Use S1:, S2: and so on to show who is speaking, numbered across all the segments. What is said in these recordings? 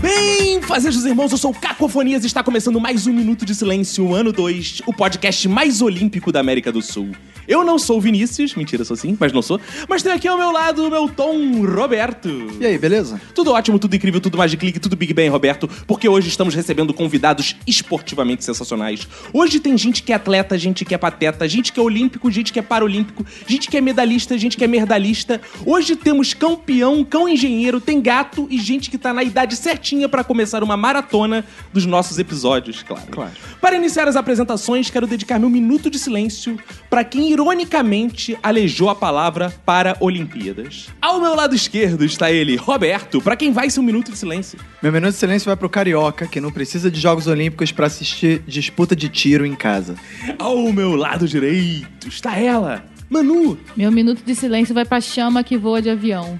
S1: Bem, fazejos irmãos, eu sou o Cacofonias e está começando mais um Minuto de Silêncio, ano 2, o podcast mais olímpico da América do Sul. Eu não sou o Vinícius, mentira, sou sim, mas não sou. Mas tem aqui ao meu lado o meu Tom Roberto.
S2: E aí, beleza?
S1: Tudo ótimo, tudo incrível, tudo mais de clique, tudo Big Bang, Roberto, porque hoje estamos recebendo convidados esportivamente sensacionais. Hoje tem gente que é atleta, gente que é pateta, gente que é olímpico, gente que é paralímpico, gente que é medalhista, gente que é merdalista. Hoje temos campeão, cão engenheiro, tem gato e gente que tá na idade certinha pra começar uma maratona dos nossos episódios, claro.
S2: Claro.
S1: Para iniciar as apresentações, quero dedicar meu minuto de silêncio para quem ironicamente alejou a palavra para Olimpíadas. Ao meu lado esquerdo está ele, Roberto, para quem vai ser um minuto de silêncio.
S2: Meu minuto de silêncio vai pro carioca, que não precisa de Jogos Olímpicos pra assistir disputa de tiro em casa.
S1: Ao meu lado direito está ela, Manu.
S3: Meu minuto de silêncio vai pra chama que voa de avião.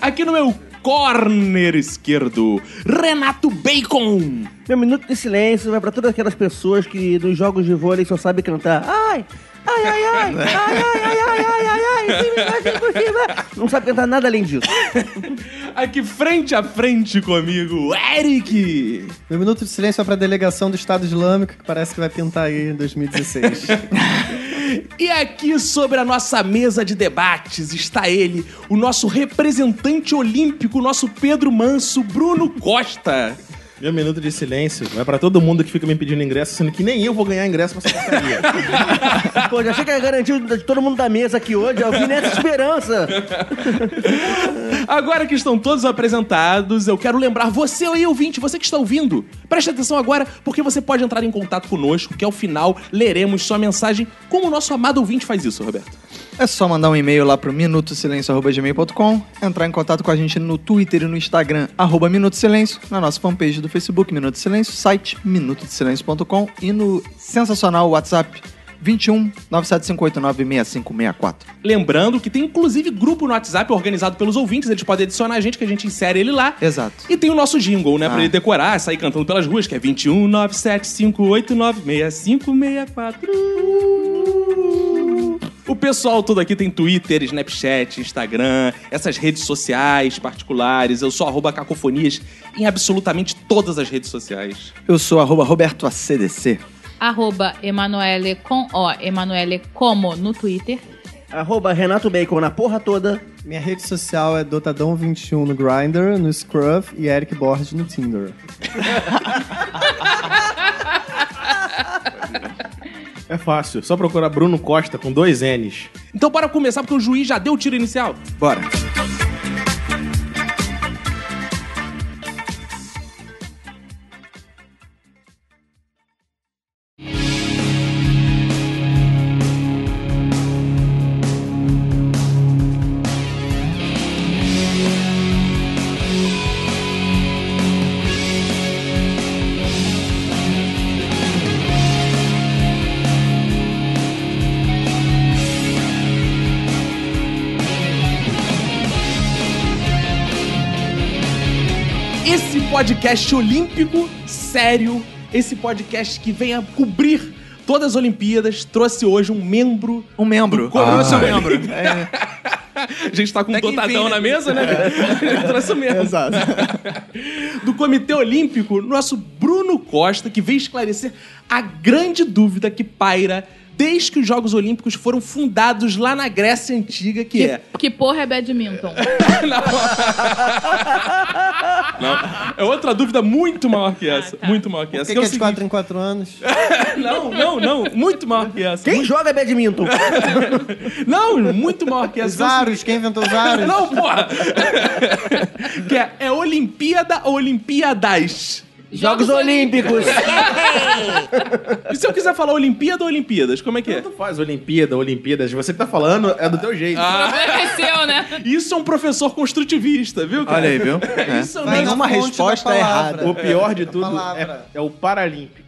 S1: Aqui no meu corner esquerdo, Renato Bacon.
S4: Meu minuto de silêncio vai pra todas aquelas pessoas que nos jogos de vôlei só sabem cantar. Ai! Ai, ai, ai! Ai, ai, ai, ai, ai, ai, ai! em cima, embaixo, em cima. Não sabe cantar nada além disso.
S1: Aqui frente a frente comigo, Eric.
S5: Meu minuto de silêncio é pra delegação do Estado Islâmico, que parece que vai pintar aí em 2016.
S1: E aqui sobre a nossa mesa de debates está ele, o nosso representante olímpico, o nosso Pedro Manso, Bruno Costa.
S5: Meu minuto de silêncio vai pra todo mundo que fica me pedindo ingresso, sendo que nem eu vou ganhar ingresso pra essa porcaria.
S4: Pô, já chega garantido de todo mundo da mesa aqui hoje. Eu vim nessa esperança.
S1: Agora que estão todos apresentados, eu quero lembrar você aí, ouvinte, você que está ouvindo. Preste atenção agora, porque você pode entrar em contato conosco, que ao final leremos sua mensagem. Como o nosso amado ouvinte faz isso, Roberto?
S2: É só mandar um e-mail lá pro minutosilencio.gmail.com, entrar em contato com a gente no Twitter e no Instagram, arroba Minuto Silêncio, na nossa fanpage do Facebook, Minuto Silêncio, site minutosilencio.com e no sensacional WhatsApp 21 97589 6564.
S1: Lembrando que tem inclusive grupo no WhatsApp organizado pelos ouvintes, eles podem adicionar a gente, que a gente insere ele lá.
S2: Exato.
S1: E tem o nosso jingle, né? Pra
S2: Ah.
S1: ele decorar, sair cantando pelas ruas, que é 21 975896564. O pessoal todo aqui tem Twitter, Snapchat, Instagram, essas redes sociais particulares. Eu sou arroba cacofonias em absolutamente todas as redes sociais.
S2: Eu sou arroba Roberto ACDC.
S3: Arroba Emanuele com O, Emanuele como no Twitter.
S4: Arroba Renato Bacon na porra toda.
S5: Minha rede social é Dotadão21 no Grindr, no Scruff e Eric Borges no Tinder. É fácil, só procurar Bruno Costa com dois N's.
S1: Então bora começar, porque o juiz já deu o tiro inicial.
S2: Bora.
S1: Esse podcast olímpico sério, esse podcast que vem a cobrir todas as Olimpíadas, trouxe hoje um membro.
S2: Um membro.
S1: Co- trouxe um membro.
S2: É.
S1: A gente tá com um
S2: Até que enfim,
S1: dotadão
S2: né?
S1: na mesa, né? Ele trouxe o membro.
S5: Exato.
S1: Do Comitê Olímpico, nosso Bruno Costa, que veio esclarecer a grande dúvida que paira desde que os Jogos Olímpicos foram fundados lá na Grécia Antiga, que é...
S3: Que porra é badminton?
S1: É outra dúvida muito maior que essa. Muito maior que
S5: O
S1: essa.
S5: que, que é
S1: é o
S5: de 4 em 4 anos?
S1: seguinte- Não, não, não. Muito maior que essa.
S4: Quem joga badminton?
S1: Não, muito maior que
S5: Os
S1: essa.
S5: aros, quem inventou os aros?
S1: Não, porra! que é, é Olimpíada ou Olimpíadas?
S4: Jogos Olímpicos!
S1: E se eu quiser falar Olimpíada ou Olimpíadas, como é que é?
S6: Tanto faz Olimpíada, Olimpíadas. Você que tá falando é do teu jeito.
S3: O problema é seu, né?
S1: Isso é um professor construtivista, viu, cara?
S2: Olha aí, viu?
S1: É. Isso é um negócio-
S2: Nenhuma
S5: na fonte
S2: resposta
S5: da
S2: é
S5: palavra.
S2: errada.
S6: O pior de
S5: A
S6: tudo
S5: palavra.
S6: é, é o Paralímpico.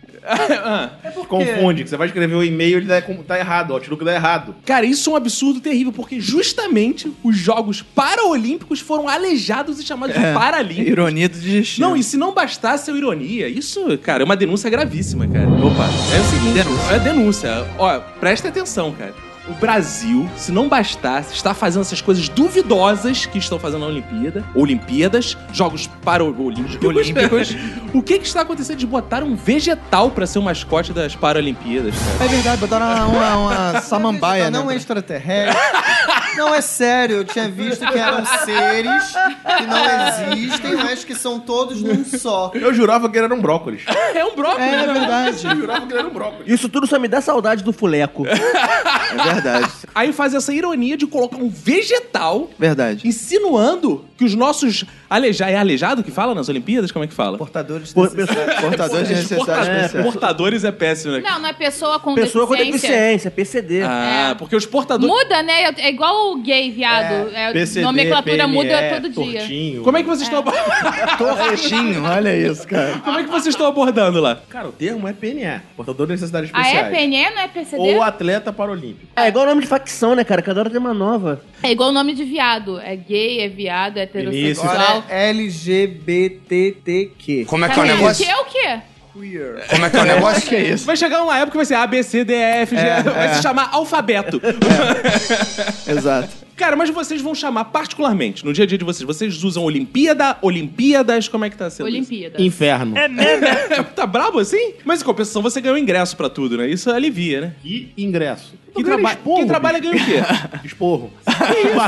S3: É
S6: Confunde, que você vai escrever o e-mail e ele dá como- tá errado, o Outlook dá errado.
S1: Cara, isso é um absurdo terrível, porque justamente os Jogos Paraolímpicos foram aleijados e chamados
S2: É,
S1: de Paralímpicos.
S2: Ironia do destino.
S1: Não, e se não bastasse a ironia, isso, cara, é uma denúncia gravíssima, cara. Opa. É o seguinte, denúncia. é denúncia. Ó, presta atenção, cara. O Brasil, se não bastasse, está fazendo essas coisas duvidosas que estão fazendo na Olimpíada, Olimpíadas, Jogos Paralímpicos.
S2: Olímpicos.
S1: o que que está acontecendo? Eles botaram um vegetal pra ser o mascote das Paralimpíadas, cara.
S2: É verdade, botaram uma, uma, uma samambaia,
S5: Não
S2: né?
S5: é extraterrestre. Não, é sério. Eu tinha visto que eram seres que não existem, mas que são todos num só.
S6: Eu jurava que ele era um brócolis.
S1: É um brócolis,
S2: É
S1: né?
S2: verdade.
S6: Eu jurava que ele era um brócolis.
S4: Isso tudo só me dá saudade do fuleco.
S2: É verdade. é
S1: Aí faz essa ironia de colocar um vegetal
S2: Verdade.
S1: insinuando que os nossos aleja... é aleijado que fala nas Olimpíadas? Como é que fala?
S5: Portadores
S4: Por-
S2: Portador de necessidade
S1: Porta-
S2: especial.
S1: Portadores é péssimo, né?
S3: Não, não é pessoa com
S4: Pessoa com
S3: deficiência.
S4: deficiência, PCD.
S1: Ah,
S3: É.
S1: porque os portadores.
S3: Muda, né? É igual o gay, viado. É,
S6: PCD,
S3: nomenclatura
S6: PME,
S3: muda todo dia.
S6: Tortinho.
S1: Como é que vocês estão abor-
S2: Torrejinho, olha isso, cara.
S1: Como é que vocês estão abordando lá?
S6: Cara, o termo é PNA, portador de necessidades
S3: Ah,
S6: especiais.
S3: é? PNE não é PCD?
S6: Ou atleta paralímpico.
S4: É igual o nome de facção, né, cara? Cada hora tem uma nova.
S3: É igual o nome de viado. É gay, é viado, é heterossexual.
S5: Agora é LGBTTQ.
S7: Como é que é o
S3: Peraí,
S7: negócio?
S3: Que é o quê?
S5: Queer.
S7: Como é que é o negócio?
S2: que é isso?
S1: Vai chegar uma época que vai ser A, B, C, D, E, F, G.
S6: É,
S1: vai se chamar alfabeto.
S2: Exato.
S1: Cara, mas vocês vão chamar particularmente, no dia a dia de vocês, vocês usam Olimpíada, Olimpíadas, como é que tá sendo? isso?
S3: Olimpíada.
S6: Inferno.
S1: tá brabo assim? Mas em compensação, você ganhou ingresso pra tudo, né? Isso alivia, né?
S6: E ingresso.
S1: Quem,
S6: Ganha
S1: traba-
S6: esporro,
S1: quem trabalha ganha o quê?
S6: bicho. Esporro.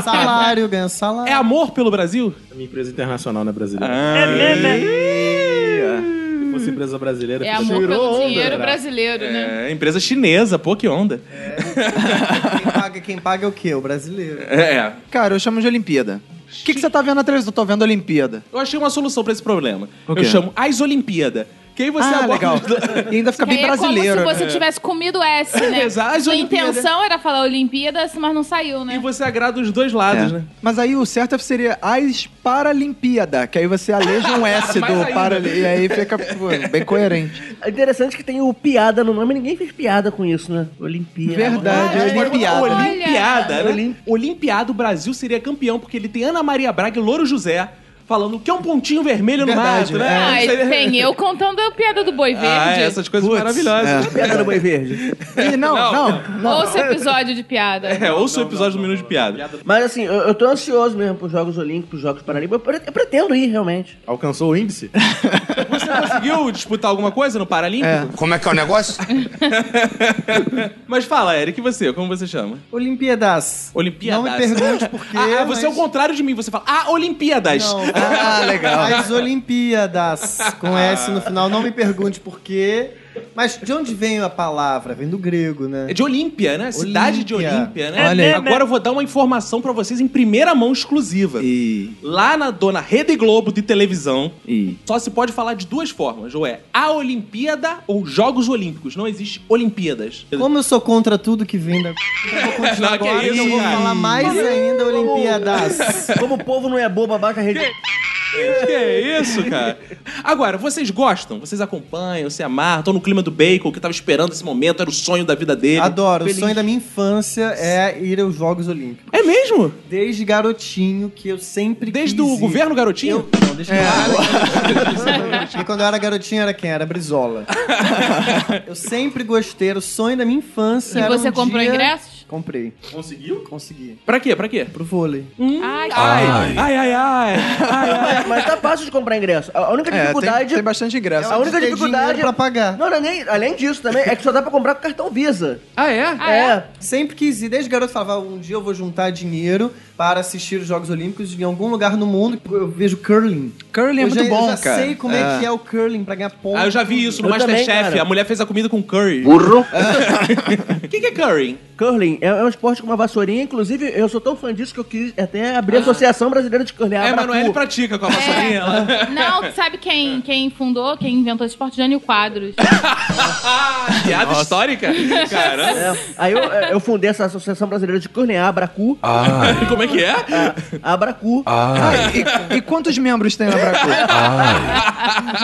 S5: Salário, ganha
S1: É
S5: salário.
S1: amor pelo Brasil?
S6: É uma empresa internacional, né, brasileira?
S3: É
S1: Ah,
S6: Se fosse empresa brasileira...
S3: É
S6: fica-
S3: amor
S6: Tirou
S3: pelo
S6: onda,
S3: dinheiro
S6: cara.
S3: brasileiro, né?
S1: é, empresa chinesa, pô, que onda.
S5: Quem paga, quem paga é o quê? O brasileiro.
S1: É.
S2: Cara, eu chamo de Olimpíada. O que, que você tá vendo na televisão? Eu tô vendo Olimpíada.
S1: Eu achei uma solução pra esse problema.
S2: O
S1: Eu
S2: quê?
S1: chamo as Olimpíada. Que aí você
S2: ah,
S1: aborda
S2: legal.
S1: os dois-
S2: E ainda fica
S3: Que
S2: bem
S3: aí é
S2: brasileiro.
S3: como se você
S2: né?
S3: tivesse comido S, né?
S1: Exato, as
S3: Sua
S1: Olimpíadas.
S3: intenção era falar Olimpíadas, mas não saiu,
S1: E
S3: né?
S1: você agrada os dois
S2: É.
S1: lados, né?
S2: Mas aí o certo é seria as Paralimpíada, que aí você aleja um S
S1: Mais ainda.
S2: do para e aí fica pô, bem coerente.
S4: É interessante que tem o piada no nome, ninguém fez piada com isso, né? Olimpíada.
S2: Verdade,
S1: Ah,
S2: é
S1: pode botar
S2: Olimpiada.
S1: Olimpiada.
S3: Olha.
S1: né? Olim- Olimpiada, o Brasil seria campeão, porque ele tem Ana Maria Braga e Louro José falando que é um pontinho vermelho
S2: Verdade,
S1: no mato, né?
S3: Ah,
S1: Isso aí-
S3: tem eu contando a piada do boi verde.
S1: Ah, essas coisas maravilhosas.
S4: É, Piada no Boi Verde.
S2: Ih, não, não, não.
S3: Ouça o episódio de piada.
S1: É, ouça o episódio do Minuto de Piada.
S4: Mas assim, eu, eu tô ansioso mesmo pros Jogos Olímpicos, pros Jogos Paralímpicos. Eu, pre- eu pretendo ir, realmente.
S6: Alcançou o índice?
S1: Você conseguiu disputar alguma coisa no Paralímpico?
S7: Como é que é o negócio?
S1: Mas fala, Eric, e você? Como você chama?
S5: Olimpíadas.
S1: Olimpíadas.
S5: Não me pergunte por quê.
S1: Ah, ah, você é o
S5: mas-
S1: contrário de mim. Você fala, ah, Olimpíadas.
S5: Não.
S2: Ah, legal.
S5: As Olimpíadas, com
S7: Ah.
S5: S no final. Não me pergunte por quê. Mas de onde vem a palavra? Vem do grego, né?
S1: É de Olímpia, né? Cidade de
S5: Olímpia.
S1: Olímpia, né?
S2: Olha aí.
S1: Agora eu vou dar uma informação pra vocês em primeira mão exclusiva.
S2: E,
S1: Lá na dona Rede Globo de televisão,
S2: e
S1: só se pode falar de duas formas, ou é a Olimpíada ou Jogos Olímpicos. Não existe Olimpíadas.
S5: Como eu sou contra tudo que vem da. Eu vou continuar
S1: Não, que
S5: agora,
S1: isso,
S5: eu vou
S1: cara.
S5: falar mais ainda Olimpíadas.
S4: Como o povo não é bobo, abaixa a rede.
S1: Que é isso, cara? Agora, vocês gostam? Vocês acompanham, se amarram, estão no clima do Bacon, que tava esperando esse momento, era o sonho da vida dele.
S5: Adoro.
S1: Feliz.
S5: O sonho da minha infância é ir aos Jogos Olímpicos.
S1: É mesmo?
S5: Desde garotinho, que eu sempre
S1: Desde
S5: quis
S1: o
S5: ir.
S1: governo garotinho?
S5: Eu... Não, desde que eu... E quando eu era garotinho, era quem? Era Brizola. eu sempre gostei. Era o sonho da minha infância.
S3: E
S5: era
S3: você
S5: um
S3: comprou
S5: dia-
S3: ingressos?
S5: Comprei.
S6: Conseguiu?
S5: Consegui.
S1: Pra quê? Pra quê?
S5: Pro vôlei.
S3: Ai,
S1: Ai,
S3: que
S1: ai, ai, ai. ai, ai.
S4: Mas, mas tá fácil de comprar ingresso. A a única
S2: é, tem,
S4: dificuldade.
S2: tem bastante ingresso.
S4: A única
S5: Ter
S4: dificuldade- é
S5: dinheiro pra pagar.
S4: Não, não, nem, além disso também, é que só dá pra comprar com cartão Visa.
S1: Ah, é?
S3: Ah, é?
S5: Sempre quis ir, desde garoto falava, um dia eu vou juntar dinheiro para assistir os Jogos Olímpicos em algum lugar no mundo. Eu vejo curling.
S2: Curling é
S5: eu
S2: muito
S5: já,
S2: bom,
S5: eu já
S2: cara.
S5: sei como é. que é o curling pra ganhar ponto.
S1: Ah, eu já vi isso no
S4: Eu também,
S1: Masterchef.
S4: cara.
S1: a mulher fez a comida com curry.
S7: Burro.
S1: que, que é curry?
S4: Curling é, é um esporte com uma vassourinha. Inclusive, eu sou tão fã disso que eu quis até abrir a Associação Brasileira de Curling.
S1: Ah. É,
S4: a
S1: a
S4: Abracu.
S1: Emanuele pratica com a vassourinha.
S3: É.
S1: ela-
S4: É.
S3: Não, sabe quem, quem fundou, quem inventou esse esporte? Jânio Quadros.
S1: Ah, Piada histórica. Caramba.
S4: É. Aí eu, eu fundei essa Associação Brasileira de Curling, a Abracu.
S1: Como é que é?
S4: A Abracu.
S2: E, e quantos membros tem na Bracu?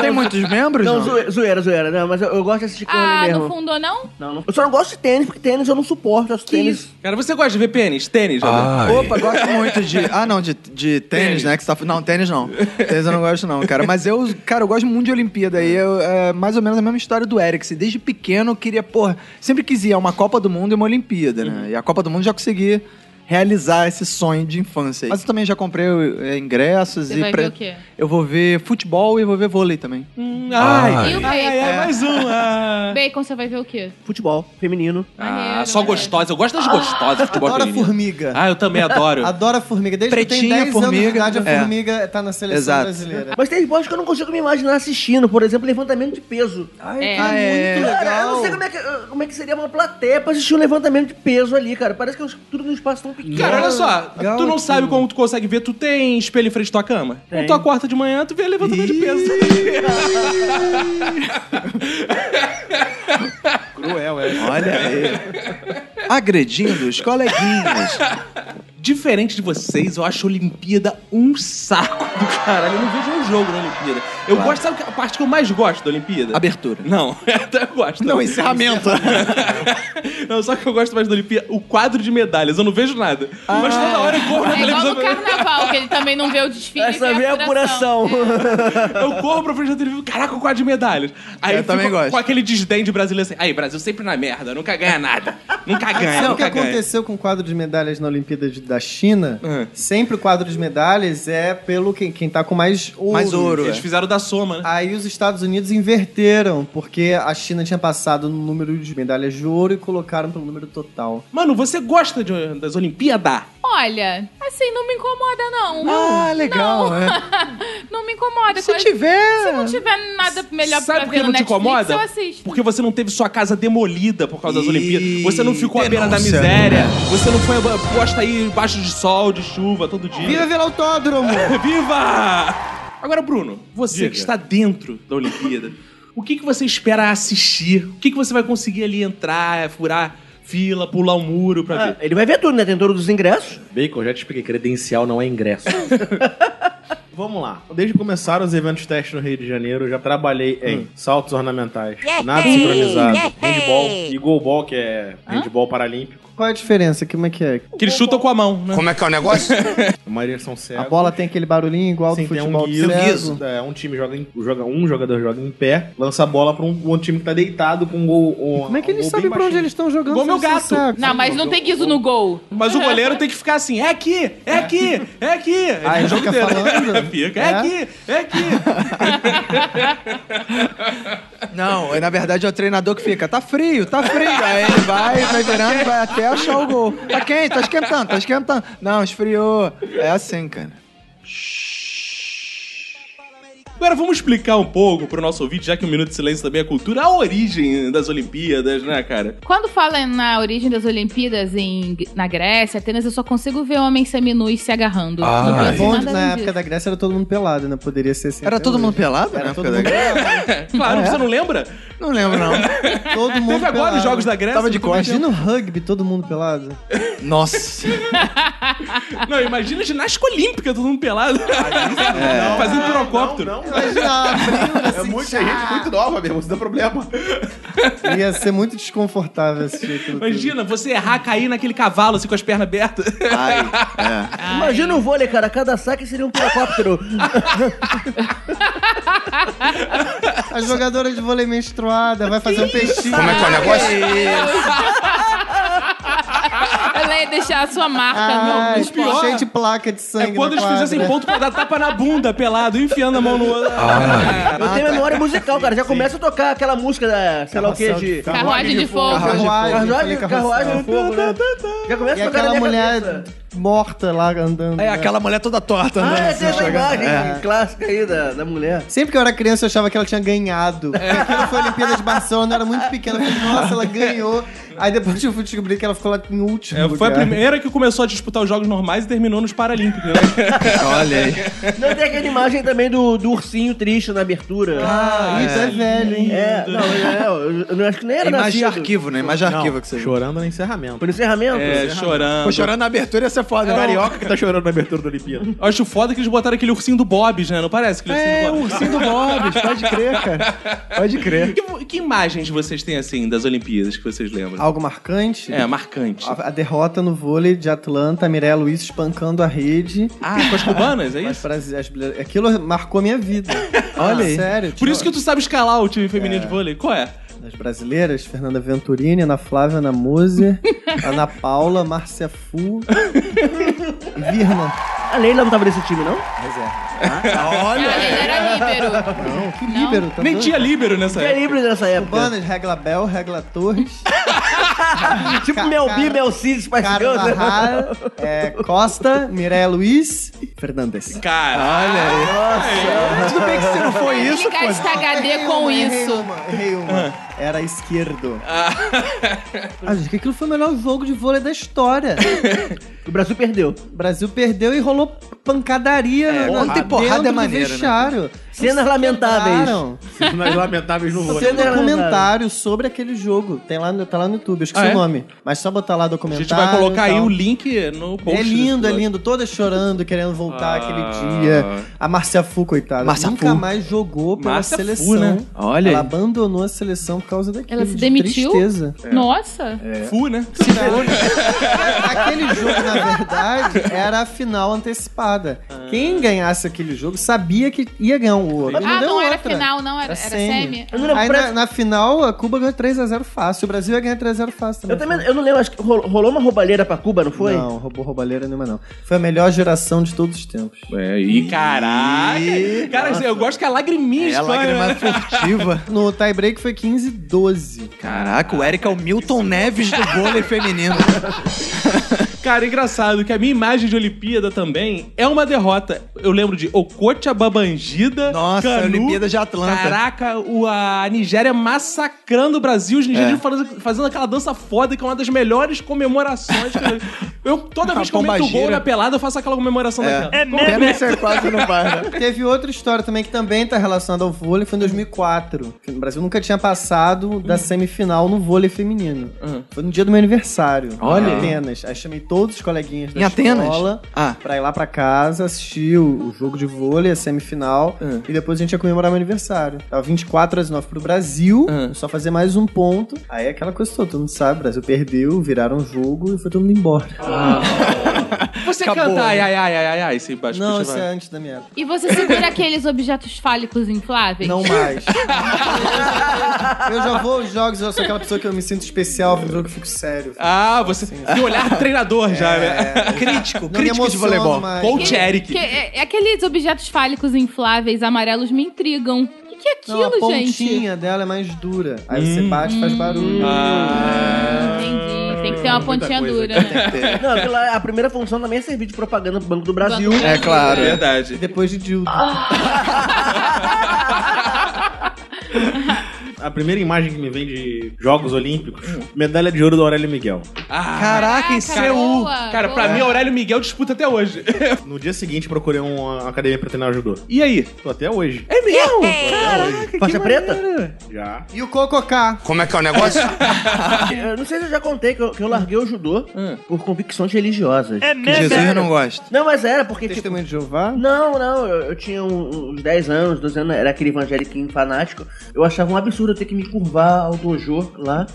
S2: Tem muitos membros?
S4: Não,
S2: não?
S4: zoe- zoeira, zoeira. Não, mas eu, eu gosto de assistir curling
S3: Ah,
S4: mesmo.
S3: não fundou, não?
S4: Não, não. Eu só não gosto de tênis, porque tênis eu não suporto. Eu acho tênis.
S1: Cara, você gosta de ver pênis? Tênis? Ah.
S2: Opa, gosto muito de. Ah, não, de, de tênis, né? Que você tá... Não, tênis não. Tênis eu não gosto, não, cara. Mas eu, cara, eu gosto muito de Olimpíada. E eu, é mais ou menos a mesma história do Ericsson. Desde pequeno eu queria, porra, sempre quis ir a uma Copa do Mundo e uma Olimpíada, né? E a Copa do Mundo já consegui realizar esse sonho de infância. aí. Mas eu também já comprei é, ingressos
S3: Você
S2: e.
S3: vai
S2: pre-
S3: ver o quê?
S2: Eu vou ver futebol e vou ver vôlei também.
S1: Ai.
S3: E o
S1: Ai, ai,
S3: bacon?
S1: ai, mais um. Ah,
S3: Bacon, você vai ver o quê?
S4: Futebol, feminino.
S1: ah
S3: Maneiro,
S1: só
S3: maneiro.
S1: gostosas. Eu gosto das gostosas. futebol
S5: Adora
S1: feminino.
S5: formiga.
S1: Ah, eu também adoro.
S5: Adora formiga. Desde que eu
S2: Pretinha,
S5: tenho 10 anos de
S2: formiga.
S5: idade, a
S2: É.
S5: formiga tá na seleção
S2: Exato.
S5: brasileira.
S4: Mas tem esporte que eu não consigo me imaginar assistindo. Por exemplo, levantamento de peso. Ai,
S3: É.
S2: Ah, é.
S4: Cara, eu não sei como é, que, como é que seria uma plateia pra assistir um levantamento de peso ali, cara. Parece que é tudo num espaço tão pequeno.
S1: Cara, olha só,
S2: Legal,
S1: tu não sabe como tu consegue ver, tu tem espelho em frente à tua cama?
S4: Tem.
S1: Então tu acorda de manhã, tu vê levantamento de peso.
S2: Cruel, é. Olha aí. Agredindo os coleguinhas.
S1: Diferente de vocês, eu acho a Olimpíada um saco do caralho. Eu não vejo um jogo na Olimpíada. Eu gosto, sabe a parte que eu mais gosto da Olimpíada?
S2: Abertura.
S1: Não, até eu gosto.
S2: Não, encerramento.
S1: Não, só que eu gosto mais da Olimpíada, o quadro de medalhas, eu não vejo nada.
S2: Ah.
S1: Mas toda hora eu corro na
S3: É igual
S1: televisão.
S3: no carnaval, que ele também não vê o desfile. e
S4: Essa
S3: vê
S4: vem a apuração.
S1: Eu corro pra frente da televisão, caraca, o quadro de medalhas. Aí
S2: Eu
S1: fico
S2: também gosto.
S1: Com aquele desdém de brasileiro assim, aí, Brasil sempre na merda, nunca ganha nada. Nunca ganha,
S5: Sabe o que
S1: nunca ganha.
S5: aconteceu com o quadro de medalhas na Olimpíada de- da China?
S1: Ah.
S5: Sempre o quadro de medalhas é pelo quem, quem tá com mais ouro.
S2: Mais ouro. é.
S1: Eles fizeram da soma, né?
S5: Aí os Estados Unidos inverteram, porque a China tinha passado no número de medalhas de ouro e colocaram pelo número total.
S1: Mano, você gosta de- um, das Olimpíadas?
S3: Olha, assim, não me incomoda, não.
S2: Ah, legal.
S3: Não,
S2: é.
S3: não me incomoda.
S2: Se
S3: Quando-
S2: tiver.
S3: Se não tiver nada melhor
S1: Ah. Sabe
S3: pra
S1: por
S3: ver
S1: que
S3: no
S1: não te
S3: Netflix,
S1: incomoda?
S3: eu assisto.
S1: Porque você não teve sua casa demolida por causa das
S2: Ih,
S1: Olimpíadas. Você não ficou à beira da
S2: denúncia.
S1: miséria. Você não foi eh, posta aí embaixo de sol, de chuva, todo dia.
S5: Viva Vila Autódromo!
S1: Viva! Agora, Bruno, você que está dentro da Olimpíada, o que, que você espera assistir? O que, que você vai conseguir ali entrar, eh, furar fila, pular um muro pra
S4: Ah,
S1: ver?
S4: ele vai ver tudo, né? Tem todos os ingressos.
S6: Bacon, já te expliquei, credencial não é ingresso. Vamos lá. Desde que começaram os eventos teste no Rio de Janeiro, eu já trabalhei em saltos ornamentais, nada sincronizado, handball e goalball, que é handball paralímpico.
S5: Qual é a diferença? Como é que é?
S1: Que eles chutam com a mão, né?
S6: A maioria são
S5: A
S6: cegos.
S5: bola tem aquele barulhinho igual
S6: Sim,
S5: do
S6: tem
S5: futebol
S6: um guiso.
S5: cego?
S6: É, um time joga, em- joga- um jogador joga em pé, lança a bola pra um outro time que tá deitado com um gol. um-
S5: Como é que
S6: um
S5: eles
S6: gol bem
S5: sabem pra onde
S6: baixinho.
S5: eles estão jogando?
S1: Igual
S5: se
S1: meu
S5: eles são
S1: gato.
S5: cegos?
S3: Não, mas não tem guiso no gol.
S1: Mas o goleiro tem que ficar assim, é aqui, é aqui, é aqui.
S5: Ah, ele
S1: O jogo
S5: fica
S1: inteiro.
S5: falando?
S1: Fica, é,
S5: É?
S1: aqui, é aqui.
S2: Não, é, na verdade é o treinador que fica, tá frio, tá frio. Aí ele vai, vai virando, vai até achar o gol. Tá quente, tá esquentando, tá esquentando. Não, esfriou. É assim, cara.
S1: Agora vamos explicar um pouco pro nosso ouvinte, já que o Minuto de Silêncio também é cultura, a origem das Olimpíadas, né, cara?
S3: Quando fala na origem das Olimpíadas em, na Grécia, Atenas, eu só consigo ver homens seminus se agarrando. não
S5: É
S3: consigo
S5: bom
S3: nada
S5: que
S3: além
S5: na época
S3: disso.
S5: da Grécia era todo mundo pelado, né? Poderia ser assim.
S2: Era
S5: até
S2: todo
S5: hoje.
S2: mundo pelado né?
S5: Era
S2: na
S5: todo
S2: época da
S5: mundo
S2: Grécia?
S1: Claro, você não lembra?
S2: Não lembro, não.
S5: Todo É. mundo
S1: Teve agora
S5: pelado.
S1: os Jogos da Grécia.
S2: Tava de costas.
S5: Imagina o rugby, todo mundo pelado.
S2: Nossa.
S1: Não, imagina a ginástica olímpica, todo mundo pelado. Fazendo pirocóptero.
S6: Não, não,
S5: Imagina a abrir,
S6: É muita
S1: Ah.
S6: gente muito nova mesmo, isso dá problema.
S5: Ia ser muito desconfortável assistir aquilo. tudo.
S1: Imagina você errar, cair naquele cavalo assim com as pernas abertas.
S2: Ai, é.
S4: Imagina o vôlei, cara. Cada saque seria um pirocóptero.
S5: A jogadora de vôlei menstruada vai fazer um peixinho.
S3: Ela ia deixar a sua marca
S5: Ah,
S3: no, no
S1: pior-
S3: esporte.
S5: cheio de placa de
S1: É
S5: sangue.
S1: quando
S5: no
S1: eles
S5: quadro.
S1: fizessem ponto pra dar tapa na bunda, pelado, enfiando a mão no outro.
S5: Ah,
S4: Eu tenho memória musical, cara. Já começa a tocar aquela música da, sei lá o que, de...
S3: Carruagem de fogo.
S5: Carruagem,
S4: Carruagem,
S1: tipo,
S5: falei,
S4: carruagem,
S5: carroção.
S4: fogo, né? Já
S5: E
S4: começa a tocar na
S5: aquela
S4: minha
S5: mulher
S4: cabeça.
S5: morta lá andando.
S2: É aquela mulher toda torta
S4: Ah,
S2: andando.
S4: essa é
S2: assim,
S4: a
S2: chegando.
S4: imagem clássica aí da, da mulher.
S5: Sempre que eu era criança, eu achava que ela tinha ganhado. Porque É. aquilo foi a Olimpíada de Barcelona, eu era muito pequena. Eu falei, nossa, ela ganhou. Aí depois eu fui descobrir que ela ficou lá em último.
S1: É, foi a
S5: lugar.
S1: primeira que começou a disputar os jogos normais e terminou nos Paralímpicos, né?
S2: Olha aí.
S4: Não, tem aquela imagem também do, do ursinho triste na abertura.
S5: Ah, isso é velho, hein?
S4: É, não, é, eu, eu não acho que nem
S2: É
S4: era
S2: imagem de
S4: nascido.
S2: arquivo, né? Imagem de arquivo que você viu.
S6: Chorando no encerramento.
S4: Por encerramento?
S1: É, chorando.
S2: Pô, chorando na abertura ia ser foda, né?
S6: Carioca que tá chorando na abertura do Olimpíada.
S1: Eu acho foda que eles botaram aquele ursinho do Bob's, né? Não parece aquele ursinho do
S2: É, o
S1: Bob's.
S2: ursinho do Bob, pode crer, cara. Pode crer.
S1: Que, que imagens vocês têm, assim, das Olimpíadas que vocês lembram?
S5: Algo marcante?
S1: É, marcante.
S5: A, a derrota no vôlei de Atlanta, a Mireia Luiz espancando a rede.
S1: Ah, com as cubanas, é
S5: Mas
S1: isso?
S5: para as- as- aquilo marcou minha vida. Olha aí. Sério.
S1: Por isso que tu sabe escalar o time feminino de vôlei. Qual é?
S5: As brasileiras, Fernanda Venturini, Ana Flávia, Ana Moser, Ana Paula, Márcia Fu e Virna.
S4: A Leila não tava nesse time, não?
S3: Olha! Ah, ele era líbero.
S5: Não, que líbero, tá
S1: Nem
S5: doido?
S1: tinha líbero nessa
S4: Tinha
S1: época.
S4: livre é nessa época.
S5: Cubanas, Regla Bel, Regla Torres,
S4: Tipo
S5: Ca-
S4: Mel B,
S5: cara-
S4: Mel C, Spice Girls. né?
S5: Carvajal, é, Costa, Mireia Luiz, Fernandes.
S1: Cara,
S2: Tudo bem que você não foi
S3: Ele
S2: isso, pô.
S3: gasta HD
S5: Errei
S3: com
S5: uma, Errei
S3: isso.
S5: uma, errei
S1: Ah.
S5: uma. Era esquerdo. Ah, gente, que aquilo foi o melhor jogo de vôlei da história.
S4: O Brasil perdeu.
S5: O Brasil perdeu e rolou pancadaria. É,
S2: porrada. Porrada é maneiro, né?
S5: vestiário.
S4: Cenas lamentáveis.
S5: Quebraram.
S6: Nas lamentáveis no
S5: Tem
S6: vôlei.
S5: um
S4: Não, não, não.
S5: documentário sobre aquele jogo. Tem lá no, tá lá no YouTube, eu esqueci
S1: Ah, é?
S5: o nome. Mas só botar lá
S1: a
S5: documentário.
S1: gente vai colocar
S5: e
S1: aí
S5: tal.
S2: então.
S1: o link no post.
S5: É lindo, é
S1: desse episódio.
S5: lindo. Todas chorando, querendo voltar
S1: né? Ah.
S5: aquele dia. A Marcia Fu, coitada.
S2: Márcia
S5: nunca
S2: Fu.
S5: mais jogou pela
S1: Márcia Fu,
S5: seleção.
S1: né?
S2: Olha
S5: Ela
S2: aí.
S5: abandonou a seleção por causa daquilo.
S3: Ela se
S5: de
S3: demitiu?
S5: Tristeza.
S3: Nossa!
S5: É.
S2: é
S1: Fu, né?
S5: Aquele jogo, na verdade, era a final antecipada.
S1: Ah.
S5: Quem ganhasse aquele jogo sabia que ia ganhar um ouro. E
S3: Ah,
S5: deu
S3: não era
S5: outra.
S3: final, não, era, era semi.
S4: Eu não lembro,
S5: Aí
S4: parece-
S5: na, na final, a Cuba ganhou 3x0 fácil. O Brasil ia ganhar 3x0 fácil também.
S4: Eu também eu não lembro, acho que ro- rolou uma roubalheira pra Cuba, não foi?
S5: Não, roubou roubalheira nenhuma, não. Foi a melhor geração de todos os tempos.
S1: É, e caraca. Cara, eu gosto que a lagriminha
S2: É a
S1: escorre, né?
S2: lágrima furtiva.
S5: No tie-break foi 15-12.
S2: Caraca, o Eric é o Milton Neves do vôlei feminino.
S1: Cara, engraçado que a minha imagem de Olimpíada também é uma derrota. Eu lembro de Ococha Babangida.
S2: Nossa,
S1: Canu.
S2: Olimpíada de Atlanta.
S1: Caraca, o, a Nigéria massacrando o Brasil, os
S5: É.
S1: nigerianos fazendo, fazendo aquela dança foda que é uma das melhores comemorações. que eu- eu, toda vez que eu
S2: pomba
S1: meto o gol
S2: gira.
S1: na pelada, eu faço aquela comemoração
S5: É.
S1: daquela.
S2: Pena que você quase não vai, né?
S5: Teve outra história também que também tá relacionada ao vôlei, foi em 2004. que O Brasil nunca tinha passado
S2: Hum.
S5: da semifinal no vôlei feminino. Foi no dia do meu aniversário.
S2: Olha.
S5: Em Atenas. Aí chamei todos os coleguinhas da
S2: Em Atenas?
S5: escola
S2: Ah.
S5: pra ir lá pra casa, assistir o, o jogo de vôlei, a semifinal.
S2: Hum.
S5: E depois a gente ia comemorar meu aniversário. Tava 24 a 19 pro Brasil,
S2: Hum.
S5: só fazer mais um ponto. Aí aquela coisa toda, todo mundo sabe, o Brasil perdeu, viraram o jogo e foi todo mundo embora.
S1: Você
S2: Acabou.
S1: canta ai, ai, ai, ai, ai, ai, esse baixo
S5: né? Não,
S1: puxa,
S5: isso é
S1: vai.
S5: antes da minha época.
S3: E você segura aqueles objetos fálicos infláveis?
S5: Não mais. eu já vou aos jogos, eu sou aquela pessoa que eu me sinto especial, no jogo eu fico sério.
S1: Ah, você tem olhar treinador já,
S5: É,
S1: né?
S2: Crítico,
S5: Não
S2: crítico
S5: me
S2: de
S5: emociono
S2: voleibol.
S5: mais.
S1: Coach Eric.
S3: Que- é- é aqueles objetos fálicos infláveis amarelos me intrigam. O que, que é
S5: Não, a
S3: aquilo, gente?
S5: pontinha dela é mais dura. Aí você bate e faz barulho.
S3: Entendi. Tem que
S1: É,
S3: ter uma pontinha dura. né?
S4: Não, aquela- a primeira função também é servir de propaganda pro Banco do Brasil.
S3: Banco do
S2: É claro.
S1: Verdade.
S5: Depois de Dildo.
S6: A primeira imagem que me vem de Jogos Olímpicos, medalha de ouro do Aurélio Miguel.
S1: Ah.
S2: Caraca, em
S3: Caraca,
S2: Seul.
S3: boa,
S1: Cara, pra
S3: boa.
S1: mim, Aurélio Miguel disputa até hoje.
S6: No dia seguinte, procurei um, uma academia pra treinar judô.
S1: E aí?
S6: Tô até hoje.
S1: É mesmo?
S4: Faixa É, preta?
S6: Já.
S5: E o Cococá.
S4: Eu não sei se eu já contei que eu, que eu larguei o judô por convicções religiosas. É
S2: Que Jesus não gosta.
S4: Não, mas era, porque tipo,
S5: Testemunho de Jeová.
S4: Não, não, eu, eu tinha um- uns 10 anos, 12 anos, era aquele evangélico fanático. Eu achava um absurdo eu ter que me curvar ao dojo lá,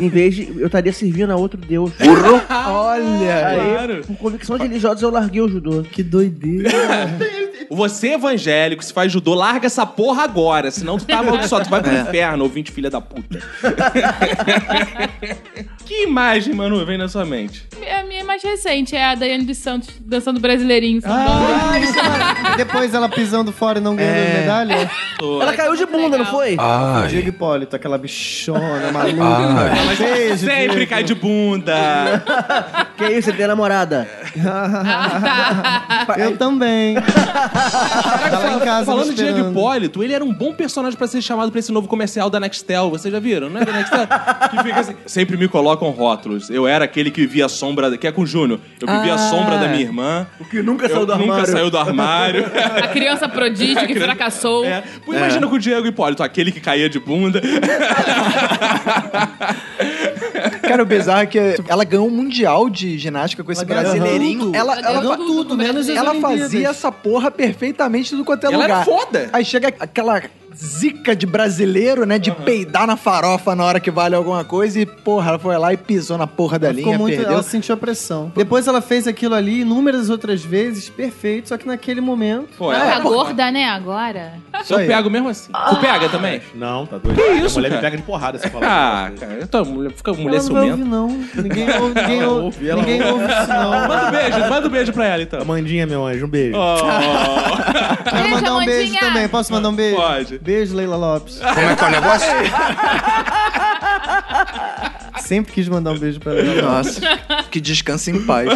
S4: em vez de eu estaria servindo a outro deus. Burro! Olha! Aí,
S1: Claro.
S4: por convicção religiosa, eu larguei o judô.
S5: Que doideira.
S1: Você é evangélico, se faz judô, larga essa porra agora,
S5: É.
S1: senão tu tá amaldiçoado, tu vai pro inferno, ouvinte filha da puta. Que imagem, Manu, vem na sua mente?
S3: A minha mais recente é a Daiane dos Santos dançando brasileirinho.
S1: Ah.
S3: sambando.
S5: Ah, é Depois ela pisando fora e não ganhando medalha.
S4: Ela caiu de bunda, não
S3: Legal.
S4: foi?
S5: Diego
S8: Ai,
S5: Hipólito, aquela bichona maluca.
S8: ai.
S5: Beijo,
S1: Sempre
S5: Diego.
S1: cai de bunda.
S4: Que isso, você tem namorada.
S5: Eu também. tá lá em casa
S1: Falando
S5: me
S1: de Diego
S5: esperando.
S1: Hipólito, ele era um bom personagem pra ser chamado pra esse novo comercial da Nextel. Vocês já viram, não é da Nextel? que fica assim, sempre me colocam rótulos. Eu era aquele que vivia a sombra, da- que é com o Júnior. Eu vivia a
S2: Ah.
S1: sombra da minha irmã.
S4: O que nunca
S1: Eu
S4: saiu do armário.
S1: nunca saiu do armário.
S3: A criança prodígio que fracassou.
S1: É. Pô, Imagina com o Diego Hipólito, aquele que caía de bunda.
S2: Cara, o bizarro é que ela ganhou o Mundial de Ginástica com esse
S5: ganhou
S2: brasileirinho.
S5: tudo.
S2: Ela,
S3: Ela
S2: ela, tá
S3: ganhou
S2: fa-
S3: tudo, menos as
S2: Ela
S5: Olimpíadas.
S2: fazia essa porra perfeitamente tudo quanto é
S1: Ela era
S2: lugar.
S1: foda.
S2: Aí chega aquela zica de brasileiro, né? De peidar na farofa na hora que vale alguma coisa e, porra, ela foi lá e pisou na porra da
S5: Ela
S2: linha,
S5: ficou muito,
S2: perdeu.
S5: ela sentiu a pressão. Depois ela fez aquilo ali inúmeras outras vezes, perfeito, só que naquele momento.
S1: Pô,
S3: Ela
S1: ela...
S3: tá gorda, né, agora?
S2: Isso
S1: Eu
S2: aí.
S1: pego mesmo assim. Tu pega também?
S6: Não, tá doido.
S1: Que
S6: A
S1: isso,
S6: mulher me
S1: cara?
S6: pega de porrada se falar.
S1: Ah, cara, eu tô, mulher, fica mulher
S5: ela não vai
S1: ciumenta.
S5: ouvir, não. Ninguém ouve, ninguém
S6: Ela
S5: ouve,
S6: ouve, ela
S5: ninguém ouve isso, não.
S1: Manda um beijo, manda um beijo pra ela então.
S6: Amandinha, meu anjo, um beijo.
S1: Oh,
S5: Quero
S3: Beijo,
S5: mandar um beijo
S3: Amandinha.
S5: também. Posso mandar um beijo?
S1: Pode.
S5: Beijo, Leila Lopes.
S8: Como é que é o negócio?
S5: Sempre quis mandar um beijo pra Leila Lopes.
S2: Nossa, que descanse em paz.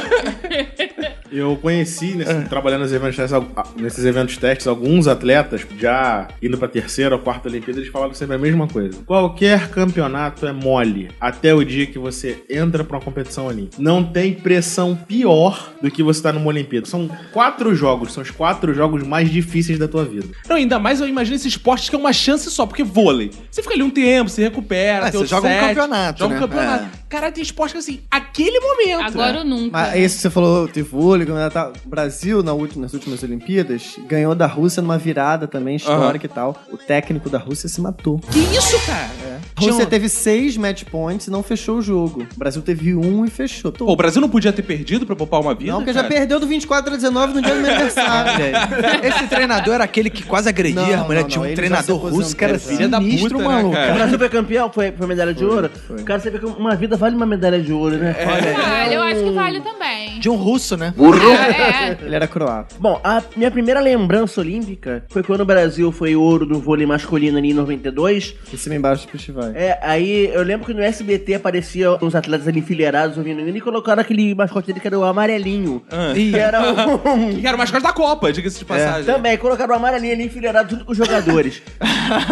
S6: Eu conheci, nesse- trabalhando nos eventos testes, al- nesses eventos testes, alguns atletas já indo pra terceira ou quarta Olimpíada, eles falavam sempre a mesma coisa. Qualquer campeonato é mole até o dia que você entra pra uma competição olímpica. Não tem pressão pior do que você tá numa Olimpíada. São quatro jogos, são os quatro jogos mais difíceis da tua vida.
S1: Não, ainda mais eu imagino esse esporte que é uma chance só, porque vôlei. Você fica ali um tempo, se recupera, tem
S2: É, você
S1: outro
S2: joga um
S1: set,
S2: campeonato,
S1: Joga um
S2: né?
S1: campeonato. Cara, tem esporte que assim, aquele momento.
S3: Agora ou nunca.
S5: Mas esse que você falou, teve vôlei, né, tá? o Brasil na última- nas últimas Olimpíadas ganhou da Rússia numa virada também histórica e tal. O técnico da Rússia se matou.
S1: Que isso, cara?
S5: A Rússia
S1: Tinha um-
S5: teve seis match points e não fechou o jogo. O Brasil teve um e fechou.
S1: Pô, o Brasil não podia ter perdido pra poupar uma vida?
S5: não, porque já
S1: cara?
S5: perdeu do 24 a 19 no dia do meu aniversário, velho.
S2: Esse treinador era aquele que quase agredia
S5: É. Não,
S2: a mulher.
S5: não,
S2: Tinha
S5: não,
S2: um
S5: ele é já se
S2: treinador
S5: aposentou,
S2: russo que era
S5: cara.
S1: Filha da
S2: sinistro,
S1: puta, né,
S2: maluco.
S4: O
S1: cara?
S4: Brasil foi campeão, foi, foi medalha de ouro. O cara você vê que uma vida vale uma medalha de ouro, né?
S3: Vale, eu acho que vale também.
S2: De um russo, né?
S3: É, é.
S5: Ele era croata.
S4: Bom, a minha primeira lembrança olímpica foi quando o Brasil foi ouro do vôlei masculino ali em 92.
S5: Em cima e embaixo dos festivais.
S4: É, aí eu lembro que no SBT aparecia uns atletas ali enfileirados ouvindo hino e colocaram aquele mascote dele que era o amarelinho. Que era um.
S1: Que era o mascote da Copa,
S2: É,
S1: diga-se de passagem.
S4: Também, colocaram o amarelinho ali enfileirado junto com os jogadores.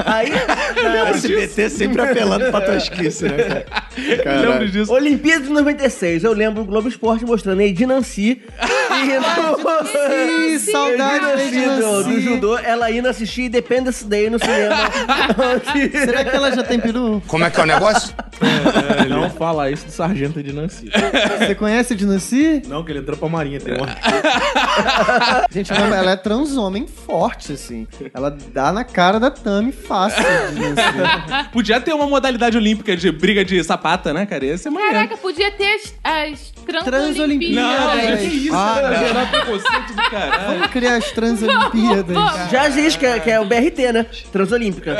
S4: aí.
S2: O SBT sempre apelando pra tosquice, né, cara?
S1: Eu lembro disso.
S4: Olimpíada de 96, eu lembro o Globo Esporte mostrando a Edinancy.
S5: Ih, saudade da Lady
S4: do, do
S5: Nancy.
S4: judô, ela indo assistir Independence Day no cinema.
S5: Será que ela já tem peru?
S8: Como é que é o negócio?
S6: É, não fala isso do sargento de Nancy.
S5: Você conhece a Dinancy?
S6: não, que ele entrou pra marinha,
S9: É.
S6: tem um uma...
S5: Gente, ela, ela é transhomem forte, assim. Ela dá na cara da Tami fácil. a Dinancy.
S1: Podia ter uma modalidade olímpica de briga de sapata, né, cara? Ia ser maneiro.
S3: Caraca, podia ter as, as
S1: Não,
S5: Transolímpicas.
S3: transolímpíadas.
S1: gente, que isso,
S2: Ah,
S1: cara? Gerar preconceito do caralho.
S5: Vamos criar as Transolimpíadas.
S4: Já diz que é, que é o BRT, né? Transolímpica.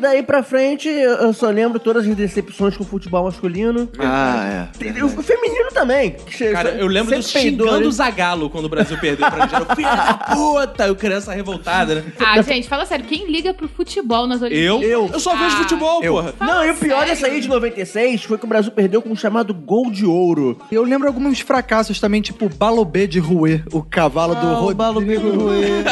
S4: Daí pra frente, eu eu só lembro todas as decepções com o futebol masculino.
S2: Ah, é.
S4: E O feminino também. que
S1: Cara, eu lembro
S4: sempre
S1: do
S4: peidou,
S1: xingando
S4: né?
S1: o Zagalo quando o Brasil perdeu pra Nigéria. Filha da puta, eu criança revoltada, né?
S3: Ah, gente, fala sério, quem liga pro futebol nas
S1: Eu?
S3: Olimpíadas?
S1: Eu só vejo
S3: Ah.
S1: futebol, porra.
S4: Não, e o pior
S3: sério.
S4: dessa aí de 96 foi que o Brasil perdeu com o chamado gol de ouro.
S2: Eu lembro alguns fracassos também, tipo Balobê de Rouet, o cavalo do,
S5: Ah, o
S2: Rodrigo,
S5: Balobê de
S6: É
S5: Rouet.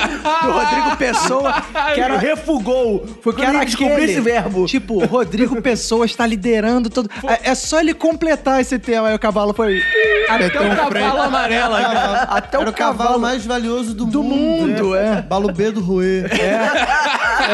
S2: do Rodrigo Pessoa, que
S4: Ele
S2: era,
S4: refugou. Foi
S2: que
S4: quando
S2: era
S4: ele descobriu
S2: aquele,
S4: esse verbo.
S2: Tipo, Rodrigo Pessoa está liderando todo. É, é só ele completar esse tema, aí o cavalo foi.
S1: Até o cavalo amarelo, cara.
S2: Até
S5: Era o cavalo mais valioso do,
S2: do
S5: mundo.
S2: mundo, é.
S5: Balubê do Ruê.
S6: É,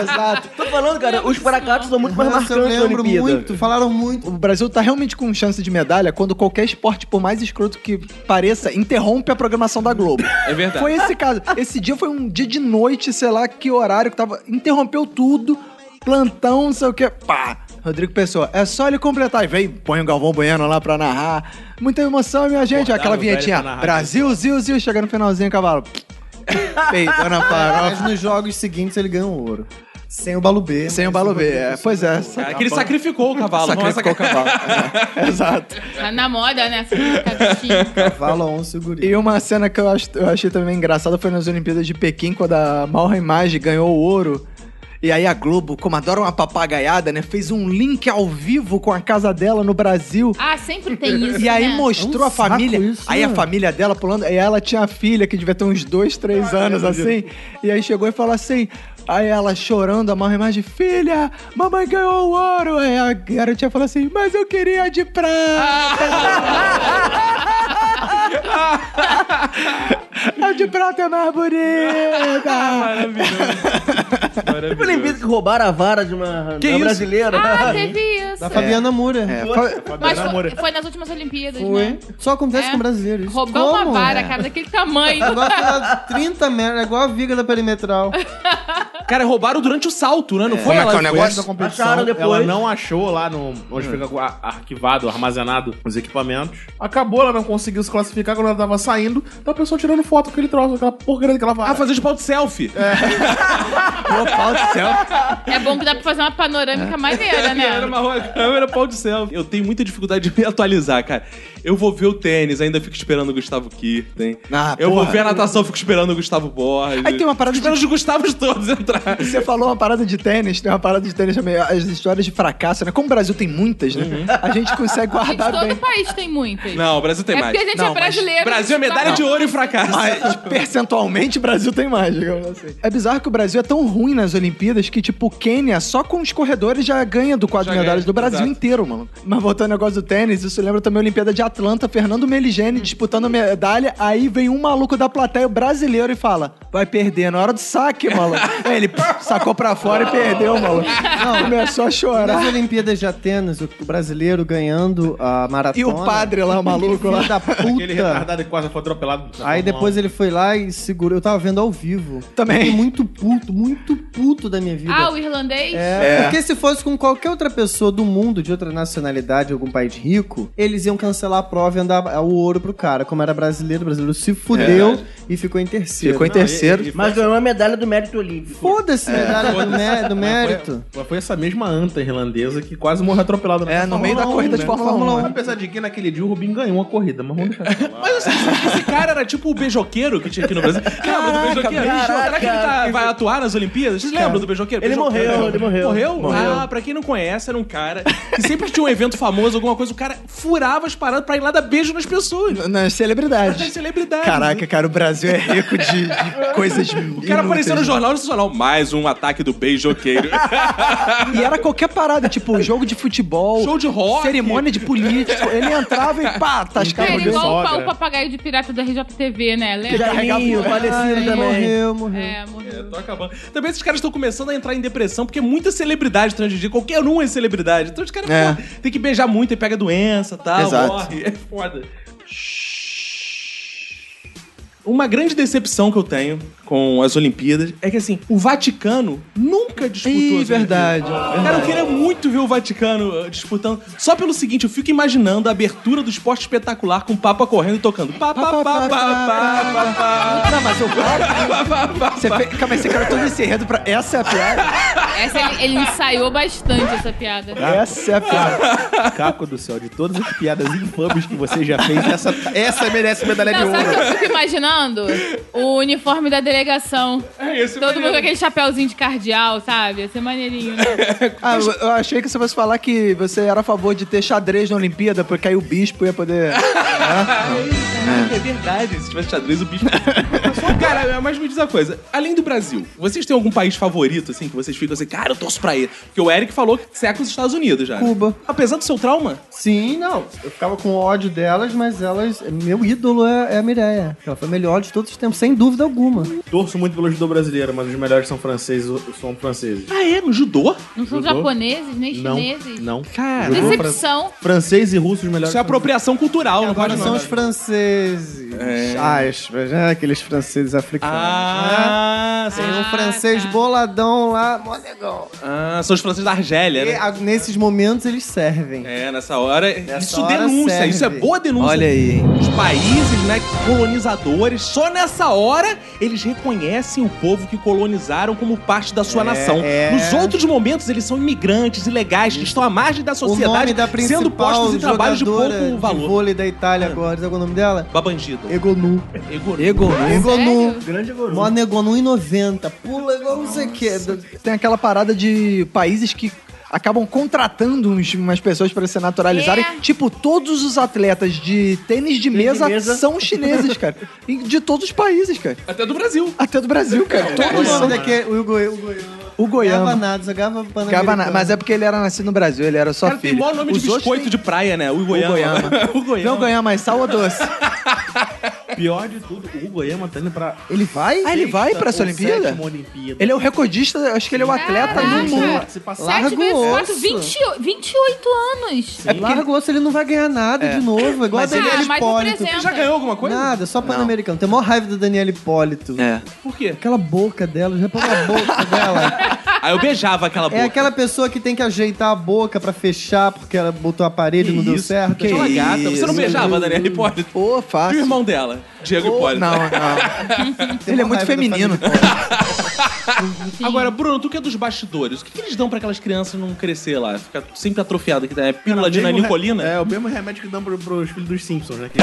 S5: Exato.
S4: tipo- Tô falando, cara, os fracassos são muito mais
S5: Nossa,
S4: marcantes
S5: assim, eu
S4: na
S5: lembro
S4: Olimpíada.
S5: muito, falaram muito.
S2: O Brasil tá realmente com chance de medalha quando qualquer esporte, por mais escroto que pareça, interrompe a programação da Globo.
S1: É verdade.
S2: Foi esse caso. Esse dia foi um dia de noite, sei lá que horário que tava. Interrompeu tudo, plantão, não sei o quê. Pá! Rodrigo Pessoa, é só ele completar. E vem, põe o Galvão Bueno lá pra narrar. Muita emoção, minha gente. Aquela
S6: o velho
S2: vinhetinha.
S6: pra narrar.
S2: Brasil, zil, zil. Chega no finalzinho, cavalo. Peidou na farofa.
S5: Mas nos jogos seguintes ele ganhou ouro. Sem o Balubê.
S2: Sem o Balobê. É. Pois é.
S1: Cara, que ele sacrificou o cavalo. não essa-
S2: Sacrificou o cavalo. É, Exato.
S3: Tá na moda, né? Sacrificar bichinho.
S5: Fala onça e o guri.
S2: E uma cena que eu, ach- eu achei também engraçada foi nas Olimpíadas de Pequim, quando a Malra Image ganhou o ouro. E aí a Globo, como adora uma papagaiada, né? Fez um link ao vivo com a casa dela no Brasil.
S3: Ah, sempre tem isso,
S2: E aí
S3: né?
S2: mostrou
S5: É um
S2: a família.
S5: saco isso,
S2: aí a
S5: né?
S2: família dela pulando. E ela tinha a filha que devia ter uns dois, três anos assim. E aí chegou e falou assim. Aí ela chorando, a mão imagem, filha, mamãe ganhou o ouro. Aí a garotinha falou assim, mas eu queria a de prata. a de prata é mais bonita.
S4: Eu me lembrei Tipo, que roubaram a vara de uma,
S1: Que
S4: de uma
S1: isso?
S4: brasileira.
S3: Ah, teve isso.
S5: Da Fabiana Mura.
S2: É, fa-
S3: Mas foi, foi nas últimas Olimpíadas, né?
S5: Só acontece
S3: É.
S5: com brasileiro. isso.
S3: Roubar uma
S5: Como?
S3: vara,
S5: É.
S3: cara, daquele tamanho.
S5: Agora tá 30 metros, é igual a viga da perimetral.
S1: Cara, roubaram durante o salto, né? Não foi
S9: Como é
S1: ela?
S9: que é o
S1: foi
S9: negócio?
S1: essa competição.
S4: Acharam
S6: Ela
S4: depois.
S5: é
S6: não achou lá no, onde fica a- arquivado, armazenado os equipamentos. Acabou, ela não conseguiu se classificar quando ela tava saindo. Tá a pessoa tirando foto com ele troço, aquela porcaria daquela vara.
S1: Ah, fazer de pau de selfie.
S2: pô, pau do céu.
S3: É bom que dá pra fazer uma panorâmica maneira,
S1: Era
S3: né?
S1: uma câmera, pau de selfie. Eu tenho muita dificuldade de me atualizar, cara. Eu vou ver o tênis, ainda fico esperando o Gustavo Kirten.
S2: Ah,
S1: eu
S2: porra.
S1: vou ver a natação, fico esperando o Gustavo Borges.
S2: Aí tem uma parada
S1: Fico esperando os Gustavos todos entrar.
S2: Você falou uma parada de tênis, tem uma parada de tênis também. As histórias de fracasso, né? Como o Brasil tem muitas, né? A gente consegue
S3: Gente,
S2: guardar
S3: todo
S2: bem.
S3: país tem muitas.
S1: Não, o Brasil tem
S3: é
S1: mais.
S3: porque a gente
S2: Não,
S3: é
S2: mas
S3: brasileiro.
S1: Brasil é
S3: a gente tá
S1: medalha
S3: fala-
S1: de ouro e fracasso.
S2: Mas, percentualmente, o Brasil tem mais, digamos assim. É bizarro que o Brasil é tão ruim nas Olimpíadas que, tipo, o Quênia, só com os corredores, já ganha do quadro
S1: Já
S2: de medalhas
S1: ganha,
S2: do Brasil
S1: exato.
S2: inteiro, mano. Mas voltando ao negócio do tênis, isso lembra também a Olimpíada de Atlanta, Fernando Meligeni disputando medalha, aí vem um maluco da plateia o brasileiro e fala, vai perder na hora do saque, maluco. Aí ele pff, sacou pra fora e perdeu, maluco. Começou a chorar.
S5: Nas Olimpíadas de Atenas, o brasileiro ganhando a maratona.
S2: E o padre lá, o maluco lá.
S5: Filho da
S6: Aquele
S5: puta.
S6: retardado que quase foi atropelado. um.
S5: Aí depois ele foi lá e segurou. Eu tava vendo ao vivo.
S2: Também.
S5: Eu fiquei muito puto, muito puto da minha vida.
S3: Ah, o irlandês?
S5: É, Porque se fosse com qualquer outra pessoa do mundo, de outra nacionalidade, algum país rico, eles iam cancelar a prova e andar o ouro pro cara. Como era brasileiro, o brasileiro se fudeu e ficou em
S2: É.
S5: terceiro.
S2: Ficou em terceiro.
S4: Mas ganhou a medalha do mérito olímpico.
S5: Foda-se, medalha do, mé- do mérito.
S6: Mas foi essa mesma anta irlandesa que quase morreu atropelada um,
S2: É, no meio da corrida de Fórmula 1, né?
S6: Apesar de que naquele dia o Rubinho ganhou a corrida, mas vamos deixar isso lá.
S1: Mas assim, será que esse cara era tipo o beijoqueiro que tinha aqui no Brasil? Lembra do beijoqueiro?
S4: caraca.
S1: será que ele tá- vai atuar nas Olimpíadas? Vocês lembram do beijoqueiro?
S4: Ele
S1: Beijoqueiro,
S4: morreu,
S1: né?
S4: ele morreu.
S1: Morreu?
S4: Morreu.
S1: Ah, pra quem não conhece, era um cara que sempre que tinha um evento famoso, alguma coisa, o cara furava as paradas pra ir lá dar beijo nas pessoas.
S2: Nas celebridades.
S1: Nas celebridades.
S2: Caraca, cara, o Brasil é rico de, de coisas.
S1: O cara apareceu no Jornal Nacional. Mais um ataque do beijoqueiro.
S2: E era qualquer parada, tipo jogo de futebol,
S1: Show de rock.
S2: cerimônia de político. Ele entrava e pá, tá tascava o
S3: Era
S2: dedo.
S3: igual o, pa-
S6: sogra.
S3: o papagaio de pirata da RJTV, né?
S1: é
S3: Lembra?
S4: Jairinho, falecido também.
S5: Morreu, morreu.
S3: É, morreu.
S1: Tô acabando. Também esses caras estão começando a entrar em depressão, porque é muita celebridade trans de dia. Qualquer um é celebridade. Então os caras
S2: É.
S1: pô, tem que beijar muito e pega doença tal,
S2: Exato.
S1: morre. É foda. Uma grande decepção que eu tenho com as Olimpíadas é que, assim, o Vaticano nunca disputou
S2: Ih,
S1: as Olimpíadas.
S2: verdade.
S1: Cara, eu queria muito ver o Vaticano uh, disputando. Só pelo seguinte, eu fico imaginando a abertura do esporte espetacular com o Papa correndo e tocando. Pa, pa, pa, pa, pa, pa, pa.
S2: Não, mas eu você fez... Calma aí, você criou todo esse enredo pra. Essa é a piada?
S3: Essa ele, ele ensaiou bastante essa piada.
S2: Essa é a piada.
S6: Caco do céu, de todas as piadas infames que você já fez, essa, essa merece
S5: Tá
S6: medalha de
S3: Não, sabe o que
S6: ouro.
S3: eu fico imaginando? O uniforme da delegação.
S1: É isso,
S3: Todo mundo com
S1: maneiro.
S3: aquele chapéuzinho de cardeal, sabe? Ia ser maneirinho. né?
S2: Ah, eu, eu achei que você fosse falar que você era a favor de ter xadrez na Olimpíada, porque aí o bispo ia poder.
S1: É verdade, se tivesse xadrez, o bicho. cara, eh, mas me diz uma coisa: além do Brasil, vocês têm algum país favorito, assim, que vocês ficam assim, cara, eu torço pra ele? Porque o Eric falou que você é com os Estados Unidos já. né?
S5: Cuba.
S1: Apesar do seu trauma?
S5: Sim, não. Eu ficava com ódio delas, mas elas. Meu ídolo é, é a Mireia. Ela foi a melhor de todos os tempos, sem dúvida alguma.
S6: Torço muito pelo judô brasileiro, mas os melhores são franceses, são franceses.
S1: Ah, é? No judô?
S3: Não são
S6: Judô?
S3: japoneses, nem
S6: Não,
S3: chineses.
S6: não.
S1: Cara.
S6: Judô,
S3: Decepção.
S6: fran- Francês e russo os
S1: é
S6: melhores.
S1: Isso é apropriação cultural, não
S5: Agora
S1: pode
S5: são
S1: não.
S5: os
S6: É. Ah,
S5: franceses. Aspas, né? Aqueles franceses africanos.
S1: Ah, sim.
S5: né? francês
S3: tá.
S5: boladão lá, mó legal.
S1: Ah, são os franceses da
S6: É,
S1: Argélia,
S5: E,
S1: né?
S5: a- nesses momentos eles servem.
S1: É, nessa hora.
S5: Nessa
S1: isso
S5: hora
S1: denúncia,
S5: serve.
S1: isso é boa denúncia.
S2: Olha aí, hein?
S1: Os países, né, colonizadores, só nessa hora eles reconhecem o povo que colonizaram como parte da sua nação.
S5: é.
S1: Nos outros momentos, eles são imigrantes ilegais que estão à margem da
S5: O
S1: sociedade,
S5: nome da principal
S1: sendo postos em trabalhos de
S5: jogadora
S1: pouco
S5: de
S1: valor.
S5: vôlei da Itália agora, sabe qual é o nome dela?
S1: Babangido.
S5: Egonu.
S1: Egor-
S2: Egonu.
S5: Egonu.
S3: Sério?
S4: Grande agora.
S5: Mó Egonu em 90. Pula igual não sei o quê.
S2: Tem aquela parada de países que acabam contratando uns- umas pessoas para se naturalizarem.
S3: É.
S2: Tipo, todos os atletas de tênis de mesa,
S4: mesa.
S2: são chineses, cara. E De todos os países, cara.
S1: Até do Brasil.
S2: Até do Brasil, cara.
S5: Qual o
S2: Todos
S5: nome
S2: são.
S5: daquele? O Goiânia. O Goiânia.
S2: O Goiama.
S5: Gabanado, só gava pan-americano.
S2: Gabana, mas é porque ele era nascido no Brasil, ele era só
S1: Cara, tem
S2: filho.
S1: maior nome
S2: Os
S1: de
S2: outros
S1: biscoito de praia, né? O
S2: têm-
S1: Goiama.
S2: O Goiama.
S1: o Goiama.
S2: Não ganhar mais sal ou doce?
S6: Pior de tudo, o Goiama tá indo pra.
S5: Ele vai?
S2: Ah, ele vai pra essa
S6: ou
S2: Olimpíada?
S6: sétima Olimpíada.
S2: Ele é o recordista, acho que ele é o atleta
S3: Caraca.
S2: no mundo.
S6: Participação.
S3: Sete
S5: Larga o
S3: vezes quatro,
S5: osso.
S3: 20, 28 anos.
S5: É porque larga o osso, ele não vai ganhar nada de novo. Igual
S2: Mas
S5: a Daniela
S3: ah, mas
S5: Hipólito.
S3: representa.
S1: Já ganhou alguma coisa?
S5: Nada, só pan-americano. Tem maior raiva da Daniela Hipólito.
S2: É.
S1: Por quê?
S5: Aquela boca dela, já pegou a boca dela.
S1: Aí eu beijava aquela boca.
S5: É aquela pessoa que tem que ajeitar a boca pra fechar porque ela botou o aparelho e não deu certo.
S2: Que
S1: Aquela gata. Você não
S2: isso?
S1: beijava a Daniela Hipólito?
S2: Ô,
S1: E o
S2: fácil.
S1: irmão dela, Diego
S2: Ô,
S1: Hipólito.
S2: não, não. ele é muito
S5: Raiva da
S2: feminino.
S1: Agora, Bruno, tu que é dos bastidores, o que, que eles dão pra aquelas crianças não crescer lá? Ficar sempre atrofiada, que é pílula de
S2: um
S6: Mesmo
S1: nanicolina?
S6: re- É, o mesmo remédio que dão pro, pros filhos dos Simpsons, né? Que-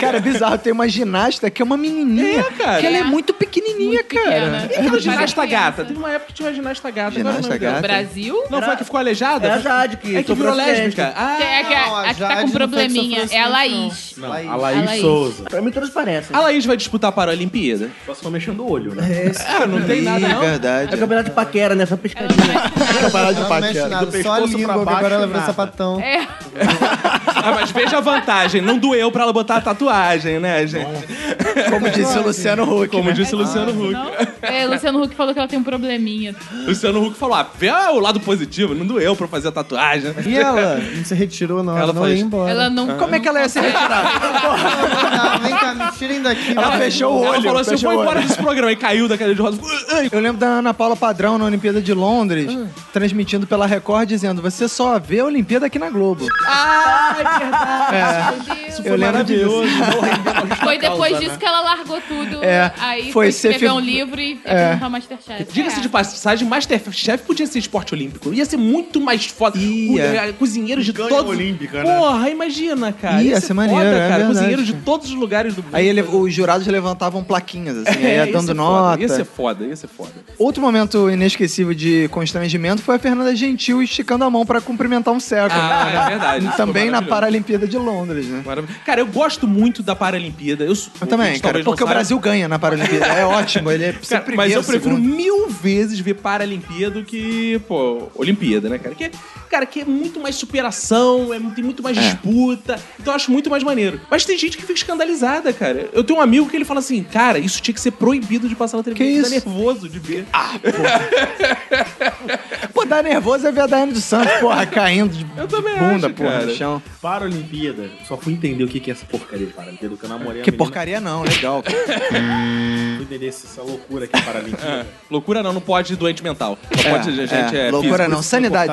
S2: Cara, é bizarro. Tem uma ginasta que é uma menininha.
S1: É, cara.
S2: Que ela é muito né? pequenininha, cara.
S1: E aquela
S3: Parece
S1: ginasta
S3: criança.
S1: É gata? Teve uma época que tinha uma ginasta gata.
S2: Ginasta
S1: agora não
S2: gata?
S3: Brasil?
S1: Não, foi a que ficou aleijada?
S4: É a Jade que
S1: É que virou
S4: sofreu acidente.
S1: lésbica. Ah,
S3: Que é que,
S5: Não,
S3: a,
S5: a
S3: a que tá com
S5: Jade não foi que
S3: probleminha.
S5: sofreu
S3: É a
S5: acidente,
S3: Laís.
S6: Não,
S5: Laís.
S6: a Laís,
S3: A Laís.
S6: Souza.
S4: Pra mim todas parecem.
S1: a Laís vai disputar para a Olimpíada.
S6: Só se for mexendo o olho, né?
S1: Ah, não tem nada, não.
S4: É
S2: verdade.
S4: campeonato de paquera, né? Só
S3: Ela não
S4: piscadinha.
S3: parece nada.
S2: Parar
S5: Ela não mexe nada,
S6: Do
S5: só a
S6: pescoço pra
S5: língua, que
S6: baixo,
S5: agora ela virou
S6: nada.
S5: sapatão.
S3: É.
S1: Ah, mas veja a vantagem. Não doeu pra ela botar a tatuagem, né, gente?
S2: Como disse o Luciano Huck.
S1: Como
S2: né?
S1: disse o Luciano Huck.
S3: Não? É, Luciano Huck falou que ela tem um probleminha.
S1: O Luciano Huck falou, ah, vê o lado positivo. Não doeu pra fazer a tatuagem. né?"
S5: E ela? Não se retirou, não. Ela,
S1: Ela
S5: não
S1: faz-
S5: ia embora.
S3: Ela não.
S2: Como é que ela ia ser retirada?
S5: Não, vem cá, me tirem daqui.
S2: Ela fechou o olho.
S1: Ela falou assim, eu
S2: fechou
S1: vou
S2: o olho.
S1: embora desse programa. E caiu da cadeira de rodas.
S2: Eu lembro da Ana Paula Padrão na Olimpíada de Londres, transmitindo pela Record, dizendo: Você só vê a Olimpíada aqui na Globo.
S3: Meu
S5: É.
S3: Deus.
S2: eu lembro disso.
S3: Foi depois disso que ela largou tudo.
S2: É,
S3: Aí
S2: foi
S3: foi
S2: ser
S3: escrever
S2: fi-
S3: um livro e apresentar o Masterchef.
S1: Diga-se
S3: É.
S1: de passagem, Masterchef podia ser esporte olímpico. Ia ser muito mais foda.
S2: Ia.
S1: Co- Cozinheiros de
S6: Ganha
S1: todos...
S6: olímpica, né?
S1: Porra, imagina, cara.
S2: Ia ser maneiro,
S1: foda,
S2: é
S1: cara.
S2: verdade,
S1: Cozinheiros de
S2: cara.
S1: todos os lugares do mundo. É,
S2: Aí ele- os jurados levantavam plaquinhas, assim, aí
S1: ia
S2: ia dando
S1: ser foda,
S2: nota.
S1: Ia ser foda, ia ser foda.
S2: Outro momento inesquecível de constrangimento foi a Fernanda Gentil esticando a mão pra cumprimentar um século.
S1: Ah, é verdade, isso foi
S2: Também na
S1: maravilhoso.
S2: Paralimpíada de Londres, né?
S1: Maravilha. Cara, eu gosto muito da Paralimpíada. Eu,
S2: Eu também, cara, porque o Brasil ganha na Paralimpíada. É ótimo, ele é sempre
S1: Cara, mas
S2: primeiro,
S1: eu prefiro
S2: segundo.
S1: mil vezes ver Paralimpíada do que, pô, Olimpíada, né, cara? Que, cara, que é muito mais superação, é, tem muito mais disputa. Então eu acho muito mais maneiro. Mas tem gente que fica escandalizada, cara. Eu tenho um amigo que ele fala assim, cara, isso tinha que ser proibido de passar na televisão.
S2: Que
S1: Ele tá
S2: isso? Ah,
S1: nervoso de ver.
S2: Pô, dá nervoso é ver a Daiane dos Santos, porra, caindo de
S1: Eu também
S2: bunda,
S1: acho,
S2: porra, no
S1: cara.
S2: chão.
S6: Paralimpíada. Só fui entender o que que é essa porcaria de Paralimpíada, que eu namorei a
S2: Que
S6: menina,
S2: porcaria não, legal. cara.
S6: Fui entender essa essa loucura que é Paralimpíada.
S1: Loucura não, não pode doente mental. Só
S2: É,
S1: pode gente é,
S2: é,
S1: físico.
S2: loucura não, sanidade.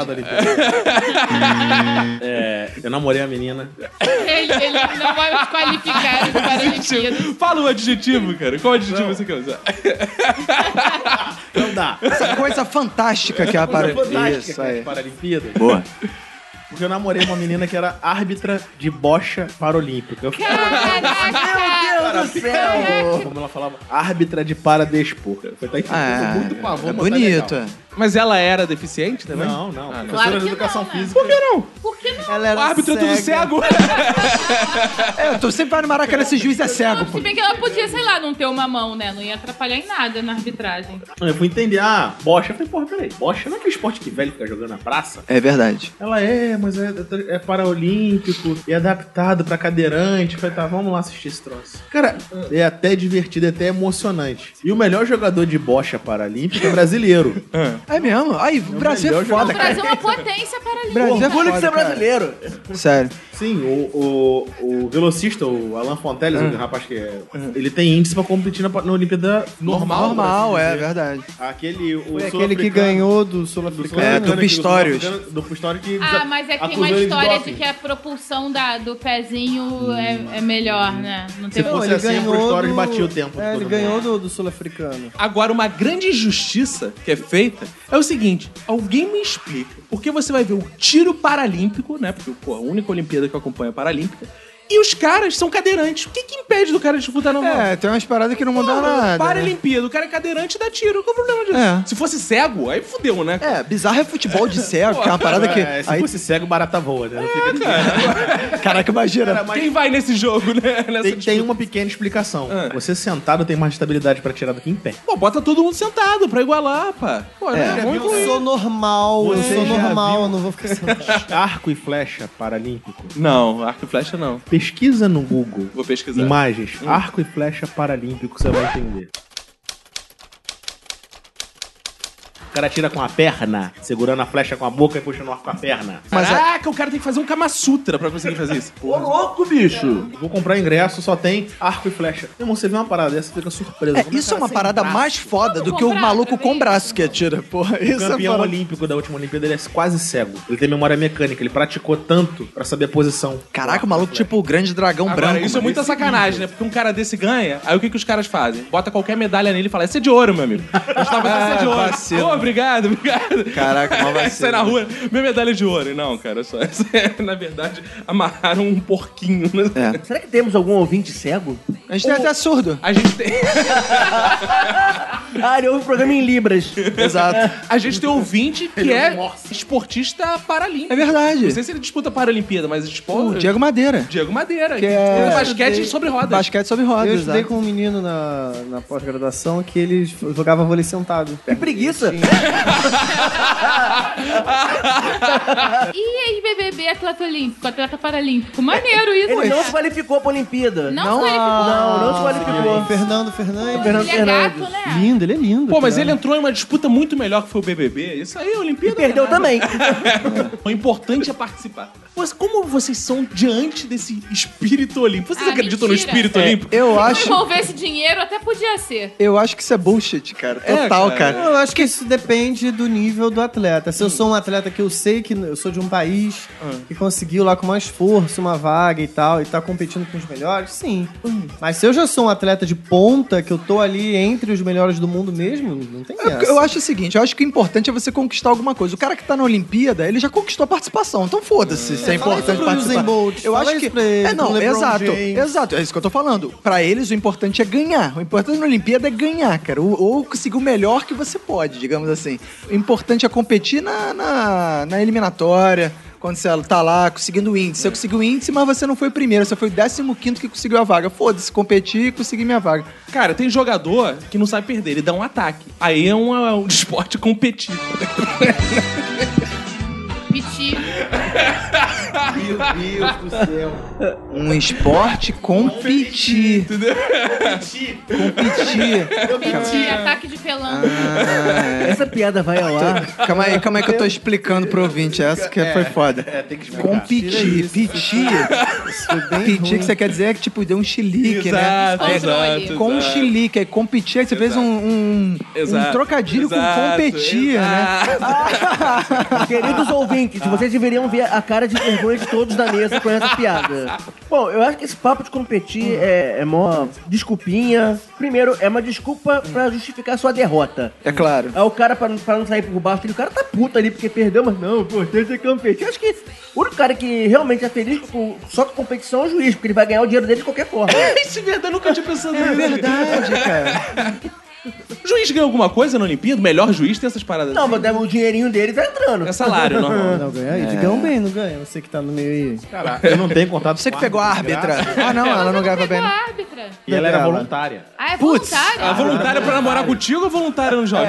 S6: É, eu namorei a menina.
S3: Ele, ele não vai nos qualificar para o Olimpíada.
S1: Fala um adjetivo, cara. Qual adjetivo você quer usar?
S6: Não Então dá.
S2: Essa coisa fantástica que é a Paralimpíada.
S6: Fantástica
S2: Isso
S6: cara, de
S2: aí.
S6: Paralimpíada.
S2: Boa.
S6: Porque eu namorei uma menina que era árbitra de bocha paralímpica. Eu fiquei
S3: Caraca!
S4: Meu Deus do céu!
S6: Pô, como ela falava, árbitra de paradespor. Foi tá
S2: Ah,
S6: muito pavor,
S2: é né?
S6: mas tá legal.
S2: bonito.
S1: Mas ela era deficiente também?
S6: Não, não.
S2: Ah,
S6: Professora
S3: Claro que
S6: de educação
S3: não, né?
S6: física. Por que não?
S3: Por que não?
S5: Ela era
S1: O árbitro é tudo
S5: cega.
S1: cego.
S2: É, eu tô sempre vai no Maracanã, esse juiz é cego, pô.
S3: Se bem que ela podia, sei lá, não ter uma mão, né? Não ia atrapalhar em nada na arbitragem.
S6: Eu fui entender, ah, bocha. Eu falei, porra, peraí, bocha não é aquele esporte que velho fica jogando na praça?
S2: É verdade.
S6: Ela é, mas é, é paraolímpico e é adaptado pra cadeirante. Eu Falei, tá, vamos lá assistir esse troço. Cara, é até divertido, é até emocionante. E o melhor jogador de bocha paralímpico é brasileiro.
S2: É mesmo? Aí, o Brasil é
S6: melhor
S2: foda,
S3: O
S2: cara.
S3: Brasil é uma potência para
S2: Brasil é
S4: Orgulho
S2: foda,
S4: de ser
S2: cara.
S4: é brasileiro. maneiro.
S2: Sério.
S6: Sim, o, o, o velocista, o Alan Fonteles,
S2: Ah.
S6: o rapaz que é. Ele tem índice pra competir na, na Olimpíada normal.
S2: Normal,
S6: por assim
S2: é
S6: dizer.
S2: verdade.
S6: Aquele, o
S5: Foi aquele
S6: sul-africano-
S5: que ganhou do
S6: do
S5: Sul-Africano.
S2: É,
S6: sul-africano
S2: do
S6: que-
S2: Pistorius.
S6: sul-africano- Do Pistorius que
S3: Ah, mas é que tem uma
S6: acusou ele
S3: história de
S6: doping.
S3: que a propulsão da, do pezinho é, é melhor, né? Não tem
S6: Se fosse
S5: ele
S6: assim,
S5: ganhou
S6: pro Stories
S5: do-
S6: batia o tempo de
S5: É,
S6: todo
S5: ele
S6: mundo.
S5: ganhou do, do sul-africano.
S1: Agora, uma grande injustiça que é feita é o seguinte: alguém me explica por que você vai ver o tiro paralímpico, né? Porque, pô, a única Olimpíada que eu acompanho é paralímpica, e os caras são cadeirantes. O que, que impede do cara disputar normal?
S2: É, tem umas paradas que não mudam nada. né?
S1: Paralimpíada, o cara é cadeirante e dá tiro. Qual o problema disso?
S2: É.
S1: Se fosse cego, aí fudeu, né?
S2: É, bizarro é futebol de cego, que é uma parada que.
S6: É, se
S2: Aí, É,
S6: fosse cego, barata voa, né? Não fica ninguém.
S2: caraca, imagina.
S1: Quem vai nesse jogo, né? Nessa
S6: Tem,
S1: disputa?
S6: tem uma pequena explicação.
S2: É.
S1: Ah.
S6: Você sentado tem mais estabilidade pra tirar do que em pé.
S1: Pô, bota todo mundo sentado pra igualar, pá. Pô,
S2: É.
S1: né? Vamos
S5: Eu
S1: incluir.
S5: sou normal, eu
S6: Você
S5: sou
S6: já
S5: normal,
S6: viu?
S5: eu não vou ficar sentado.
S6: Arco e flecha paralímpico.
S1: Não, arco e flecha não.
S6: Pesquisa no Google.
S1: Vou pesquisar.
S6: Imagens. Arco e flecha paralímpico, você vai entender. O cara tira com a perna, segurando a flecha com a boca e puxando o arco com a perna.
S1: Caraca, o cara tem que fazer um Kama Sutra pra conseguir fazer isso.
S4: Ô, louco, bicho.
S6: Vou comprar ingresso, só tem arco e flecha. Meu irmão, você vê uma parada dessa, fica surpreso.
S2: É,
S6: Como
S2: isso é
S6: cara
S2: uma
S6: sem
S2: parada
S6: braço?
S2: mais foda do
S3: Vamos
S2: que o
S3: comprar
S2: maluco
S3: outra
S2: com
S3: vez?
S2: braço que atira, porra.
S6: O
S2: Isso é
S6: campeão
S2: parada.
S6: olímpico da última Olimpíada, ele é quase cego. Ele tem memória mecânica, ele praticou tanto pra saber a posição.
S2: Caraca, o maluco, tipo o grande dragão
S1: Agora,
S2: branco.
S1: isso é
S2: mano.
S1: muita sacanagem, né? Porque um cara desse ganha, aí o que, que os caras fazem? Bota qualquer medalha nele e fala, essa é de ouro, meu amigo. Gustavo, essa
S6: Ah,
S1: é de ouro.
S2: Ah, vacilo.
S1: Pô, obrigado, obrigado.
S2: Caraca, mó vacilo.
S1: Sai na rua, minha medalha é de ouro. E Não, cara, só essa é, na verdade, amarraram um porquinho. né?
S2: É.
S4: Será que temos algum ouvinte cego?
S2: A gente tem até surdo.
S1: A gente tem...
S4: Ah, ele ouve o programa em Libras.
S2: Exato.
S1: A gente tem um ouvinte que é esportista paralímpico.
S2: É verdade.
S1: Não sei se ele disputa Paralimpíada, mas
S2: O
S1: esporte.
S2: Diego Madeira.
S1: Diego Madeira.
S2: Que é-
S1: é basquete sobre rodas.
S2: Basquete sobre rodas. né?
S5: Eu estudei
S2: exato.
S5: com um menino na, na pós-graduação que ele jogava vôlei sentado.
S4: Que preguiça.
S3: E ex-BBB atleta olímpico, atleta paralímpico. Maneiro isso,
S4: Ele não se
S3: cara.
S4: qualificou pra Olimpíada.
S3: Não,
S2: Não,
S3: não
S4: Não, não se qualificou.
S5: O Fernando Fernandes.
S3: Ele é gato, né?
S5: Lindo, ele é lindo.
S1: Pô, mas
S5: cara.
S1: ele entrou em uma disputa muito melhor que foi o BBB. Isso aí, a
S4: E
S1: Olimpíada.
S4: perdeu
S1: não é nada.
S4: também.
S1: O importante é participar. Mas como vocês são diante desse espírito olímpico? Vocês
S3: Ah,
S1: acreditam
S3: mentira.
S1: no espírito olímpico?
S2: Eu
S3: Se
S2: acho,
S3: não envolvesse dinheiro, até podia ser.
S2: eu acho que isso é bullshit, cara.
S1: É,
S2: Total,
S1: cara.
S2: cara.
S5: Eu acho que isso depende do nível do atleta. Se eu sou um atleta que eu sei que eu sou de um país que conseguiu lá com mais esforço uma vaga e tal, e tá competindo com os melhores, sim. Mas se eu já sou um atleta de ponta, que eu tô ali entre os melhores do mundo mesmo, não tem
S2: É
S5: essa.
S2: porque Eu acho o seguinte, eu acho que o importante é você conquistar alguma coisa. O cara que tá na Olimpíada, ele já conquistou a participação. Então foda-se se é
S5: Fala isso
S2: importante
S5: pro Usain
S2: participar.
S5: Bolt,
S2: Eu
S5: fala
S2: acho
S5: isso
S2: que
S5: pra ele,
S2: é
S5: pro
S2: não,
S5: LeBron
S2: exato,
S5: James.
S2: exato. É isso que eu tô falando. Pra eles o importante é ganhar. O importante na Olimpíada é ganhar, cara. Ou, ou conseguir o melhor que você pode, digamos assim. O importante é competir na, na, na eliminatória. Quando você tá lá conseguindo o índice. Eu consegui o índice, mas você não foi o primeiro. Você foi o décimo quinto que conseguiu a vaga. Foda-se, competi e consegui minha vaga.
S1: Cara, tem jogador que não sabe perder, ele dá um ataque. Aí é um, é um esporte competitivo.
S3: Piti.
S2: Um esporte competir. Entendeu? Competir.
S3: Piti, ataque de pelando.
S5: É.
S4: Essa piada vai ao ar.
S2: Ah, Calma aí, calma aí que eu tô explicando pro ouvinte. Essa que é, foi foda. Competir, petir. é Petir que você quer dizer é que tipo, deu um chilique, né?
S3: Aí, Controle.
S2: Com um chilique, aí competir, aí você fez um, um, um
S1: Exato.
S2: trocadilho com
S1: Exato,
S2: competir, né?
S1: exato.
S4: Queridos ouvintes, vocês deveriam ver a cara de vergonha de todos da mesa com essa piada. Bom, eu acho que esse papo de competir é, é mó desculpinha. Primeiro, é uma desculpa pra justificar sua derrota.
S2: É claro.
S4: Aí o cara, pra, não- pra não sair por baixo, ele- o cara tá puto ali porque perdeu, mas não, pô, tem que competir. Acho que o único cara que realmente é feliz com, só com competição é o juiz, porque ele vai ganhar o dinheiro dele de qualquer forma.
S1: Isso é verdade, eu nunca tinha pensado nisso.
S2: Verdade, cara.
S1: Juiz ganha alguma coisa na Olimpíada? Melhor juiz tem essas paradas. assim?
S4: não, mas o dinheirinho dele tá entrando.
S1: É salário, normal.
S5: Não, ganha. Eles ganham bem, não ganha. Você que tá no meio aí.
S6: Caraca, eu não tenho contato
S2: Você que
S6: com
S2: pegou a
S6: árbitro,
S2: árbitra.
S6: graças.
S2: Ah, não, ela não grava
S3: Pegou
S2: bem.
S3: a
S5: né?
S2: não.
S3: árbitra.
S6: E ela era
S5: Dela.
S6: voluntária.
S3: Ah, é
S2: Putz,
S3: voluntário?
S1: A voluntária pra namorar contigo ou voluntária no jogo?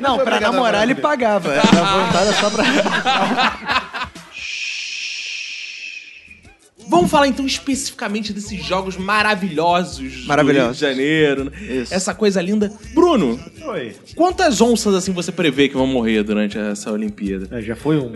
S2: Não, pra namorar ele pagava. Era voluntária só pra.
S1: Vamos falar então especificamente desses jogos maravilhosos
S2: Maravilhosos.
S1: do Rio de Janeiro. né?
S2: Isso.
S1: Essa coisa linda. Bruno,
S6: Oi.
S1: quantas onças assim você prevê que vão morrer durante essa Olimpíada?
S6: É, já foi um.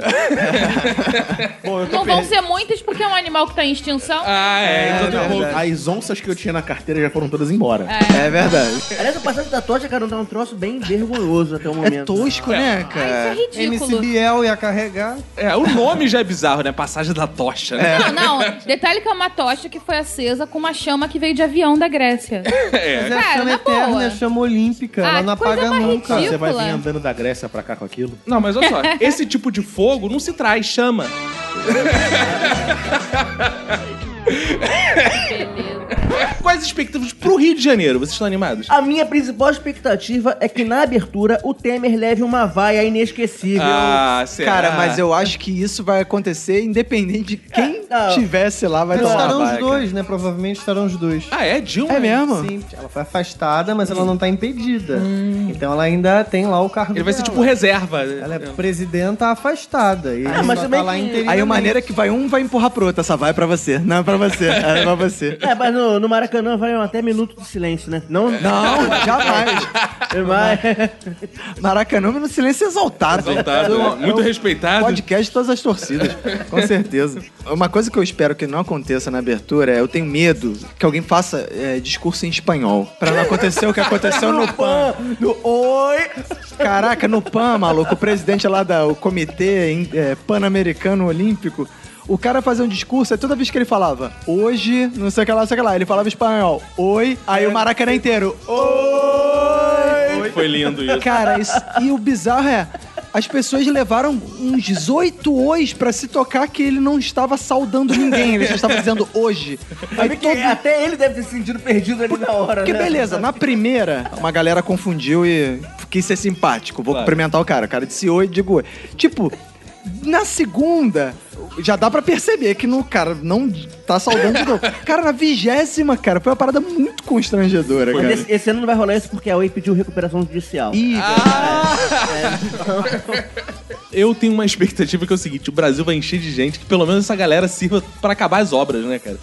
S6: Bom, eu
S3: Não
S6: tô
S3: vão
S6: perdendo.
S3: ser muitas porque é um animal que tá em extinção.
S1: Ah, é.
S6: É,
S1: então
S6: tô-
S1: tá bom.
S6: As onças que eu tinha na carteira já foram todas embora.
S2: É verdade.
S4: Aliás, o passado da tocha, cara, tá um troço bem vergonhoso até o momento.
S2: É tosco, né, cara?
S3: Isso é
S5: MC
S3: ridículo.
S5: Biel ia carregar.
S1: É, o nome já é bizarro, né? Passagem da tocha,
S2: É.
S1: né?
S3: Não, não. Detalhe que é uma tocha que foi acesa com uma chama que veio de avião da Grécia.
S5: Mas é
S3: Cara,
S5: a chama
S3: na
S5: eterna,
S3: boa.
S5: é a chama olímpica.
S3: Ah,
S5: ela não
S3: que coisa
S5: apaga
S3: mais
S5: nunca.
S3: ridícula.
S6: Você vai vir andando da Grécia pra cá com aquilo?
S1: Não, mas olha só, esse tipo de fogo não se traz, chama. Quais as expectativas pro Rio de Janeiro? Vocês estão animados?
S2: Ah,
S4: A minha principal expectativa é que na abertura o Temer leve uma vaia inesquecível.
S1: Ah, será?
S2: Cara, mas eu acho que isso vai acontecer independente de quem
S4: não.
S2: tivesse lá vai
S5: Mas
S2: tomar
S5: É, estarão
S2: uma
S5: os
S2: vaca.
S5: dois, né? Provavelmente estarão os dois.
S1: Ah, é? Dilma?
S2: É mesmo?
S5: Sim, ela foi afastada, mas ela não tá impedida. Então ela ainda tem lá o cargo
S1: Ele vai ser
S5: dela.
S1: tipo reserva.
S5: Ela é presidenta afastada. E
S4: Ah, mas
S5: mas
S4: também
S5: tá lá
S4: que-
S5: interinamente.
S2: Aí a maneira que vai um vai empurrar pro outro. Essa vai é pra você. Não é pra você. Ela é pra você.
S4: É, mas no, no Maracanã vai um até minuto de silêncio, né? Não,
S2: É. Não, jamais.
S4: vai.
S2: Maracanã no silêncio exaltado.
S1: Exaltado,
S2: Eu-
S1: né? Muito
S2: eu-
S1: respeitado.
S2: Podcast de todas as torcidas, com certeza. Uma coisa que eu espero que não aconteça na abertura é eu tenho medo que alguém faça é, discurso em espanhol. Pra não acontecer o que aconteceu no PAN. No Oi! Caraca, no PAN, maluco, o presidente lá do Comitê em- é, Pan-Americano Olímpico. O cara fazia um discurso, aí toda vez que ele falava hoje, não sei o que lá, não sei o que lá, ele falava espanhol, oi, aí o Maracanã inteiro, oi!
S1: Foi lindo isso.
S2: Cara, isso- e o bizarro é. As pessoas levaram uns 18 ois pra se tocar que ele não estava saudando ninguém, ele só estava dizendo hoje. Aí
S4: Sabe que
S2: todo...
S4: Até ele deve ter se sentido perdido ali na hora,
S2: Porque
S4: né?
S2: beleza, na primeira, uma galera confundiu e quis ser simpático. Vou
S1: Claro.
S2: cumprimentar o cara. O cara disse oi, digo oi. Tipo, na segunda, já dá pra perceber que no cara não tá saudando de novo. Cara, na vigésima, cara, foi uma parada muito constrangedora,
S4: Mas
S2: cara.
S4: Esse, esse ano não vai rolar isso porque a Oi pediu recuperação judicial.
S2: Ih,
S1: Eu tenho uma expectativa que é o seguinte: o Brasil vai encher de gente que pelo menos essa galera sirva pra acabar as obras, né, cara?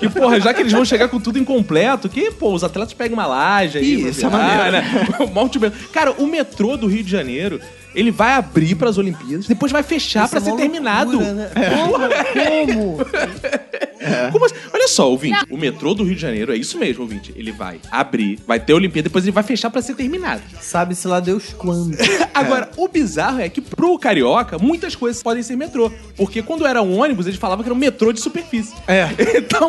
S1: E, porra, já que eles vão chegar com tudo incompleto, que, pô, os atletas pegam uma laje aí.
S2: Ih,
S1: pra
S2: isso é
S1: virar,
S2: maneiro.
S1: né? Monte de- Cara, o metrô do Rio de Janeiro, ele vai abrir pras Olimpíadas, depois vai fechar pra
S5: é
S1: ser
S5: uma
S1: terminado. É.
S5: loucura, né? Como? Como?
S1: Como assim? Olha só, ouvinte, o metrô do Rio de Janeiro é isso mesmo, ouvinte. Ele vai abrir, vai ter a Olimpíada, depois ele vai fechar pra ser terminado.
S5: Sabe-se lá Deus quando.
S1: Agora, o bizarro é que pro carioca, muitas coisas podem ser metrô. Porque quando era um ônibus, eles falavam que era um metrô de superfície.
S2: É.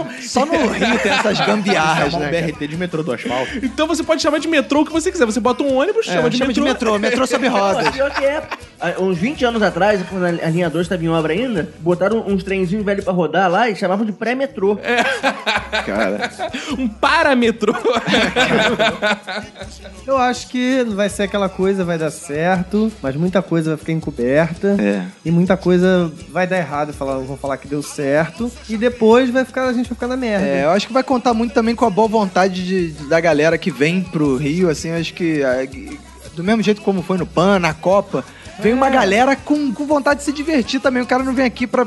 S1: Então,
S2: Só no Rio tem essas gambiarras,
S6: Chamar um
S2: né? cara?
S6: BRT de metrô do asfalto.
S1: então você pode chamar de metrô o que você quiser. Você bota um ônibus,
S2: É,
S1: chama, de,
S2: chama
S1: metrô.
S2: de metrô, metrô sob rodas.
S4: Pô, pior que é. Ah, Uns 20 anos atrás, quando a a linha 2 estava em obra ainda, botaram uns trenzinhos velhos pra rodar lá e chamavam de pré-metrô.
S1: Um parametrô.
S5: Eu acho que vai ser aquela coisa, vai dar certo, mas muita coisa vai ficar encoberta.
S2: É.
S5: E muita coisa vai dar errado, falar, vão falar que deu certo. E depois vai ficar, a gente vai ficar na merda.
S2: É, eu acho que vai contar muito também com a boa vontade de- de- da galera que vem pro Rio, assim, eu acho que ah, que- do mesmo jeito como foi no PAN, na Copa, vem
S5: É.
S2: uma galera com, com vontade de se divertir também, o cara não vem aqui pra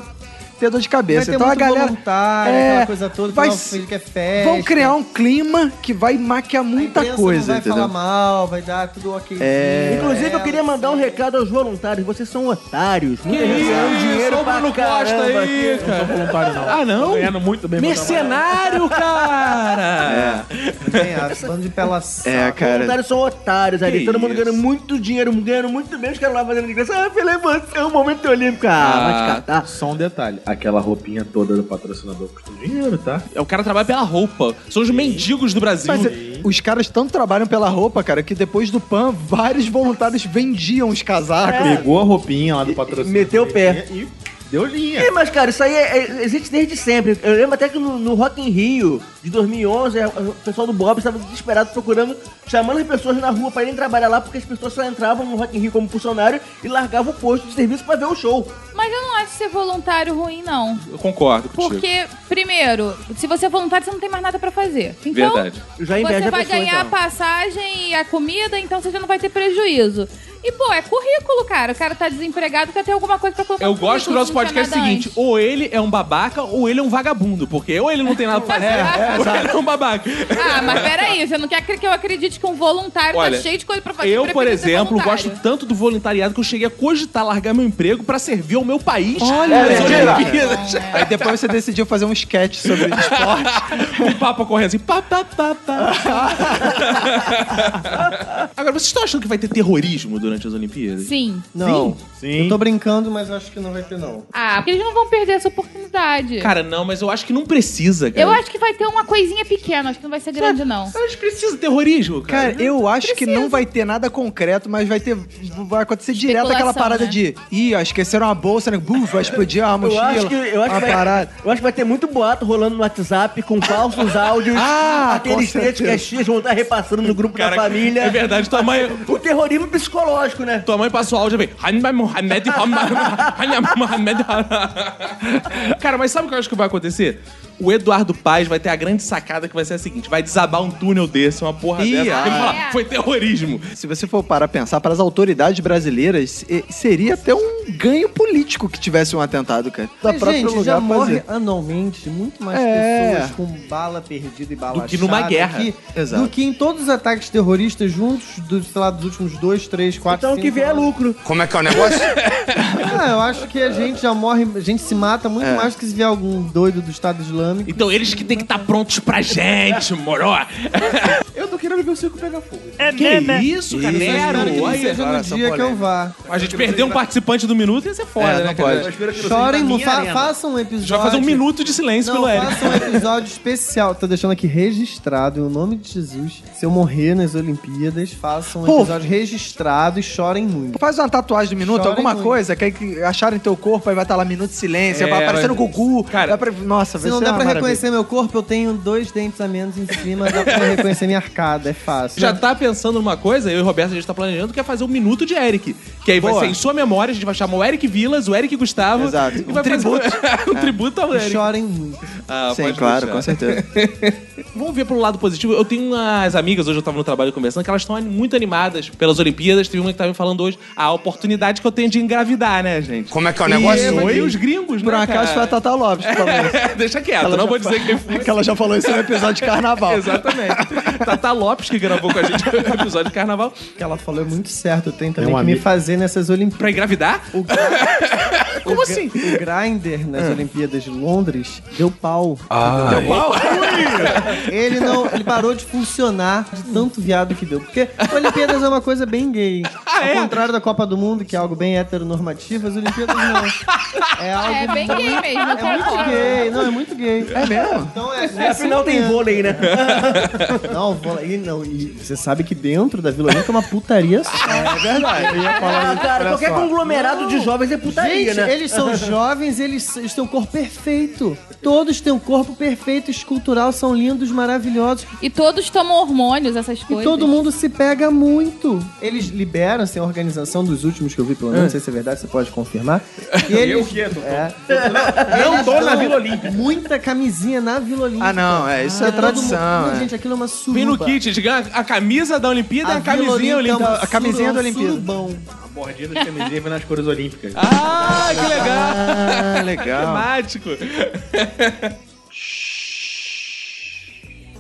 S2: ter dor de
S5: vai
S2: cabeça.
S5: ter
S2: então a
S5: muito
S2: galera
S5: voluntário,
S2: É,
S5: aquela coisa toda,
S2: vai
S5: vai
S2: se-
S5: que é festa.
S2: vão criar um clima que vai maquiar
S5: A
S2: muita
S5: imprensa
S2: coisa,
S5: não vai falar
S2: entendeu?
S5: mal, vai dar tudo ok.
S1: É.
S6: É.
S4: Inclusive, eu queria mandar um recado aos voluntários. Vocês são otários. Muita gente ganhando dinheiro
S1: Ô,
S4: pra
S1: Bruno Costa
S4: caramba
S1: aí,
S4: aqui.
S1: cara.
S6: Voluntário não.
S1: Ah, não?
S6: Ganhando muito bem. meu
S1: Mercenário, cara!
S5: Tem as ah, bando de pela saco.
S2: É, cara.
S4: Voluntários são otários ali.
S1: Que
S4: Todo mundo
S1: isso.
S4: ganhando muito dinheiro, ganhando muito bem. Os caras lá fazendo ingresso. Ah, pela emoção, o momento olímpico. Ah, vai
S1: Ah.
S4: te catar.
S6: camarada. Só um detalhe. Aquela roupinha toda do patrocinador custa dinheiro, tá?
S1: É, O cara trabalha pela roupa. São os mendigos do Brasil.
S2: Mas é, os caras tanto trabalham pela roupa, cara, que depois do PAN, vários voluntários vendiam os casacos.
S4: É.
S6: Pegou a roupinha lá do patrocinador.
S4: meteu o pé.
S6: E deu linha.
S4: É, mas, cara, isso aí é- é- existe desde sempre. Eu lembro até que no, no Rock in Rio de 2011, a- a- é, o pessoal do Bob estava desesperado procurando, chamando as pessoas na rua para irem trabalhar lá, porque as pessoas só entravam no Rock in Rio como funcionário e largavam o posto de serviço para ver o show.
S3: Mas eu não acho ser voluntário ruim, não.
S1: Eu concordo contigo.
S3: Porque, primeiro, se você é voluntário, você não tem mais nada pra fazer. Então,
S1: Verdade.
S4: Eu já invejo
S3: Você
S4: a
S3: vai
S4: pessoa,
S3: ganhar a
S4: então.
S3: passagem e a comida, então você já não vai ter prejuízo. E, pô, é currículo, cara. O cara tá desempregado, quer ter alguma coisa pra colocar
S1: Eu
S3: no currículo,
S1: gosto do nosso
S3: não tinha
S1: podcast é
S3: nada
S1: seguinte:
S3: antes.
S1: ou ele é um babaca, ou ele é um vagabundo. Porque ou ele não tem nada pra fazer, ou ele é um babaca.
S3: Ah, mas peraí, você não quer que eu acredite que um voluntário
S1: Olha,
S3: tá cheio de coisa pra fazer?
S1: Eu, por
S3: prefiro ser
S1: exemplo,
S3: voluntário.
S1: gosto tanto do voluntariado que eu cheguei a cogitar largar meu emprego pra servir ao meu país. Olha,
S3: É,
S2: Aí depois você decidiu fazer um sketch sobre esporte.
S1: Com o papo correndo assim. Pá, pá, pá, pá. Agora, vocês estão achando que vai ter terrorismo durante as Olimpíadas?
S3: Sim.
S5: Não.
S6: Sim.
S5: Eu tô brincando, mas eu acho que não vai ter, não.
S3: Ah, porque eles não vão perder essa oportunidade.
S1: Cara, não, mas eu acho que não precisa, cara.
S3: eu acho que vai ter uma coisinha pequena, acho que não vai ser grande, não.
S1: Eu acho que precisa de terrorismo, cara.
S2: Cara, eu acho que não vai ter nada concreto, mas vai ter. Vai acontecer direto aquela
S3: Especulação,
S2: parada
S3: né?
S2: de. Ih, ó, esqueceram a bolsa, né? Buf, vai explodir a
S4: Eu
S2: mochila.
S4: acho, que, eu, acho
S2: uma
S4: que vai,
S2: parada.
S4: eu acho que vai ter muito boato rolando no WhatsApp com falsos áudios.
S2: Ah,
S4: aqueles
S2: com
S4: textos que as tias vão estar repassando no grupo da família.
S1: É verdade, tua mãe.
S4: O terrorismo psicológico, né?
S1: Tua mãe passou áudio e vem. "Hanma Mohamed, Hanma Mohamed, Hanma." Cara, mas sabe o que eu acho que vai acontecer? O Eduardo Paz vai ter a grande sacada que vai ser a seguinte: vai desabar um túnel desse, uma porra
S2: Ih,
S1: dessa.
S2: ah.
S1: Ele fala, foi terrorismo.
S2: Se você for para pensar, para as autoridades brasileiras, e- seria até um ganho político que tivesse um atentado, cara. Da
S5: Mas,
S2: própria
S5: gente,
S2: lugar
S5: já
S2: fazer.
S5: morre anualmente muito mais
S2: É.
S5: pessoas com bala perdida e bala
S1: Do que numa
S5: achada
S1: guerra.
S5: que-
S2: Exato.
S5: do que em todos os ataques terroristas juntos, dos, sei lá, dos últimos dois, três, quatro,
S4: Então o que
S5: cinco
S4: vier é
S5: anos.
S4: lucro.
S5: Ah, eu acho que a gente já morre, a gente se mata
S2: É.
S5: muito mais do que se vier algum doido do Estado Islâmico.
S1: Então eles que tem que estar prontos pra gente, moro.
S6: Eu tô querendo ver o circo pegar fogo.
S1: Que isso, cara?
S5: Espero que
S1: Nero,
S5: não
S1: olha.
S5: seja no dia que eu vá.
S1: A gente perder um participante do minuto ia ser foda,
S2: É,
S1: né?
S2: não
S1: cara?
S2: pode.
S5: Chorem, fa façam um
S1: A
S5: episódio.
S1: gente vai fazer um minuto de silêncio
S5: Não,
S1: pelo Eric.
S5: faça um episódio especial. Tô deixando aqui registrado, em nome de Jesus. Se eu morrer nas Olimpíadas, façam um
S2: Pô.
S5: episódio registrado e chorem muito.
S2: Faz uma tatuagem do minuto,
S5: Chorem
S2: alguma
S5: muito.
S2: coisa, que aí que acharem teu corpo, aí vai estar lá minuto de silêncio,
S1: É,
S2: vai aparecer no
S1: vai-
S2: Gugu.
S1: Cara,
S2: vai pra- nossa,
S5: Se
S2: vai
S5: não
S2: ser
S5: der
S2: uma
S5: pra
S2: maravilha.
S5: reconhecer meu corpo, eu tenho dois dentes a menos em cima, dá pra reconhecer minha arcada, é fácil.
S1: Já tá pensando numa coisa, eu e o Roberto, a gente tá planejando, que é fazer um minuto de Eric. Que aí vai
S2: Boa.
S1: ser em sua memória, a gente vai chamar o Eric Vilas, o Eric Gustavo.
S2: Exato.
S1: E
S2: Um
S1: vai Fazer... um tributo ao Eric.
S5: Chorem muito.
S1: Ah,
S2: Sim,
S1: pode
S2: claro,
S1: deixar.
S2: com certeza.
S1: Vamos ver pelo lado positivo. Eu tenho umas amigas, hoje eu tava no trabalho conversando, que elas estão muito animadas pelas Olimpíadas. Teve uma que tava me falando hoje a oportunidade que eu tenho de engravidar, né, gente? Como é que é o
S2: assim?
S1: negócio? E, os gringos,
S2: Por um
S1: né,
S2: acaso foi
S1: cara? É,
S2: a né? Tata Lopes que falou isso.
S1: Deixa quieto, não vou dizer quem foi.
S2: Que ela já falou isso no episódio de carnaval.
S1: Exatamente. Tata Lopes, que gravou com a gente o episódio de carnaval.
S5: O que ela falou é muito certo, eu tenho também
S6: um
S5: que me
S6: amigo-
S5: fazer nessas Olimpíadas.
S1: Pra engravidar? Como assim? Ah.
S5: O Grindr nas Olimpíadas de Londres deu pau.
S9: Ah,
S5: Ele não. Ele parou de funcionar de tanto viado que deu. Porque Olimpíadas é uma coisa bem gay.
S1: Ah, é?
S5: Ao contrário da Copa do Mundo, que é algo bem heteronormativo, as Olimpíadas não. É algo.
S3: É bem gay mesmo.
S5: É muito gay, não, é muito gay. É mesmo? Então é. é
S4: né? Afinal tem vôlei, né?
S5: Não, vou e não. E você sabe que dentro da Vila Olímpica é uma putaria só. É verdade. Eu ia falar
S4: Ah, cara, qualquer conglomerado de jovens é putaria,
S5: Gente,
S4: né?
S5: eles são jovens, eles, eles têm um corpo perfeito. Todos têm um corpo perfeito, escultural, são lindos, maravilhosos.
S3: E todos tomam hormônios, essas
S5: E
S3: coisas.
S5: todo mundo se pega muito. Eles liberam, assim, a organização dos últimos que eu vi, pelo menos, não sei se é verdade, você pode confirmar. E eles, eu que é, Não tô na Vila Olímpica. Muita camisinha na Vila Olímpica.
S2: Ah, não, é, isso é
S5: Todo mundo-
S2: tradição,
S5: Não,
S2: é.
S5: gente, aquilo é uma suruba.
S1: Vem no kit, a gente ganha a camisa da Olimpíada e a,
S5: Vila
S1: camisinha
S5: Olímpica é
S1: olímpica.
S5: uma
S2: a camisinha
S5: suru-
S2: da Olimpíada.
S5: um surubão.
S6: A bordinha das camisinhas vem nas cores olímpicas.
S1: Ah, que legal!
S2: Ah, legal.
S1: Temático.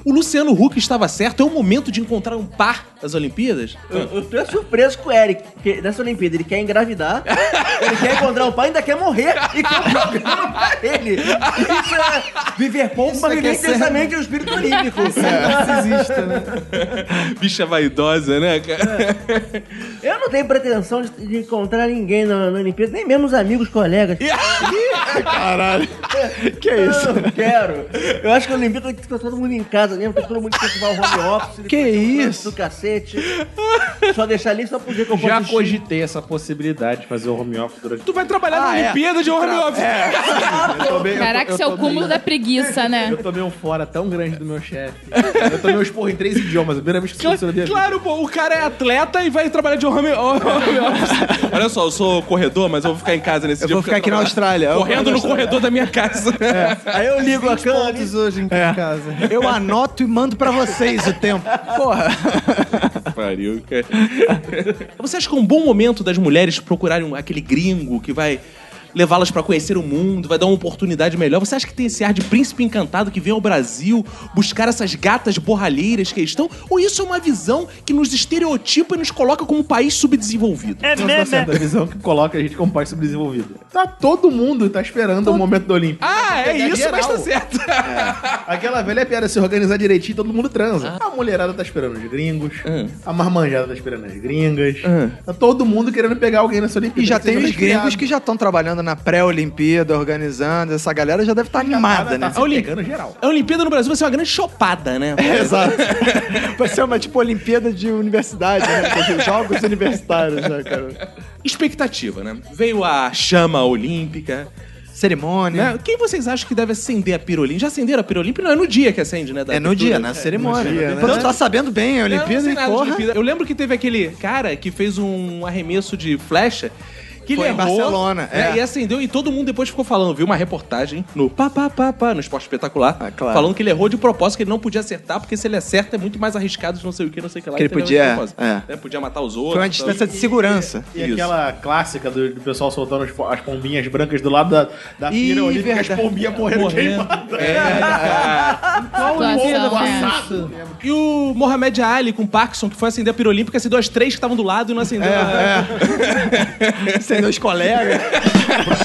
S1: O Luciano Huck estava certo. É o momento de encontrar um par das Olimpíadas?
S4: Eu tô surpreso com o Eric, porque nessa Olimpíada ele quer engravidar, ele quer encontrar o pai, ainda quer morrer e quer um programa pra ele. Isso é viver pouco,
S5: Isso
S4: mas
S5: é que
S4: viver
S5: é sério. é.
S4: intensamente o espírito olímpico.
S5: Narcisista, né?
S1: Bicha vaidosa, né, cara?
S4: Eu não tenho pretensão de, de encontrar ninguém na, na Olimpíada, nem mesmo os amigos, colegas.
S2: Que isso?
S4: Eu não quero. Eu acho que a Olimpíada tem que ficar todo mundo em casa mesmo, porque todo mundo tem que ativar o home office.
S2: Que
S4: depois
S2: isso?
S4: Do cacete. Só deixar ali só pro dia que eu vou
S6: Já
S4: assistir.
S6: cogitei essa possibilidade de fazer o home office durante.
S1: Tu vai trabalhar na Olimpíada de home office.
S3: Caraca, isso é o cúmulo da preguiça, né?
S6: Eu tomei um fora tão grande do meu chefe. Eu tomei um esporro em três idiomas. A primeira vez que isso aconteceu na minha vida.
S1: Então, Claro, pô, o cara é atleta e vai trabalhar de home, home office. Olha só, eu sou corredor, mas eu vou ficar em casa nesse
S2: Eu
S1: dia.
S2: vou
S1: porque
S2: ficar aqui na
S1: trabalho-
S2: Austrália. Eu-
S1: Correndo no corredor da minha casa.
S4: Aí eu ligo a cama.
S5: Pontos hoje em casa.
S2: Eu anoto e mando pra vocês o tempo. Porra.
S1: pariu, cara. Você acha que é um bom momento das mulheres procurarem um- aquele gringo que vai levá-las pra conhecer o mundo, vai dar uma oportunidade melhor? Você acha que tem esse ar de príncipe encantado que vem ao Brasil buscar essas gatas borralheiras que estão? Ou isso é uma visão que nos estereotipa e nos coloca como um país subdesenvolvido?
S6: Não tá certo, a visão que coloca a gente como país subdesenvolvido. Tá todo mundo tá esperando o momento do Olímpico.
S1: Ah, é
S6: Pegar
S1: isso, mas tá
S6: geral.
S1: certo.
S6: Aquela velha piada, se organizar direitinho, todo mundo transa.
S2: Ah.
S6: A mulherada tá esperando os gringos,
S1: Hum.
S6: a marmanjada tá esperando as gringas.
S1: Hum.
S6: Tá todo mundo querendo pegar alguém nessa Olimpíada.
S2: Ah. E já
S6: que seja
S2: tem os
S6: desviado.
S2: gringos que já estão trabalhando na pré-Olimpíada, organizando. Essa galera já deve estar animada,
S6: Cara,
S2: né?
S6: tá se pegando geral.
S1: A Olimpíada no Brasil vai ser uma grande chopada, né?
S2: Exato. Vai ser uma tipo Olimpíada de universidade, né? Porque Jogos universitários, né, cara?
S1: Expectativa, né? Veio a chama olímpica.
S2: Cerimônia.
S1: né? Quem vocês acham que deve acender a pirolim? Já acenderam a pirolim? Não, é no dia que acende, né? da
S2: É no dia,
S1: abertura.
S2: na cerimônia.
S6: dia, né?
S2: Quando tu tá sabendo bem, a
S1: Eu não
S2: Olimpíada,
S1: sei
S2: e
S1: nada de
S2: porra.
S1: Olimpíada. Eu lembro que teve aquele cara que fez um arremesso de flecha que
S2: Foi
S1: ele
S2: em
S1: errou,
S2: Barcelona,
S1: né,
S2: é.
S1: E acendeu e todo mundo depois ficou falando, viu uma reportagem no pá, pá, pá, pá, no Esporte Espetacular,
S2: Ah, claro.
S1: falando que ele errou de propósito, que ele não podia acertar, porque se ele acerta é muito mais arriscado de não sei o que, não sei o que lá.
S2: Que ele
S1: então
S2: podia,
S1: errou de propósito,
S2: é.
S1: né, Podia matar os outros.
S2: Foi uma
S1: então.
S2: distância de segurança.
S6: E
S1: Isso.
S6: aquela clássica do, do pessoal soltando as, po- as pombinhas brancas do lado da, da
S2: Ih,
S6: pira olímpica, as
S2: verdade.
S6: pombinhas morrendo,
S1: Morrendo.
S6: queimadas.
S1: É, cara.
S3: Situação, né?
S2: É
S1: E o Mohamed Ali com o Parkinson, que foi acender a pirolímpica, acendeu as três que estavam do lado e não acendeu
S2: É,
S1: a...
S2: Sem dois colegas.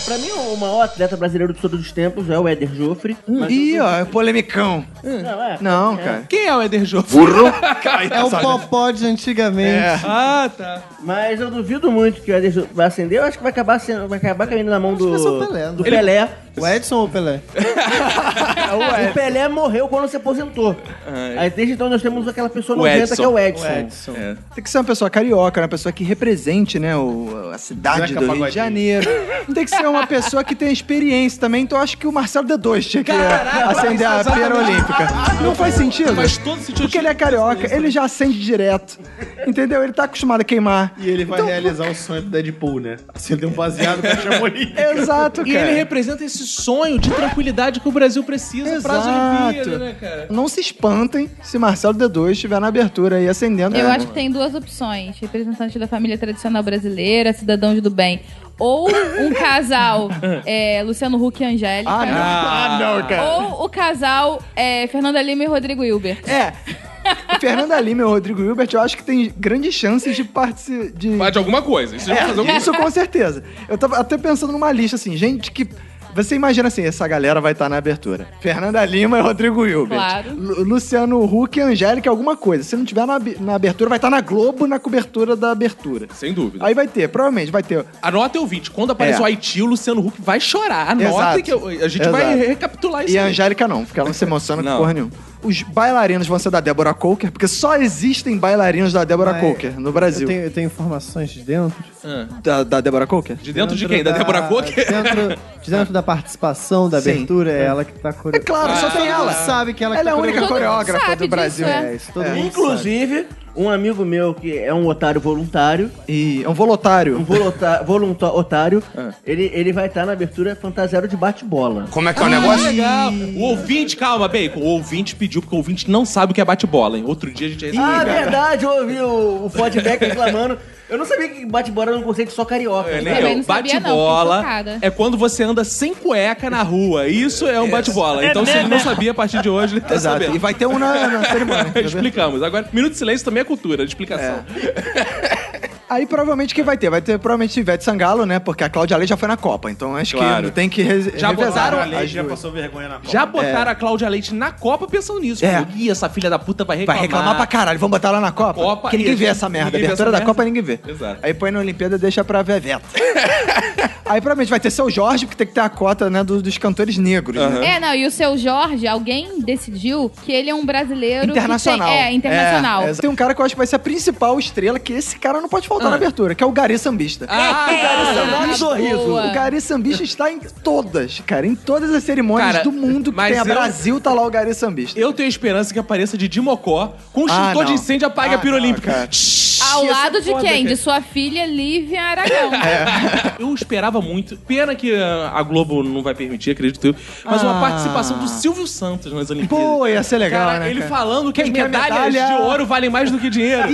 S4: Pra mim, o maior atleta brasileiro de todos os tempos é o Éder Joffre. mas
S2: Hum, Ih, ó, polemicão.
S4: Não, é.
S2: Não, cara.
S1: Quem é o Eder Jô?
S5: É o popó de antigamente.
S1: Ah, tá.
S4: Mas eu duvido muito que o Éder Joffre vai acender. Eu acho que vai acabar, sendo, vai acabar caindo na mão do,
S5: vai ser o Pelé,
S4: do
S5: né?
S4: Pelé.
S5: O Edson ou o Pelé?
S1: É.
S4: O Pelé morreu quando se aposentou. Aí desde então nós temos aquela pessoa
S1: O
S4: nojenta
S1: Edson.
S4: que é o Edson.
S1: É.
S2: Tem que ser uma pessoa carioca, né? uma pessoa que represente, né, o, a cidade
S6: Zeca
S2: do Rio
S6: Pagodinho.
S2: de Janeiro. Tem que ser uma pessoa que tem experiência também, então eu acho que o Marcelo D2 tinha que
S1: Caraca,
S2: acender a
S1: exatamente.
S2: pera olímpica. Não faz sentido?
S1: Faz todo sentido.
S2: Porque ele é carioca, ele já acende direto. Entendeu? Ele tá acostumado a queimar.
S6: E ele vai realizar o sonho do Deadpool, né? Acender um baseado com a chama olímpica.
S2: Exato, cara.
S1: E ele representa esse sonho de tranquilidade que o Brasil precisa para as
S2: Exato.
S1: Olimpíadas, né, cara?
S2: Não se espantem se Marcelo D2 estiver na abertura aí acendendo. É.
S3: Eu acho que tem duas opções: representante da família tradicional brasileira, cidadão do bem. Ou um casal, é, Luciano Huck e Angélica.
S2: Ah, não.
S1: Ah,
S2: não, cara.
S3: Ou o casal é, Fernanda Lima e Rodrigo Hilbert.
S2: É. O Fernanda Lima e o Rodrigo Hilbert, eu acho que tem grandes chances de participar. De...
S1: Mas de alguma coisa. Isso é.
S2: É, isso com certeza. Eu tava até pensando numa lista assim, gente que. Você imagina assim, essa galera vai estar na abertura. Fernanda Lima e Rodrigo Hilbert.
S3: Claro.
S2: Lu- Luciano Huck e Angélica, alguma coisa. Se não tiver na, ab- na abertura, vai estar na Globo na cobertura da abertura.
S1: Sem dúvida.
S2: Aí vai ter, provavelmente vai ter.
S1: Anota o vídeo. Quando aparecer
S2: É.
S1: o Haiti, o Luciano Huck vai chorar. Anota
S2: Exato.
S1: que eu- a gente vai
S2: Exato.
S1: recapitular isso.
S2: E a
S1: aí.
S2: Angélica não, porque ela não se emociona
S1: Não.
S2: com porra nenhuma. Os bailarinos vão ser da Débora Coker, porque só existem bailarinos da Débora
S5: Mas
S2: Coker no
S5: Eu
S2: Brasil.
S5: tenho, eu tenho informações de dentro.
S1: Ah.
S2: Da, da Débora Coker?
S1: De dentro de quem? Da Débora Coque?
S5: Dentro, de dentro da participação, da
S2: Sim.
S5: abertura, é ela que tá
S2: É
S5: coreografando.
S2: claro, só tem ela.
S5: sabe que ela,
S2: Ela é a única
S3: Todo mundo
S2: coreógrafa
S3: sabe
S2: do
S3: disso,
S2: Brasil.
S3: é.
S5: Todo mundo
S4: Inclusive, um amigo meu que é um otário voluntário,
S2: E é um
S4: um
S2: voluntário.
S4: volunta- volunta- otário, ele, ele vai estar na abertura fantasiado de bate-bola.
S1: Ah, legal. O ouvinte, calma, Bacon. O ouvinte pediu, porque o ouvinte não sabe o que é bate-bola, hein? Outro dia a gente recebeu.
S4: Ah, verdade, eu ouvi o, o feedback reclamando. Eu não sabia que bate-bola era um conceito só carioca.
S1: É,
S3: Também
S1: né?
S3: não sabia, não.
S1: Bate-bola
S3: Fiquei chocada.
S1: é quando você anda sem cueca na rua. Isso é um bate-bola. Então, se ele não sabia, a partir de hoje, ele tá
S2: né, Exato.
S1: sabendo.
S2: E vai ter um na, na cerimônia. tá vendo?
S1: Explicamos. Agora, minuto de silêncio também é cultura, de explicação.
S2: É. Aí provavelmente quem vai ter? Vai ter provavelmente Ivete Sangalo, né? Porque a Cláudia Leite já foi na Copa. Então acho
S1: Claro.
S2: que tem que re
S1: Já
S2: revezar né?
S1: botaram
S6: A
S2: as
S6: lei já
S2: duas.
S6: passou vergonha na Copa.
S1: Já botaram a Cláudia Leite na Copa pensando nisso.
S2: É.
S1: Ih, essa filha da puta vai
S2: Vai
S1: reclamar.
S2: reclamar pra caralho. Vamos botar lá na Copa?
S1: Copa
S2: que ninguém
S1: e-
S2: vê essa merda.
S1: ninguém vê
S2: Abertura
S1: essa
S2: da
S1: merda.
S2: Copa ninguém vê.
S1: Exato.
S2: Aí põe na Olimpíada e deixa pra Veveta. Aí provavelmente vai ter seu Jorge, porque tem que ter a cota, né, do- dos cantores negros, né?
S3: É, não, e o seu Jorge, alguém decidiu que ele é um brasileiro. que tem-
S2: Internacional.
S3: é, internacional.
S2: É, é. tem um cara que eu acho que vai ser a principal estrela, que esse cara não pode faltou na abertura, que é o Gare Sambista.
S1: Ah, cara,
S3: Ah,
S2: Dá um sorriso.
S3: boa.
S2: O Gare Sambista está em todas, cara, em todas as cerimônias
S1: Cara,
S2: do mundo que
S1: mas
S2: tem. A
S1: eu-
S2: Brasil tá lá o Gare Sambista.
S1: eu tenho esperança que apareça de Dimocó com um
S2: Ah,
S1: extintor de
S2: não.
S1: incêndio apague
S2: Ah,
S1: a pira
S2: não,
S1: olímpica.
S2: cara.
S1: Tsh,
S2: é
S3: Ao
S1: ia ser
S3: lado de
S1: foda,
S3: quem?
S1: cara.
S3: De sua filha Lívia Aragão.
S1: Eu esperava muito. Pena que ah, a Globo não vai permitir, acredito eu. Mas uma
S2: Ah.
S1: participação do Silvio Santos nas Olimpíadas.
S2: Pô, ia ser legal,
S1: cara,
S2: né,
S1: ele
S2: cara?
S1: falando que as
S2: Ele quer
S1: medalhas
S2: medalha.
S1: de ouro valem mais do que dinheiro.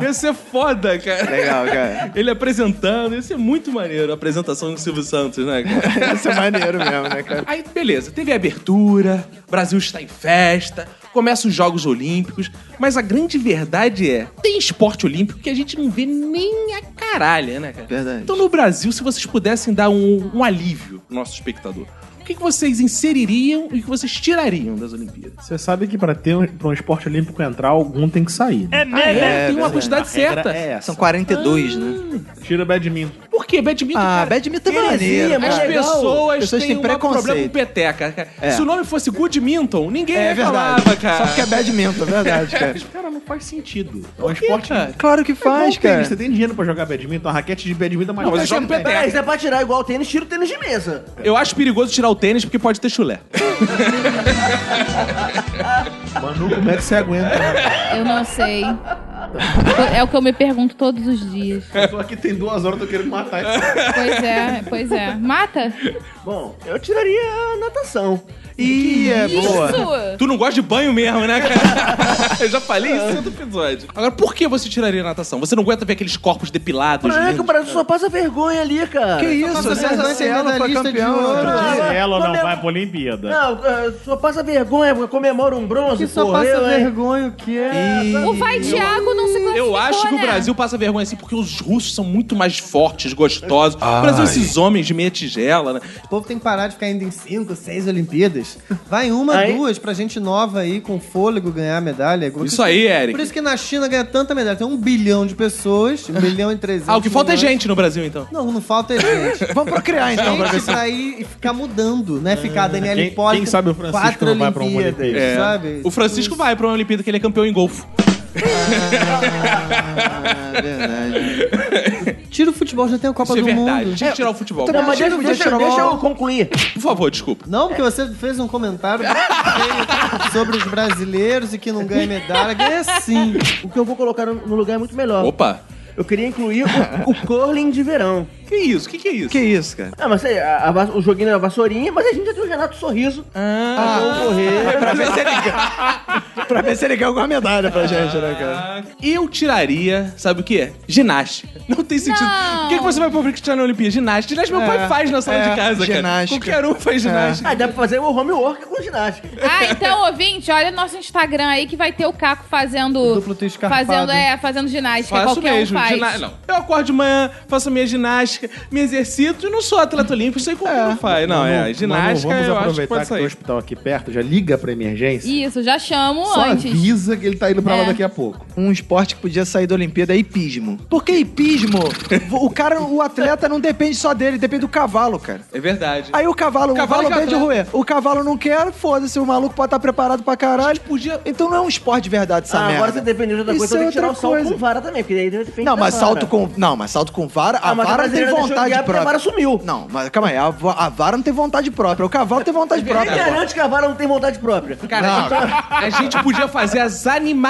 S1: ia ser foda, cara.
S2: Legal, cara.
S1: Ele apresentando, ia ser muito maneiro a apresentação do Silvio Santos, né, cara?
S2: Isso é maneiro mesmo, né, cara?
S1: Aí, beleza, teve a abertura, Brasil está em festa, começam os Jogos Olímpicos, mas a grande verdade é, tem esporte olímpico que a gente não vê nem a caralha, né, cara?
S2: Verdade.
S1: Então, no Brasil, se vocês pudessem dar um, um alívio ao nosso espectador, o que, que vocês inseririam e o que vocês tirariam das Olimpíadas?
S6: Você sabe que pra, ter um, pra um esporte olímpico entrar, algum tem que sair. né?
S1: Ah, é, tem uma
S6: verdade.
S1: quantidade
S6: A regra
S1: certa.
S6: É essa.
S2: São 42, né?
S6: É, Tira o badminton.
S1: Por quê? Badminton,
S2: Ah,
S1: cara,
S2: badminton é maneiro,
S1: As
S2: cara.
S1: pessoas,
S2: Pessoas
S1: têm,
S2: têm
S1: um
S2: preconceito.
S1: problema com peteca. cara.
S2: É.
S1: Se o nome fosse Goodminton, ninguém
S2: É
S1: reclamava,
S2: verdade.
S1: cara.
S2: Só porque é badminton, é verdade, cara.
S6: Cara, não faz sentido.
S1: É um esporte...
S2: Claro que faz,
S6: Bom,
S2: cara.
S6: tênis, é Você tem dinheiro pra jogar badminton, a raquete de badminton é mais
S1: Não, mas
S6: cara,
S1: joga
S6: tem.
S1: peteca.
S4: Peraí, se é pra tirar igual o tênis, tira o tênis de mesa.
S1: Eu acho perigoso tirar o tênis porque pode ter chulé.
S6: Manu, como é que você aguenta? né?
S3: Eu não sei. É o que eu me pergunto todos os dias.
S6: Eu tô aqui tem duas horas, eu tô querendo matar esse cara.
S3: Pois é, pois é. Mata?
S4: Bom, eu tiraria a natação.
S2: Ih, é boa.
S3: Isso!
S1: Tu não gosta de banho mesmo, né, cara? Eu já falei isso em outro episódio. Agora, por que você tiraria a natação? Você não aguenta ver aqueles corpos depilados?
S4: Não é que o
S1: lindos?
S4: Brasil só passa vergonha ali, cara.
S2: Que isso, César Cielo foi campeão outro dia.
S4: Ah,
S6: É Ela ou não
S4: comem-
S6: vai né? pra Olimpíada.
S4: Não, ah, só passa vergonha, porque comemora um bronze,
S5: Que só
S4: correu,
S5: passa
S4: hein?
S5: vergonha o que é.
S3: O Vai Thiago não se classificou,
S1: Eu acho que o
S3: né?
S1: Brasil passa vergonha assim porque os russos são muito mais fortes, gostosos. O Brasil, esses homens de meia tigela, né?
S5: O povo tem que parar de ficar indo em cinco, seis Olimpíadas. Vai em uma,
S4: Aí-
S5: duas, pra gente nova aí, com fôlego, ganhar medalha.
S1: Isso aí,
S5: Por
S1: Eric.
S5: isso que na China ganha tanta medalha. Tem um bilhão de pessoas, um bilhão e trezentos.
S1: Ah, o que falta é
S5: milhões.
S1: gente no Brasil, então.
S5: Não, não falta é gente.
S2: Vamos procriar então, pra ver
S5: gente
S2: se.
S5: pra ir e ficar mudando, né? Ficar a Daniela
S6: Quem-
S5: Hipólito.
S6: quem sabe o Francisco
S5: quatro
S6: não vai pra uma
S5: Olimpíadas,
S6: Olimpíada.
S5: sabe?
S1: O Francisco vai pra uma Olimpíada que ele é campeão em golfo.
S2: Ah, verdade.
S5: Tira o futebol, já tem a Copa
S1: Isso é
S5: do
S1: verdade.
S5: Mundo. tá
S1: Tinha que tirar o futebol.
S4: Não, mas deixa,
S2: Tira o
S4: deixa-
S2: futebol.
S4: deixa eu concluir.
S1: Por favor, desculpa.
S5: Não, porque você fez um comentário feio sobre os brasileiros e que não ganha medalha. Ganha sim.
S4: O que eu vou colocar no no lugar é muito melhor.
S1: Opa!
S4: Eu queria incluir o, o curling de verão.
S1: Que isso? Que que é isso?
S2: Que isso, cara?
S4: Ah, mas sei, a- a va- o joguinho é a vassourinha, mas a gente já tem o Renato Sorriso. Ah, correr.
S2: Pra
S1: é
S2: ver se ele Pra ver se ele ganha alguma medalha pra gente, né, cara?
S1: Eu tiraria, sabe o que? é? Ginástica. Não tem sentido.
S3: Não.
S1: O que, que você vai publicar na Olimpíada? Ginástica. Ginástica meu pai faz na sala
S2: É,
S1: de casa,
S2: ginástica. É.
S1: cara. Qualquer um faz ginástica.
S4: Ah, dá pra fazer o homework com ginástica.
S3: Ah, então, ouvinte, olha o nosso Instagram aí que vai ter o Caco fazendo.
S5: Duplo twist escarpado.
S3: fazendo, é, fazendo ginástica.
S1: Faço
S3: qualquer
S1: mesmo.
S3: um faz.
S1: Gina- Não. Eu acordo de manhã, faço minha ginástica, me exercito e não sou atleta olímpico, sei como não faz. Não, é. Ginástica
S6: Manu,
S1: eu
S6: vamos
S1: acho que
S6: aproveitar
S1: pode
S6: que, tem um
S1: sair.
S6: hospital aqui perto, já liga pra emergência.
S3: Isso, já chamo
S6: Só
S3: antes.
S6: avisa que ele tá indo pra lá
S3: É.
S6: daqui a pouco.
S2: Um esporte que podia sair da Olimpíada é hipismo. Por que hipismo? o cara, o atleta não depende só dele, depende do cavalo, cara.
S1: É verdade.
S2: Aí o
S1: Cavalo
S2: cavalo, o
S1: que
S2: cavalo vem de
S1: atleta.
S2: roer. O cavalo não quer, foda-se, o maluco pode estar preparado pra caralho.
S1: podia-
S2: Então não é um esporte de verdade essa
S4: Ah,
S2: merda.
S4: agora você depende de outra
S2: Isso
S4: coisa,
S2: é
S4: tem que tirar o
S2: outra
S4: salto
S2: coisa.
S4: com vara também, porque daí depende
S2: Não,
S4: da
S2: mas
S4: vara.
S2: salto com. Não, mas salto com vara. A
S4: Ah, mas
S2: vara
S4: a
S2: não tem
S4: brasileira deixou
S2: vontade
S4: guiar porque
S2: própria.
S4: a vara sumiu.
S2: Não, mas calma aí. A, va- a vara não tem vontade própria. O cavalo tem vontade
S4: Quem
S2: própria. pô.
S4: garante que a vara não tem vontade própria?
S1: Cara, a gente podia fazer as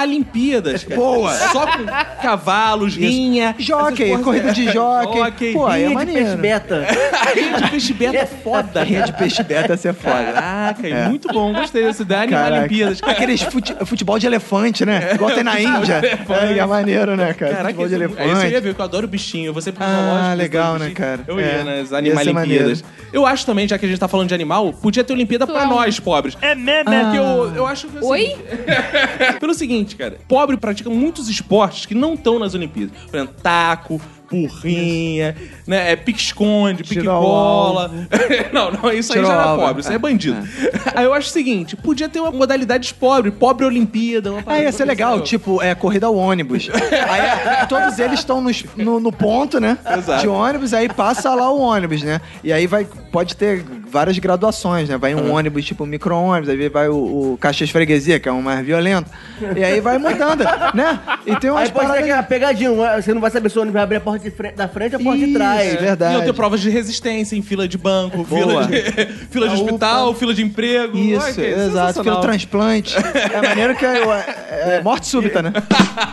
S1: Animalimpíadas. cara.
S2: Boa.
S1: Só com cavalos, linha.
S2: Jockey,
S1: essas porras-
S2: corrida de jockey.
S1: Jockey,
S2: Pô, aí é
S4: Ih, de peixe
S2: maneiro.
S4: beta.
S1: Rinha de peixe beta é foda.
S2: Rinha de peixe beta, essa é foda.
S1: Caraca, é. muito bom. Gostei dessa ideia. Animalimpíadas.
S2: Aqueles fute- futebol de elefante, né? Igual tem na Índia. É, é maneiro, né, cara?
S1: Caraca,
S2: futebol de
S1: isso é muito- é isso eu ia
S2: elefante.
S1: ver, que eu adoro bichinho. Você um
S2: Ah, legal, né, cara?
S1: Eu ia
S2: É.
S1: nas
S2: Ia
S1: Animalimpíadas.
S2: ser
S1: Eu acho também, já que a gente tá falando de animal, podia ter Olimpíada pra
S3: Claro.
S1: nós, pobres. É mesmo? Porque eu, eu acho que. é o
S3: Oi?
S1: seguinte- Pelo seguinte, cara. Pobre pratica muitos esportes que não estão nas Olimpíadas. Por exemplo, taco. Burrinha, né? É pique-esconde,
S2: Tirar o
S1: pique-bola. não, não, isso aí
S2: Tirar
S1: já
S2: o
S1: era
S2: alvo,
S1: pobre, isso aí é bandido. Aí eu acho o seguinte: podia ter uma modalidade pobre, pobre Olimpíada. Uma
S2: Ah,
S1: parada
S2: ia ser legal, tipo, é corrida ao ônibus. Aí é, todos eles estão nos- no, no ponto, né?
S1: Exato.
S2: De ônibus, aí passa lá o ônibus, né? E aí vai pode ter várias graduações, né? Vai um ônibus tipo micro-ônibus, aí vai o, o caixa de freguesia, que é um mais violento. E aí vai mudando, né? E tem umas
S4: Aí pode ter
S2: paradas...
S4: aquela pegadinha, uma- você não vai saber se o ônibus vai abrir a porta de frente, da frente ou a porta de
S2: Isso,
S4: trás.
S2: verdade. É,
S1: E eu tenho provas de resistência em fila de banco, fila
S2: Boa.
S1: de, fila de hospital, fila de emprego. Ai,
S2: Isso,
S1: que
S2: exato. Pelo
S1: sensacional.
S2: transplante. É maneiro que é, é- é morte súbita, né?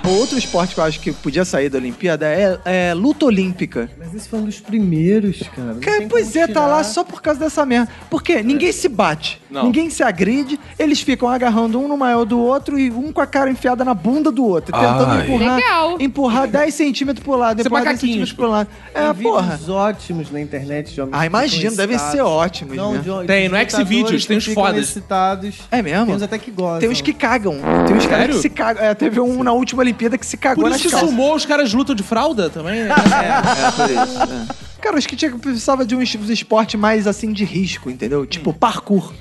S2: Outro esporte que eu acho que podia sair da Olimpíada é, é luta olímpica.
S5: Mas esse foi um dos primeiros, cara. Não
S2: Cara,
S5: tem
S2: pois
S5: como
S2: é, tá lá
S5: tirar.
S2: só por causa dessa merda. Porque ninguém se bate,
S1: Não.
S2: ninguém se agride, eles ficam agarrando um no maior do outro e um com a cara enfiada na bunda do outro, tentando
S8: Ai.
S2: empurrar.
S3: Legal.
S2: Empurrar 10 centímetros pro lado,
S1: Ser
S2: empurrar 10
S1: macaquinhos,
S2: centímetros pro lado. É,
S5: Tem
S2: porra.
S5: vídeos ótimos na internet de homens
S2: Ah,
S5: que ficam
S2: imagino, devem
S5: excitados.
S2: ser ótimos, né?
S5: de- de
S1: Tem, no
S5: lutadores
S1: Xvideos,
S5: que
S1: tem os
S5: ficam
S1: fodas.
S5: excitados.
S2: É mesmo?
S5: Tem uns até que gostam.
S2: Tem uns que cagam. Tem uns caras
S1: Sério?
S2: que se cagam. É, teve um na última Olimpíada que se cagou
S1: Por
S2: nas
S1: isso que
S2: calças.
S1: sumou, os caras lutam de fralda também, né?
S2: É. Cara, acho que tinha, precisava de um es- esporte mais assim de risco, entendeu? Tipo parkour.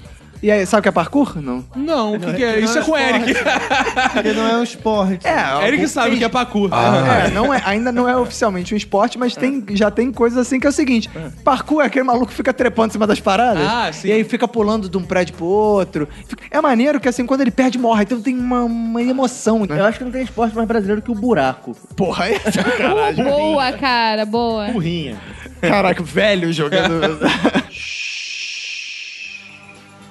S2: E aí, sabe o que é parkour? Não.
S1: Não, o que, que é? Isso é com o Eric.
S5: Porque não é um esporte.
S2: É,
S1: Eric sabe o que é pacu.
S2: É, não é, ainda não é oficialmente um esporte, mas tem, já tem coisas assim que é o seguinte: parkour é aquele maluco que fica trepando em cima das paradas.
S1: Ah, sim.
S2: E aí fica pulando de um prédio pro outro. Fica- É maneiro que assim, quando ele perde, morre. Então tem uma, uma emoção.
S4: Eu
S2: Né?
S4: acho que não tem esporte mais brasileiro que o buraco.
S2: Porra, é
S3: Uh, boa, cara, boa.
S2: burrinha. Caraca, velho jogando.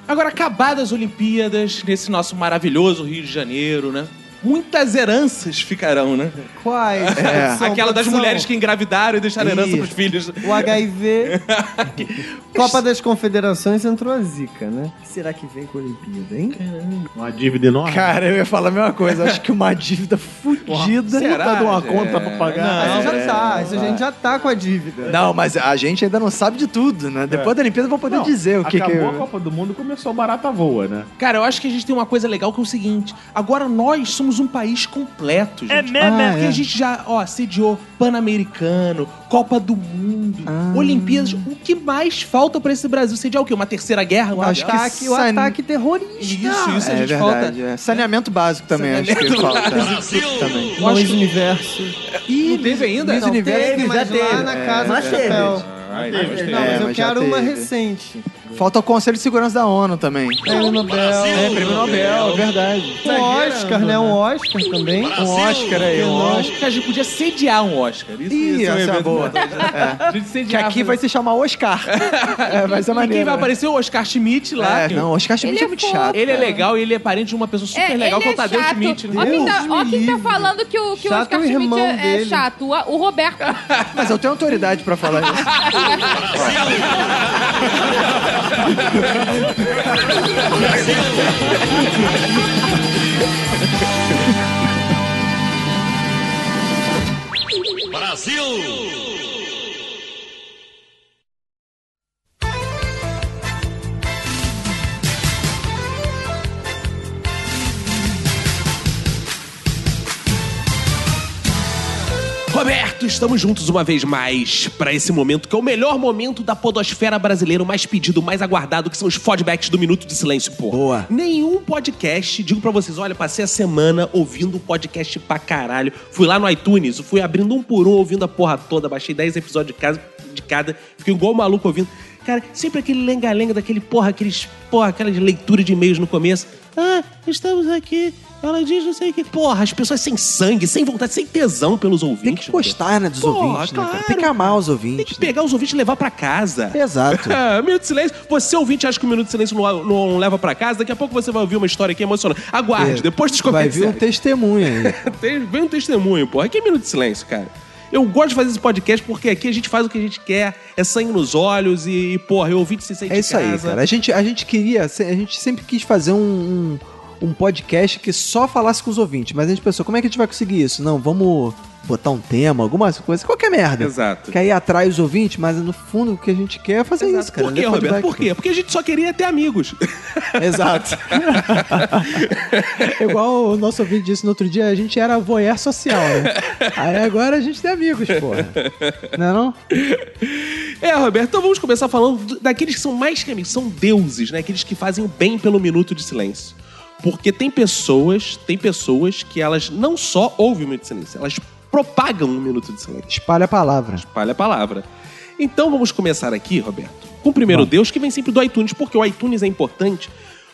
S1: Agora, acabadas as Olimpíadas, nesse nosso maravilhoso Rio de Janeiro, né? Muitas heranças ficarão, né?
S5: Quais? Produção,
S1: É. Aquela das
S5: produção.
S1: mulheres que engravidaram e deixaram herança
S5: Ih.
S1: pros filhos.
S5: O HIV. Copa das Confederações entrou a zica, né? O que será que vem com a Olimpíada, hein?
S6: Uma dívida enorme.
S2: Cara, eu ia falar a mesma coisa. Acho que uma dívida
S5: é
S2: fudida.
S1: será,
S6: Tá
S2: Puta de uma
S1: gente?
S2: conta pra pagar.
S5: Mas
S1: Não,
S5: já
S1: é,
S5: tá, isso a gente já tá com a dívida.
S2: Não, mas a gente ainda não sabe de tudo, né? Depois da Olimpíada eu vou poder
S6: Não,
S2: dizer o que que...
S6: Acabou a Copa do Mundo começou a barata voa, né?
S1: Cara, eu acho que a gente tem uma coisa legal que é o seguinte: agora nós somos um país completo, gente. É
S2: mesmo? Ah,
S1: Porque
S2: é.
S1: a gente já, ó, sediou Pan-Americano, Copa do Mundo,
S2: Ah.
S1: Olimpíadas. O que mais falta pra esse Brasil? Sediar o quê? Uma terceira guerra? Um
S2: Acho que é
S1: ataque?
S5: Ataque, o
S2: San-
S5: ataque terrorista.
S1: Isso, isso a
S2: é
S1: gente
S2: verdade, é. Saneamento básico também, acho que falta.
S1: falta.
S5: Não, Miss Universo.
S1: Ih, não teve ainda?
S2: Miss
S1: Não,
S2: Universo
S5: Teve,
S2: já
S5: mas lá
S2: teve.
S5: na casa
S4: mas
S5: do
S4: teve.
S5: chapéu.
S1: teve.
S5: Não, mas
S2: É,
S5: eu
S2: mas já
S5: quero uma
S2: teve.
S5: recente.
S2: Falta o Conselho de Segurança da ONU também.
S5: Prêmio Nobel.
S2: É, prêmio Nobel, é verdade.
S1: Tá
S5: Um Oscar, né? Um Oscar também.
S2: Um Oscar aí, um
S1: Eu
S2: Oscar.
S1: acho que a gente podia sediar um Oscar. Isso,
S2: Ih,
S1: ia ser um
S2: essa é
S1: evento
S2: boa.
S1: importante. A gente
S2: Que
S1: sediar.
S2: aqui vai se chamar Oscar. É, vai ser
S1: E quem
S2: maneiro.
S1: vai
S2: né?
S1: aparecer? O Oscar Schmidt lá.
S2: É,
S1: que-
S2: não, Oscar
S3: Ele
S2: Schmidt é
S3: é
S2: muito
S3: fofo.
S2: chato.
S1: Ele é legal e ele é parente de uma pessoa super legal, que é o Tadeu
S3: chato.
S1: Schmidt. né?
S3: Ó quem tá, ó quem tá
S5: livre.
S3: falando que o, que o
S5: Chato é
S3: Oscar
S5: o
S3: Schmidt
S5: irmão
S3: é, é
S5: dele.
S3: chato. O, o Roberto.
S2: Mas eu tenho autoridade pra falar isso.
S1: Roberto, estamos juntos uma vez mais para esse momento que é o melhor momento da podosfera brasileira, o mais pedido, o mais aguardado, que são os fodbacks do Minuto de Silêncio, pô.
S2: Boa.
S1: Nenhum podcast, digo pra vocês, olha, passei a semana ouvindo um podcast pra caralho. Fui lá no iTunes, fui abrindo um por um, ouvindo a porra toda, baixei 10 episódios de, casa, de cada, fiquei igual um maluco ouvindo. Cara, sempre aquele lenga-lenga daquele porra, aqueles, porra, aquelas leituras de e-mails no começo. Ah, estamos aqui. Ela diz não sei o que. Porra, as pessoas sem sangue, sem vontade, sem tesão pelos ouvintes.
S2: Tem que
S1: pô.
S2: gostar, né, dos
S1: Porra,
S2: ouvintes, né, cara?
S1: claro.
S2: Tem que amar os
S1: Tem que
S2: ouvintes. né?
S1: pegar os ouvintes e levar pra casa.
S2: Exato.
S1: Ah, Minuto de Silêncio. Você ouvinte acha que o Minuto de Silêncio não, não leva pra casa? Daqui a pouco você vai ouvir uma história que é emocionante. Aguarde, depois dos
S2: Vai
S1: comerciais.
S2: vir um testemunho aí.
S1: Tem- Vem um testemunho, porra. Aqui é Minuto de Silêncio, cara. Eu gosto de fazer esse podcast porque aqui a gente faz o que a gente quer, é sangue nos olhos e, porra, eu ouvinte se sente
S2: É isso
S1: em
S2: aí,
S1: casa.
S2: cara. A gente, a gente queria, se- a gente sempre quis fazer um, um, um podcast que só falasse com os ouvintes, mas a gente pensou, como é que a gente vai conseguir isso? Não, vamos botar um tema, alguma coisa, qualquer merda.
S1: Exato.
S2: Que aí atrai os ouvintes, mas no fundo o que a gente quer é fazer isso, cara.
S1: Por quê,
S2: ler
S1: Roberto?
S2: feedback.
S1: Por quê? Porque a gente só queria ter amigos.
S2: Exato. Igual o nosso ouvinte disse no outro dia, a gente era voyeur social, né? Aí agora a gente tem amigos, porra. Não é não?
S1: É, Roberto, então vamos começar falando do- daqueles que são mais que amigos, são deuses, né? Aqueles que fazem o bem pelo minuto de silêncio. Porque tem pessoas, tem pessoas que elas não só ouvem o minuto de silêncio, elas propagam o minuto de silêncio.
S2: Espalha a palavra.
S1: Espalha a palavra. Então vamos começar aqui, Roberto, com o primeiro Deus, que vem sempre do iTunes, porque o iTunes é importante.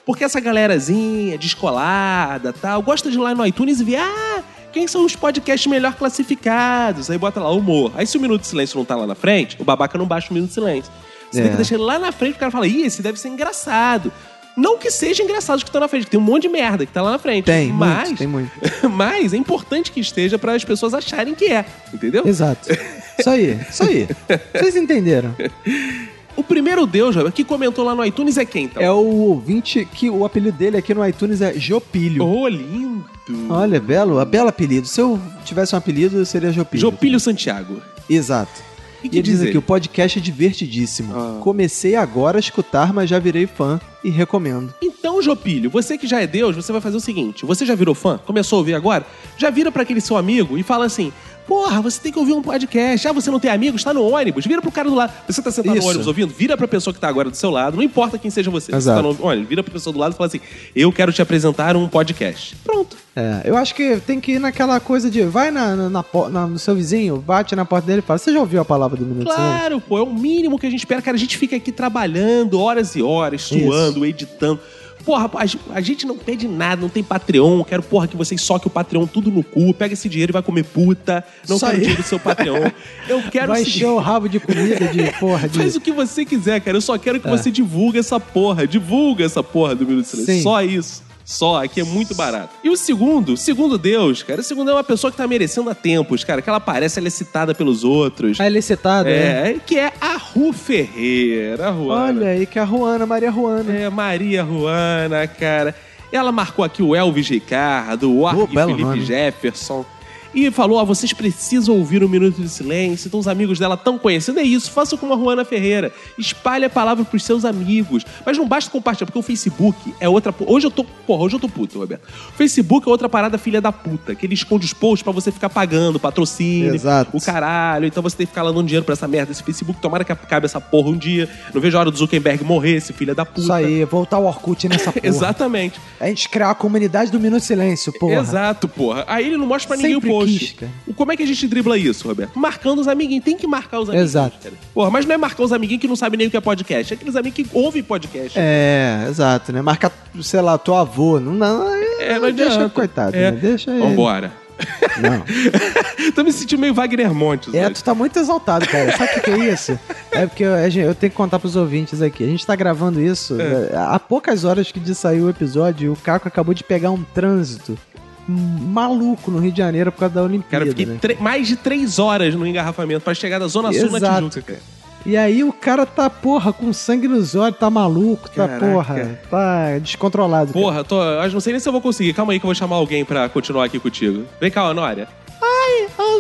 S1: Porque essa galerazinha descolada tal, gosta de ir lá no iTunes e ver, ah, quem são os podcasts melhor classificados? Aí bota lá, humor. Aí se o Minuto de Silêncio não tá lá na frente, o babaca não baixa o Minuto de Silêncio. Você
S2: É.
S1: tem que deixar ele lá na frente, o cara fala, ih, esse deve ser engraçado. Não que seja engraçado os que estão na frente, que tem um monte de merda que tá lá na frente.
S2: Tem,
S1: mas,
S2: muito, tem muito.
S1: mas é importante que esteja para as pessoas acharem que é, entendeu?
S2: Exato. Isso aí, isso aí. Vocês entenderam.
S1: Então. O primeiro Deus, Roberto, que comentou lá no iTunes é quem, então?
S2: É o ouvinte que o apelido dele aqui no iTunes é Jopilho.
S1: Ô, lindo!
S2: Olha, belo, belo apelido. Se eu tivesse um apelido, seria Jopilho.
S1: Jopilho Santiago.
S2: Exato.
S1: E
S2: E
S1: que
S2: ele diz
S1: diz Ah.
S2: aqui,
S1: ele?
S2: o podcast é divertidíssimo. Comecei agora a escutar, mas já virei fã e recomendo.
S1: Então, Jopilho, você que já é Deus, você vai fazer o seguinte: você já virou fã? Começou a ouvir agora? Já vira pra aquele seu amigo e fala assim: Porra, você tem que ouvir um podcast. Ah, você não tem amigos? Tá no ônibus. Vira pro cara do lado. Você tá sentado
S2: Isso.
S1: no ônibus ouvindo? Vira pra pessoa que tá agora do seu lado. Não importa quem seja você. Você
S2: Exato.
S1: tá no ônibus. Vira pra pessoa do lado e fala assim: Eu quero te apresentar um podcast. Pronto.
S2: É, eu acho que tem que ir naquela coisa de vai na, na- na po- na- no seu vizinho, bate na porta dele e fala: Você já ouviu a palavra do Minuto de Silêncio?"
S1: Claro, pô, é o mínimo que a gente espera. Cara, a gente fica aqui trabalhando horas e horas, suando, editando. Porra, a ge- a gente não pede nada, não tem Patreon. Quero, porra, que vocês soquem o Patreon tudo no cu. Pega esse dinheiro e vai comer puta. Não
S2: Isso
S1: quero
S2: aí.
S1: dinheiro do seu Patreon. Eu quero...
S2: Vai
S1: o seguinte,
S2: encher o rabo de comida, de porra, de.
S1: Faz o que você quiser, cara. Eu só
S2: É.
S1: quero que você divulgue essa porra. Divulga essa porra do Minuto de Silêncio.
S2: Sim.
S1: Só isso. Só, aqui é muito barato. E o segundo, segundo Deus, cara, o segundo é uma pessoa que tá merecendo há tempos, cara. Que ela aparece, ela é citada pelos outros.
S2: Ah, ele é citado, né?
S1: É, que é a Ru Ferreira, a Ruana.
S2: Olha aí que é a Ruana, Maria Ruana.
S1: É, Maria Ruana, cara. Ela marcou aqui o Elvis Ricardo, o Ark
S2: belo
S1: Felipe
S2: nome.
S1: Jefferson. E falou, ó, vocês precisam ouvir um Minuto de Silêncio. Então os amigos dela tão conhecendo. É isso, faça como a Ruana Ferreira. Espalhe a palavra pros seus amigos. Mas não basta compartilhar, porque o Facebook é outra... po- Hoje eu tô... Porra, hoje eu tô puto, Roberto. O Facebook é outra parada filha da puta. Que ele esconde os posts pra você ficar pagando patrocínio.
S2: Exato.
S1: O caralho. Então você tem que ficar lá dando dinheiro pra essa merda. Esse Facebook, tomara que acabe essa porra um dia. Não vejo a hora do Zuckerberg morrer, esse filho da puta.
S2: Isso aí, voltar o Orkut nessa porra.
S1: Exatamente.
S2: A gente criar a comunidade do Minuto de Silêncio, porra.
S1: Exato, porra. Aí ele não mostra pra ninguém
S2: Sempre
S1: o post.
S2: quis, cara.
S1: O- Como é que a gente dribla isso, Roberto? Marcando os amiguinhos. Tem que marcar os amiguinhos.
S2: Exato.
S1: cara. Porra, mas não é marcar os amiguinhos que não sabem nem o que é podcast. É aqueles amigos que ouvem podcast.
S2: É, exato, né? Marcar, sei lá, teu avô. Não, não,
S1: É, não
S2: deixa,
S1: adianta.
S2: coitado,
S1: É.
S2: né? Deixa ele.
S1: Vambora.
S2: Não.
S1: Tô me sentindo meio Wagner Montes.
S2: É,
S1: hoje.
S2: tu tá muito exaltado, cara. Sabe o que, que é isso? É porque eu, a gente- eu tenho que contar pros ouvintes aqui. A gente tá gravando isso é, há poucas horas que de sair o episódio. O Caco acabou de pegar um trânsito maluco no Rio de Janeiro por causa da
S1: Cara,
S2: Olimpíada.
S1: eu fiquei
S2: né?
S1: tre- mais de três horas no engarrafamento pra chegar da Zona Sul na
S2: Exato,
S1: Tijuca, cara.
S2: E aí o cara tá, porra, com sangue nos olhos, tá maluco, tá,
S1: Caraca.
S2: porra, tá descontrolado. cara.
S1: Porra, tô, eu não sei nem se eu vou conseguir. Calma aí que eu vou chamar alguém pra continuar aqui contigo. Vem cá, Honória.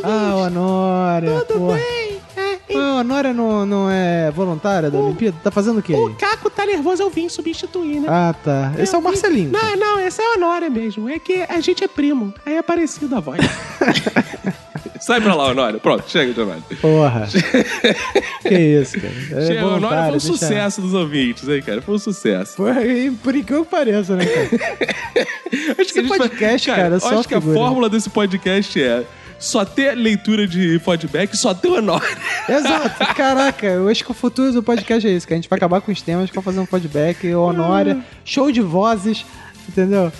S2: Ah, Honória, porra.
S1: é,
S2: Ah, a Honória não, não é voluntária da Olimpíada? Tá fazendo o quê? aí?
S1: Caco tá nervoso, eu vim substituir, né?
S2: Ah, tá. Esse é o Marcelinho.
S1: Não, não, essa é a Honória mesmo. É que a gente é primo. Aí é parecido a voz. Sai pra lá, Honória. Pronto, chega de Honória.
S2: Porra. que isso, cara. É
S1: chega,
S2: voluntário,
S1: Honória foi um
S2: deixa-
S1: sucesso dos ouvintes aí, cara. Foi um sucesso.
S2: Pô, e por enquanto que pareça, né, cara?
S1: Acho que a gente vai-
S2: podcast, cara, é
S1: acho
S2: só
S1: que a
S2: figura.
S1: fórmula desse podcast é só ter leitura de feedback, só ter Honória.
S2: Exato. Caraca, eu acho que o futuro do podcast é isso, cara. A gente vai acabar com os temas, vai fazer um feedback,
S1: Hum.
S2: honória, show de vozes, entendeu?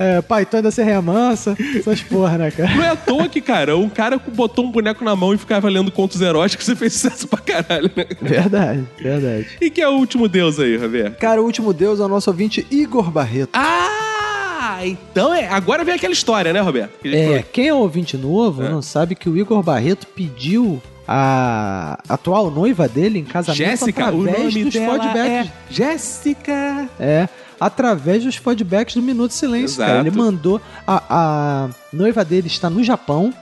S2: É, Python da Serra Mansa, essas porra, né, cara?
S1: Não é à toa que, cara, um cara botou um boneco na mão e ficava lendo contos eróticos e fez sucesso pra caralho, né?
S2: é Verdade, verdade.
S1: E que é o último deus aí, Javier?
S2: Cara, o último deus é o nosso ouvinte Igor Barreto.
S1: Ah, então é. Agora vem aquela história, né, Roberto? Que a gente
S2: É,
S1: falou.
S2: quem é ouvinte novo não sabe que o Igor Barreto pediu a atual noiva dele em casamento
S1: Jéssica, o
S2: através
S1: nome
S2: dos
S1: dela
S2: feedbacks.
S1: é Jéssica.
S2: É, através dos feedbacks do Minuto de Silêncio,
S1: Exato.
S2: cara. Ele mandou. A, a noiva dele está no Japão.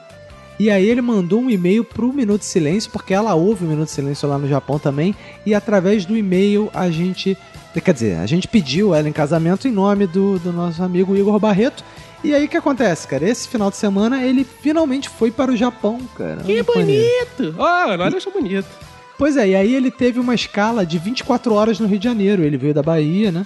S2: E aí ele mandou um e-mail pro Minuto de Silêncio, porque ela ouve o Minuto de Silêncio lá no Japão também. E através do e-mail a gente. Quer dizer, a gente pediu ela em casamento em nome do, do nosso amigo Igor Barreto. E aí o que acontece, cara? Esse final de semana ele finalmente foi para o Japão, cara. Que bonito!
S1: Ó, oh, nós achou bonito.
S2: Pois é, e aí ele teve uma escala de 24 horas no Rio de Janeiro. Ele veio da Bahia, né?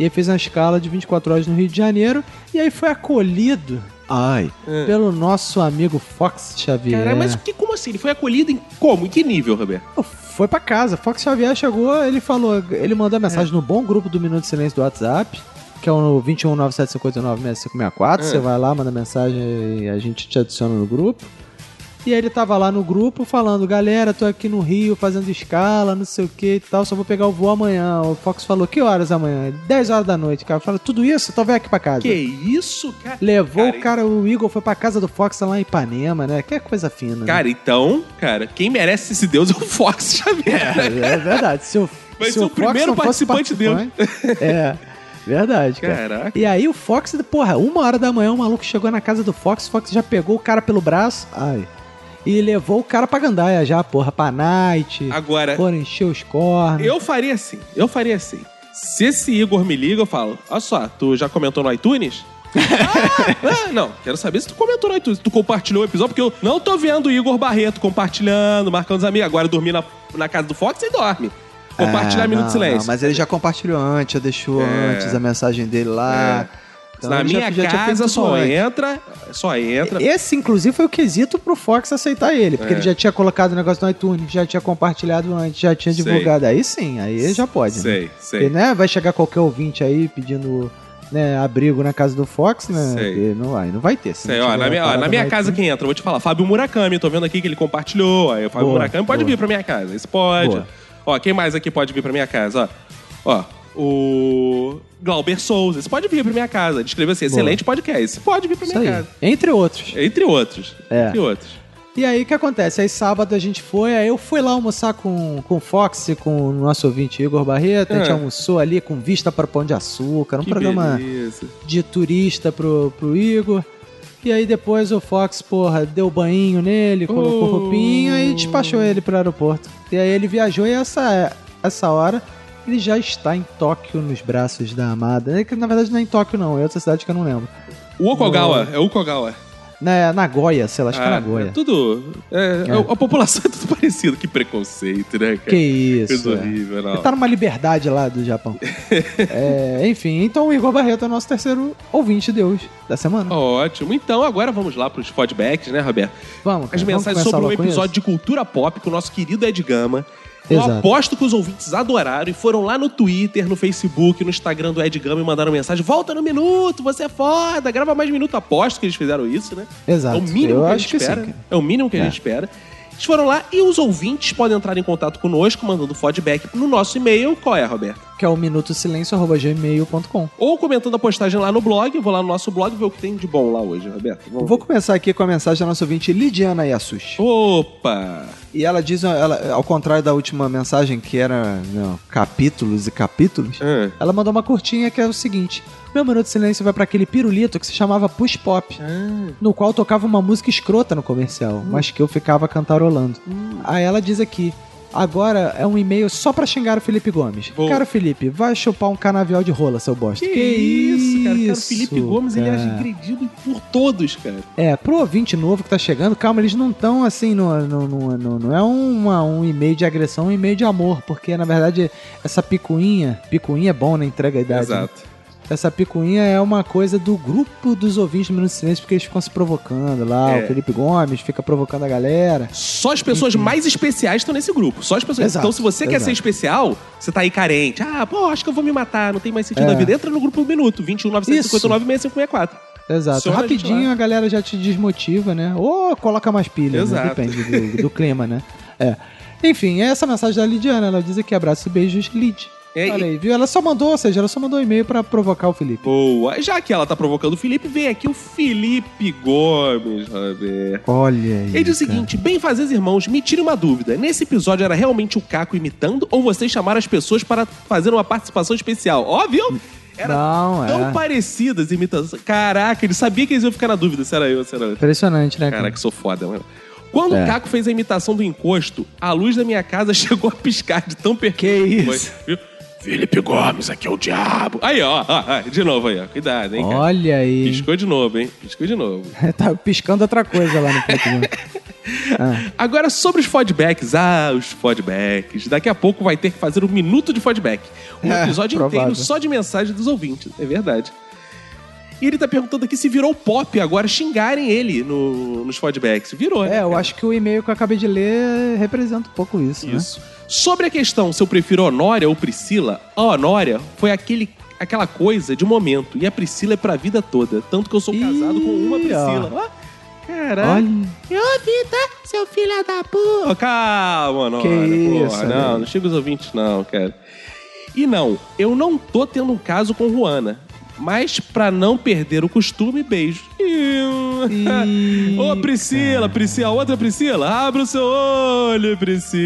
S2: E aí fez uma escala de 24 horas no Rio de Janeiro. E aí foi acolhido
S5: Ai. Pelo nosso amigo Fox Xavier.
S1: Caralho, mas que, como assim? Ele foi acolhido em como? Em que nível, Roberto?
S5: Foi pra casa. Fox Xavier chegou, ele falou, ele mandou a
S1: É.
S5: mensagem no bom grupo do Minuto de Silêncio do WhatsApp, que é o 21975596564.
S1: É.
S5: Você vai lá, manda mensagem e a gente te adiciona no grupo. E aí ele tava lá no grupo falando, galera, tô aqui no Rio fazendo escala, não sei o que e tal, só vou pegar o voo amanhã. O Fox falou, que horas amanhã? 10 horas da noite, cara. Fala, tudo isso? Então vem aqui pra casa.
S1: Que isso, cara?
S5: Levou
S1: Cara,
S5: o cara, o Igor foi pra casa do Fox lá em Ipanema, né? Que é coisa fina, né?
S1: Cara, então, cara, quem merece esse deus é o Fox Xavier. né?
S5: É verdade. Se o,
S1: Vai
S5: se
S1: ser o
S5: Fox
S1: primeiro
S5: não fosse
S1: participante dele.
S5: participante- É, verdade, cara.
S1: Caraca.
S5: E aí o Fox, porra, uma hora da manhã o maluco chegou na casa do Fox, o Fox já pegou o cara pelo braço, ai, e levou o cara pra gandaia já, porra, pra night,
S1: Agora,
S5: porra, encheu os cornos.
S1: eu faria assim, eu faria assim. Se esse Igor me liga, eu falo, olha só, tu já comentou no iTunes? ah, ah, não, quero saber se tu comentou no iTunes, se tu compartilhou o episódio, porque eu não tô vendo o Igor Barreto compartilhando, marcando os amigos. Agora dormir na, na casa do Fox e dorme. Compartilhar
S5: É,
S1: Minuto de
S5: não,
S1: Silêncio. É.
S5: não, mas ele já compartilhou antes, já deixou antes a mensagem dele lá. Então,
S1: Na
S5: ele já-
S1: minha
S5: já tinha feito
S1: casa
S5: tudo
S1: só
S5: antes.
S1: entra, só entra.
S5: Esse, inclusive, foi o quesito pro Fox aceitar ele, porque
S1: É.
S5: ele já tinha colocado o negócio no iTunes, já tinha compartilhado antes, já tinha
S1: Sei.
S5: divulgado. Aí sim, aí já pode. né?
S1: Sei,
S5: Porque,
S1: sei.
S5: né, vai chegar qualquer ouvinte aí pedindo né, abrigo na casa do Fox, né?
S1: Sei.
S5: Porque Não vai, não vai ter. se
S1: Sei,
S5: não
S1: ó,
S5: tiver
S1: na minha, ó,
S5: uma parada
S1: na minha
S5: no
S1: casa
S5: iTunes.
S1: quem entra? Eu Vou te falar, Fábio Murakami, tô vendo aqui que ele compartilhou. Aí o Fábio
S5: Boa,
S1: Murakami pode
S5: boa.
S1: vir pra minha casa. Isso pode.
S5: Boa.
S1: Ó, quem mais aqui pode vir pra minha casa? Ó, ó o Glauber Souza, esse pode vir pra minha casa. Descreveu assim, excelente podcast. Esse pode vir pra
S5: Isso
S1: é minha
S5: aí.
S1: casa.
S5: Entre outros.
S1: Entre outros.
S5: É.
S1: Entre outros.
S5: E aí o que acontece? Aí sábado a gente foi, aí eu fui lá almoçar com, com o Fox, e com o nosso ouvinte Igor Barreto, a gente
S1: É.
S5: almoçou ali com vista para o Pão de Açúcar, um
S1: Que
S5: programa
S1: beleza.
S5: de turista pro, pro Igor. E aí depois o Fox, porra, deu banho nele, colocou
S1: Oh.
S5: roupinha e despachou ele pro aeroporto. E aí ele viajou e essa, essa hora ele já está em Tóquio nos braços da amada. É que, Na verdade não é em Tóquio não, é outra cidade que eu não lembro.
S1: O Okogawa, é o Okogawa.
S5: Na Nagoya, sei lá, acho que é
S1: Ah,
S5: Nagoya.
S1: é tudo. é,
S5: É.
S1: A, a população é tudo parecido. Que preconceito, né, cara?
S5: Que isso.
S1: Coisa
S5: é.
S1: horrível, não.
S5: Ele tá numa liberdade lá do Japão. É, enfim, então o Igor Barreto é o nosso terceiro ouvinte deus da semana.
S1: Ótimo. Então, agora vamos lá pros feedbacks, né, Roberto?
S5: Vamos.
S1: As
S5: cara, vamos
S1: mensagens
S5: começar
S1: sobre um
S5: logo com
S1: episódio de cultura pop com o nosso querido Ed Gama. Eu
S5: Exato.
S1: aposto que os ouvintes adoraram e foram lá no Twitter, no Facebook, no Instagram do Ed Gama e mandaram mensagem: volta no minuto, você é foda, grava mais minuto. Aposto que eles fizeram isso, né?
S5: isso. Exato.
S1: É o mínimo
S5: Eu
S1: que a
S5: acho
S1: gente
S5: que
S1: espera.
S5: sim. cara.
S1: é o mínimo que a gente espera. Eles foram lá e os ouvintes podem entrar em contato conosco mandando feedback no nosso e-mail. Qual é, Roberto?
S5: que é o minutosilencio.gmail.com.
S1: Ou comentando a postagem lá no blog. Eu vou lá no nosso blog ver o que tem de bom lá hoje, Roberto. Vamos
S5: Vou
S1: ver.
S5: começar aqui com a mensagem da nossa ouvinte Lidiana Yasushi.
S1: Opa!
S5: E ela diz, ela, ao contrário da última mensagem, que era não, capítulos e capítulos,
S1: Ah.
S5: ela mandou uma curtinha que é o seguinte: Meu minuto de silêncio vai pra aquele pirulito que se chamava Push Pop,
S1: Ah.
S5: no qual tocava uma música escrota no comercial,
S1: Hum.
S5: mas que eu ficava cantarolando. Aí ela diz aqui. Agora é um e-mail só pra xingar o Felipe Gomes.
S1: Boa.
S5: Cara, Felipe, vai chupar um canavial de rola, seu bosta.
S1: Que, isso, cara. cara o
S5: isso,
S1: Felipe Gomes, ele
S5: cara.
S1: é agredido por todos, cara.
S5: É, pro ouvinte novo que tá chegando, calma, eles não estão assim, não, não, não, não, não é uma, um e-mail de agressão, é um e-mail de amor, porque na verdade essa picuinha, picuinha é bom na entrega a idade. né? Essa picuinha é uma coisa do grupo dos ouvintes do Minuto de Silêncio, porque eles ficam se provocando lá,
S1: É.
S5: o Felipe Gomes fica provocando a galera.
S1: Só as pessoas mais especiais estão nesse grupo. Só as pessoas.
S5: Exato,
S1: então, se você quer
S5: exato.
S1: ser especial, você tá aí carente. Ah, pô, acho que eu vou me matar, não tem mais sentido
S5: É.
S1: a vida. Entra no grupo do Minuto, 21 959 6564.
S5: Exato.
S1: Só a gente
S5: Rapidinho
S1: lá.
S5: a galera já te desmotiva, né? Ou coloca mais pilha, né?
S1: Exato.
S5: depende do, do clima, né? É. Enfim, é essa mensagem da Lidiana, ela diz aqui, abraços e beijos, Lid.
S1: É,
S5: Olha
S1: e-
S5: aí, viu? Ela só mandou, ou seja, ela só mandou um e-mail pra provocar o Felipe.
S1: Boa. Já que ela tá provocando o Felipe, vem aqui o Felipe Gomes, Roberto.
S5: Olha aí.
S1: Ele diz o seguinte: bem fazer, irmãos, me tire uma dúvida. Nesse episódio era realmente o Caco imitando ou vocês chamaram as pessoas para fazer uma participação especial? Óbvio! Era
S5: Não,
S1: tão
S5: é.
S1: parecidas imitações. Caraca, ele sabia que eles iam ficar na dúvida se era eu ou se era eu.
S5: Impressionante, né? cara?
S1: Caraca, sou foda, mano. Quando
S5: É.
S1: o Caco fez a imitação do encosto, a luz da minha casa chegou a piscar de tão perfeito.
S5: Que
S1: foi,
S5: isso?
S1: viu? Felipe Gomes, aqui é o diabo. Aí, ó, ó, ó, de novo aí, ó. Cuidado, hein, cara.
S5: Olha aí.
S1: Piscou de novo, hein? Piscou de novo.
S5: tá piscando outra coisa lá no Patreon.
S1: Agora, sobre os feedbacks. Ah, os feedbacks. Daqui a pouco vai ter que fazer um minuto de feedback. Um
S5: É,
S1: episódio
S5: provável.
S1: inteiro só de mensagem dos ouvintes. É verdade. E ele tá perguntando aqui se virou pop agora xingarem ele no, nos feedbacks. Virou, né?
S5: É, eu acho que o e-mail que eu acabei de ler representa um pouco isso, né?
S1: Isso. Sobre a questão se eu prefiro Honória ou Priscila, a Honória foi aquele, aquela coisa de momento. E a Priscila é pra vida toda. Tanto que eu sou
S5: Ih,
S1: casado com uma Priscila.
S5: ó.
S1: Ah, Caralho. Ô, vida, seu filho da puta. Calma, Honória. porra.
S5: isso,
S1: não, não chega os ouvintes, não, cara. E não, eu não tô tendo um caso com Ruana. Mas pra não perder o costume, beijo.
S5: Ih,
S1: Ô, Priscila, Priscila, outra Priscila, abra o seu olho, Priscila.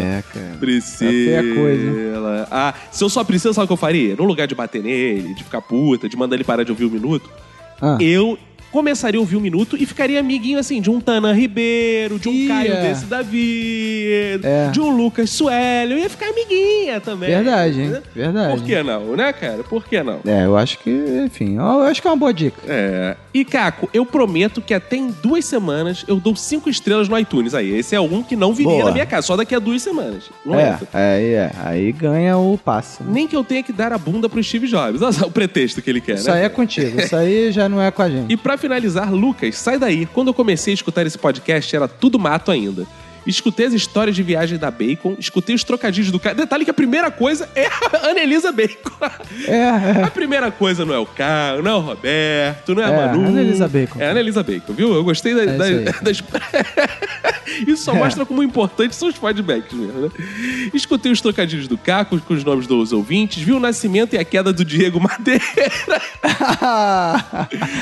S5: É, cara.
S1: Priscila.
S5: É feia coisa.
S1: Ah, se eu sou a Priscila, sabe o que eu faria? No lugar de bater nele, de ficar puta, de mandar ele parar de ouvir o minuto,
S5: Ah.
S1: eu começaria a ouvir o minuto e ficaria amiguinho assim de um Tanan Ribeiro, de um
S5: Ia.
S1: Caio desse Davi,
S5: É.
S1: de um Lucas Suélio. Eu ia ficar amiguinha também.
S5: Verdade, hein?
S1: né?
S5: Verdade.
S1: Por que não, né, cara? Por que não?
S5: É, eu acho que, enfim, eu acho que é uma boa dica.
S1: É. E, Caco, eu prometo que até em duas semanas eu dou cinco estrelas no iTunes. Aí, esse é algum que não viria
S5: Boa.
S1: na minha casa, só daqui a duas semanas. Não
S5: É,
S1: entra.
S5: aí, é, aí ganha o passe. né?
S1: Nem que eu tenha que dar a bunda pro Steve Jobs. Olha só o pretexto que ele quer,
S5: Isso
S1: né?
S5: aí é contigo, isso aí já não é com a gente.
S1: E pra finalizar, Lucas, sai daí. Quando eu comecei a escutar esse podcast, era tudo mato ainda. Escutei as histórias de viagem da Bacon, escutei os trocadilhos do cara. Detalhe que a primeira coisa é a Anelisa Bacon.
S5: É,
S1: A primeira coisa não é o Caio, não é o Roberto, não é,
S5: É,
S1: a Manu.
S5: Anelisa Bacon.
S1: É a Anelisa Bacon, viu? Eu gostei da,
S5: É isso
S1: da-
S5: aí. É.
S1: das. isso só mostra como importantes são os feedbacks mesmo, né? Escutei os trocadilhos do Caco com os nomes dos ouvintes, vi o nascimento e a queda do Diego Madeira,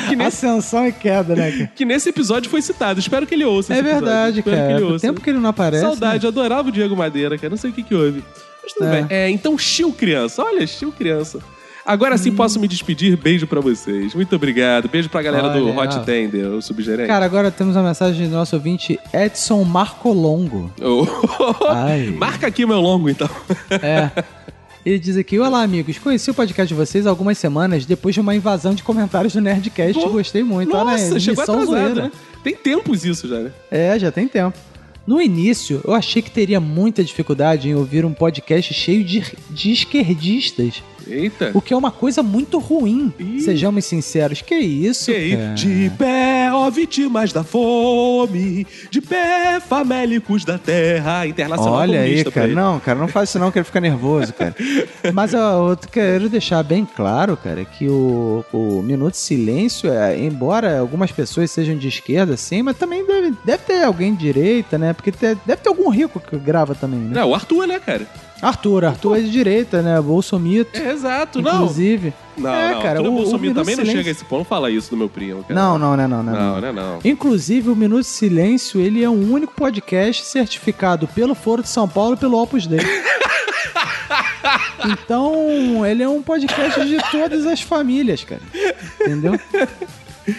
S1: Que nem-
S5: Ascensão e queda, né, cara?
S1: que nesse episódio foi citado. Espero que ele ouça.
S5: É
S1: esse episódio.
S5: verdade,
S1: Espero
S5: cara.
S1: Que ele
S5: Tem
S1: ouça.
S5: tempo que ele não aparece. né?
S1: Saudade, eu adorava o Diego Madeira, cara. Não sei o que que houve. Mas tudo
S5: É.
S1: bem. É, então, chiu criança. Olha, chiu criança. Agora
S5: Hum.
S1: sim posso me despedir. Beijo pra vocês. Muito obrigado. Beijo pra galera do
S5: Olha,
S1: Hot
S5: ó.
S1: Tender, o subgerente.
S5: Né? Cara, agora temos uma mensagem do nosso ouvinte Edson Marcolongo.
S1: Oh.
S5: Ai.
S1: Marca aqui meu longo, então.
S5: É. Ele diz aqui: Olá, amigos. Conheci o podcast de vocês algumas semanas depois de uma invasão de comentários do Nerdcast.
S1: Pô,
S5: Gostei muito. Olha aí,
S1: Nossa, chegou
S5: missão
S1: atrasado,
S5: é zoeira.
S1: né? Tem tempos isso já, né?
S5: É, já tem tempo. No início, eu achei que teria muita dificuldade em ouvir um podcast cheio de, de esquerdistas,
S1: Eita.
S5: o que é uma coisa muito ruim.
S1: Ih.
S5: Sejamos sinceros, que isso?
S1: Que aí,
S5: cara?
S1: De pé, ó vítimas da fome, de pé, famélicos da terra, internacional
S5: Olha aí,
S1: comunista pra
S5: cara.
S1: ele.
S5: Não, cara, não faz isso não, que ele fica nervoso, cara. Mas ó, eu quero deixar bem claro, cara, que o, o Minuto de Silêncio, é, embora algumas pessoas sejam de esquerda, sim, mas também deve, deve ter alguém de direita, né? Porque te- deve ter algum rico que grava também, né?
S1: Não, o Arthur, né, cara?
S5: Arthur, Arthur é de direita, né? Bolsomito,
S1: É, exato, não.
S5: inclusive.
S1: Não,
S5: É,
S1: não.
S5: cara,
S1: Arthur
S5: o- o
S1: Bolsonaro
S5: Minuto
S1: também não
S5: Silêncio-
S1: chega a esse ponto. Não fala isso do meu primo, cara.
S5: Não, não, né? Não, não, não.
S1: Não, né, não.
S5: Inclusive, o Minuto de Silêncio, ele é o único podcast certificado pelo Foro de São Paulo e pelo Opus Dei. Então, ele é um podcast de todas as famílias, cara. Entendeu?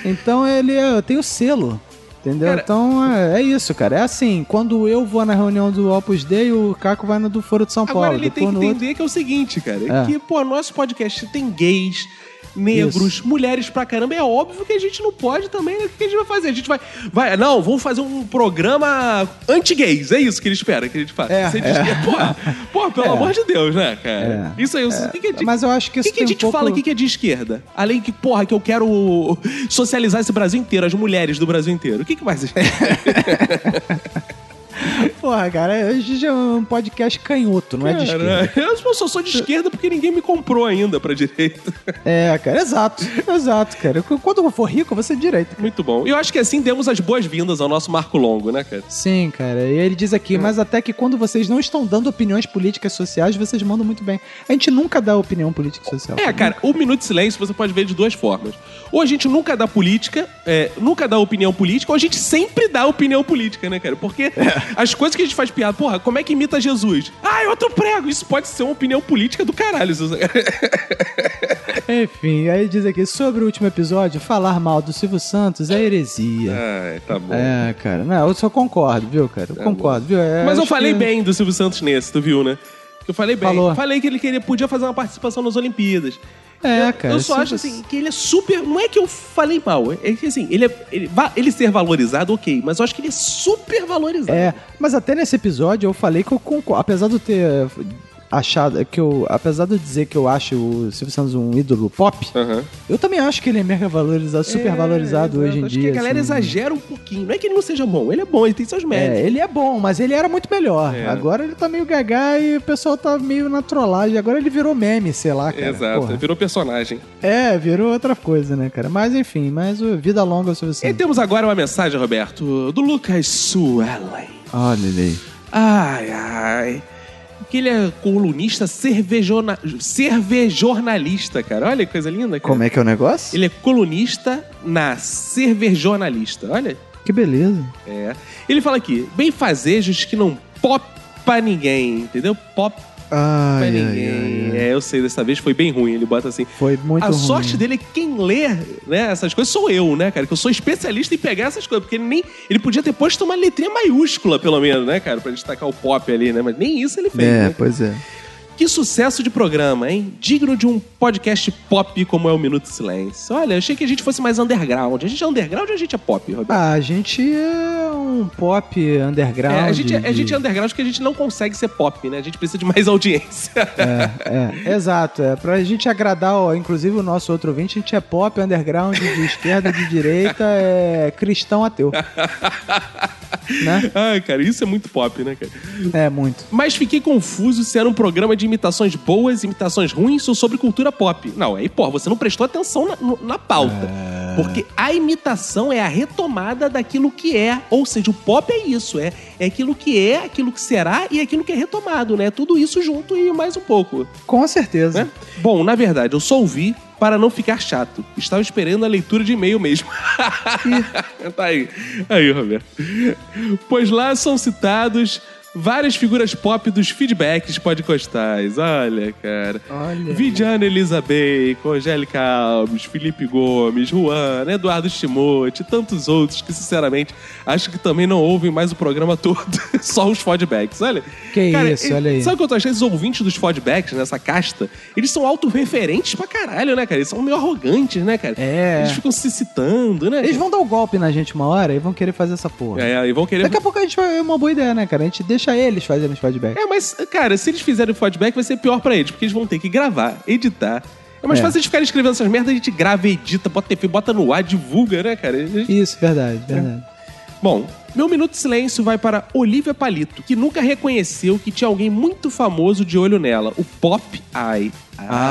S5: Então, ele é, tem o selo. Entendeu?
S1: Cara-
S5: então, é, é isso, cara. É assim, quando eu vou na reunião do Opus Dei, o Caco vai na do Foro de São Paulo.
S1: Agora ele tem
S5: depois
S1: que
S5: no outro.
S1: entender que é o seguinte, cara.
S5: É.
S1: Que, pô, nosso podcast tem gays, negros, mulheres pra caramba. É óbvio que a gente não pode também, né? O que a gente vai fazer? A gente vai. vai não, vamos fazer um programa anti-gays. É isso que ele espera que a gente faça.
S5: É,
S1: Você diz que- pô, pô, pelo amor de Deus, né, cara? Isso aí, o que, que a gente.
S5: Mas eu acho
S1: o
S5: que isso
S1: que, que a
S5: tem um
S1: gente
S5: pouco-
S1: fala aqui que é de esquerda? Além que, porra, que eu quero socializar esse Brasil inteiro, as mulheres do Brasil inteiro. O que, que mais a gente
S5: Porra, cara, hoje é um podcast canhoto, não é de esquerda.
S1: Cara, eu só só sou de esquerda porque ninguém me comprou ainda pra direita.
S5: É, cara, exato. Exato, cara. Qu- Quando eu for rico, eu vou ser direito.
S1: Muito bom. E eu acho que assim demos as boas-vindas ao nosso Marco Longo, né, cara?
S5: Sim, cara. E ele diz
S1: Hum.
S5: aqui, mas até que quando vocês não estão dando opiniões políticas e sociais, vocês mandam muito bem. A gente nunca dá opinião política e social.
S1: É, cara, o Minuto de Silêncio você pode ver de duas formas. Ou a gente nunca dá política, é, nunca dá opinião política, ou a gente sempre dá opinião política, né, cara? Porque as coisas que a gente faz piada, porra, como é que imita Jesus? Ah, é outro prego! Isso pode ser uma opinião política do caralho. isso-
S5: Enfim, aí ele diz aqui, sobre o último episódio, falar mal do Silvio Santos é heresia.
S1: Ai, tá bom.
S5: É, cara. Não, eu só concordo, viu, cara? Eu concordo, viu? É,
S1: Mas eu
S5: acho
S1: falei
S5: que-
S1: bem do Silvio Santos nesse, tu viu, né? Eu falei bem.
S5: Falou.
S1: Falei que ele queria, podia fazer uma participação nas Olimpíadas.
S5: É,
S1: eu,
S5: cara.
S1: Eu só
S5: Silvio-
S1: acho assim que ele é super. Não é que eu falei mal. É que assim, ele, é, ele, va- ele ser valorizado, ok. Mas eu acho que ele é super valorizado.
S5: É, mas até nesse episódio eu falei que eu concordo. Apesar de eu ter eh, achado, que eu, apesar de eu dizer que eu acho o Silvio Santos um ídolo pop,
S1: Aham.
S5: eu também acho que ele é mega valorizado, super valorizado
S2: É,
S5: hoje em
S2: acho
S5: dia.
S2: que a galera
S5: assim.
S2: exagera um pouquinho. Não é que ele não seja bom, ele é bom, ele tem seus méritos.
S5: É, ele é bom, mas ele era muito melhor.
S2: É.
S5: Agora ele tá meio gagá e o pessoal tá meio na trollagem. Agora ele virou meme, sei lá, cara.
S1: Exato,
S5: Porra.
S1: virou personagem.
S5: É, virou outra coisa, né, cara? Mas enfim, mas o vida longa ao Silvio
S1: E
S5: Santos.
S1: temos agora uma mensagem, Roberto, do Lucas Suellen.
S5: Olha ele aí.
S1: Ai, ai. Que ele é colunista cervejona... cervejornalista, cara. Olha que coisa linda, cara.
S10: Como é que é o negócio?
S1: Ele é colunista na cervejornalista. Olha.
S5: Que beleza.
S1: É. Ele fala aqui, bem fazejos que não popa ninguém, entendeu? Popa
S5: Ai,
S1: ninguém. É, eu sei, dessa vez foi bem ruim. Ele bota assim.
S5: Foi muito
S1: a
S5: ruim.
S1: sorte dele é que quem lê né, essas coisas sou eu, né, cara? Que eu sou especialista em pegar essas coisas. Porque ele nem. Ele podia ter posto uma letrinha maiúscula, pelo menos, né, cara? Pra destacar o pop ali, né? Mas nem isso ele fez.
S10: É,
S1: né?
S10: pois é.
S1: Que sucesso de programa, hein? Digno de um podcast pop como é o Minuto de Silêncio. Olha, eu achei que a gente fosse mais underground. A gente é underground ou a gente é pop, Roberto?
S5: Ah, a gente é um pop underground.
S1: É, a, gente, a
S5: de-
S1: gente é underground porque a gente não consegue ser pop, né? A gente precisa de mais audiência.
S5: É, exato. É. Pra gente agradar, ó, inclusive, o nosso outro ouvinte, a gente é pop, underground, de esquerda, de direita, é cristão ateu. né?
S1: Ai, cara, isso é muito pop, né, cara?
S5: É muito.
S1: Mas fiquei confuso se era um programa de imitações boas, imitações ruins ou sobre cultura pop. Não, aí, pô, você não prestou atenção na, no- na pauta. Porque a imitação é a retomada daquilo que é. Ou seja, o pop é isso. É, é aquilo que é, aquilo que será e aquilo que é retomado, né? Tudo isso junto e mais um pouco.
S5: Com certeza.
S1: Né? Bom, na verdade, eu só ouvi para não ficar chato. Estava esperando a leitura de e-mail mesmo. tá aí. Aí, Roberto. Pois lá são citados várias figuras pop dos feedbacks podcastais. Olha, cara.
S5: Olha.
S1: Vidiana Elizabeth, Angélica Alves, Felipe Gomes, Juan, Eduardo Timote e tantos outros que, sinceramente, acho que também não ouvem mais o programa todo. Só os feedbacks. Olha.
S5: Que isso,
S1: e-
S5: olha aí.
S1: Sabe o que eu tô achando? Esses ouvintes dos feedbacks, nessa casta, eles são autorreferentes pra caralho, né, cara? Eles são meio arrogantes, né, cara?
S5: É.
S1: Eles ficam se citando, né?
S5: Eles vão dar o golpe na gente uma hora e vão querer fazer essa porra.
S1: É, é, e vão querer
S5: Daqui a pouco a gente vai. É uma boa ideia, né, cara? A gente deixa eles fazerem os feedback.
S1: É, mas, cara, se eles fizerem o feedback, vai ser pior pra eles, porque eles vão ter que gravar, editar. É mais
S5: É.
S1: fácil eles ficarem escrevendo essas merdas, a gente grava, edita, bota TV, bota no ar, divulga, né, cara? Eles-
S5: Isso, verdade, verdade.
S1: Bom, meu minuto de silêncio vai para Olivia Palito, que nunca reconheceu que tinha alguém muito famoso de olho nela, o Pop Eye.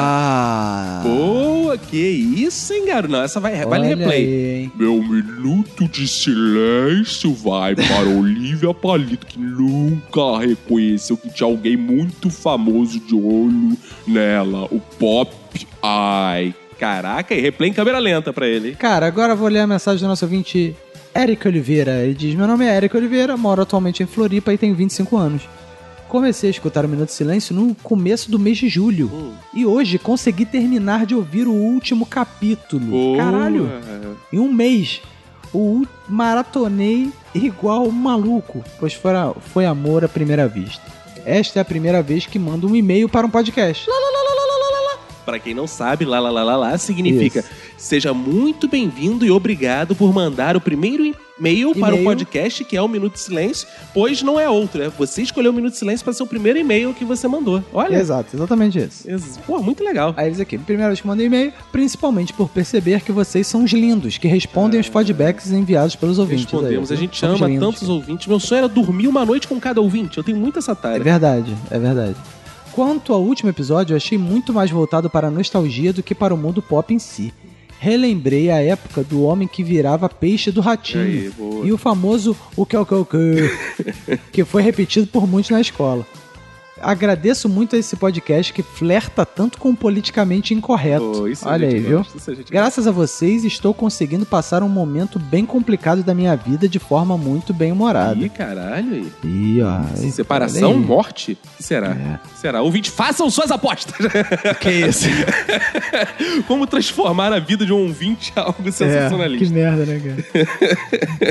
S5: Ah.
S1: Boa, que isso, hein, garoto? Não, essa vai, vale
S5: olha
S1: replay.
S5: aí, hein?
S11: Meu minuto de silêncio vai para Olivia Palito, que nunca reconheceu que tinha alguém muito famoso de olho nela, o Pop
S1: Ai, caraca, e replay em câmera lenta pra ele. hein?
S5: Cara, agora eu vou ler a mensagem do nosso ouvinte Eric Oliveira. Ele diz: Meu nome é Eric Oliveira, moro atualmente em Floripa e tenho 25 anos. Comecei a escutar o Minuto de Silêncio no começo do mês de julho.
S1: Hum.
S5: E hoje consegui terminar de ouvir o último Um capítulo.
S1: Boa.
S5: Caralho! Em um mês, o ú- maratonei igual um maluco, pois foi, a- foi amor à primeira vista. Esta é a primeira vez que mando um e-mail para um podcast.
S1: Pra quem não sabe, lá, lá, lá, lá, lá significa seja muito bem-vindo e obrigado por mandar o primeiro e-mail para o
S5: E-mail.
S1: podcast, que é o Minuto de Silêncio, pois não é outro. É você escolheu o Minuto de Silêncio para ser o primeiro e-mail que você mandou. Olha.
S5: Exato, exatamente isso.
S1: Ex Pô, muito legal.
S5: Aí eles aqui, primeira vez que mandei e-mail, principalmente por perceber que vocês são os lindos, que respondem os feedbacks enviados pelos ouvintes.
S1: É. Respondemos.
S5: Aí,
S1: A gente
S5: somos
S1: ama
S5: lindos,
S1: tantos
S5: cara.
S1: ouvintes. Meu sonho era dormir uma noite com cada ouvinte. Eu tenho muita essa
S5: É
S1: tarefa.
S5: verdade, é verdade. Quanto ao último episódio, eu achei muito mais voltado para a nostalgia do que para o mundo pop em si. Relembrei a época do homem que virava peixe do ratinho.
S1: Aí, boa.
S5: E o famoso o que é o que é o que, que foi repetido por muitos na escola. Agradeço muito a esse podcast que flerta tanto com o politicamente incorreto.
S1: Pô, isso a
S5: Olha
S1: gente
S5: aí, viu?
S1: gosta, isso a gente
S5: Graças a vocês, estou conseguindo passar um momento bem complicado da minha vida de forma muito bem-humorada.
S1: Ih, caralho. aí.
S5: Ih, ó. aí,
S1: Separação,
S5: olha aí.
S1: morte? O que será?
S2: É.
S1: O que Será? Ouvinte, façam suas apostas.
S5: Que isso?
S1: Como transformar a vida de um ouvinte em algo
S5: é, que
S1: sensacionalista.
S5: merda, né, cara?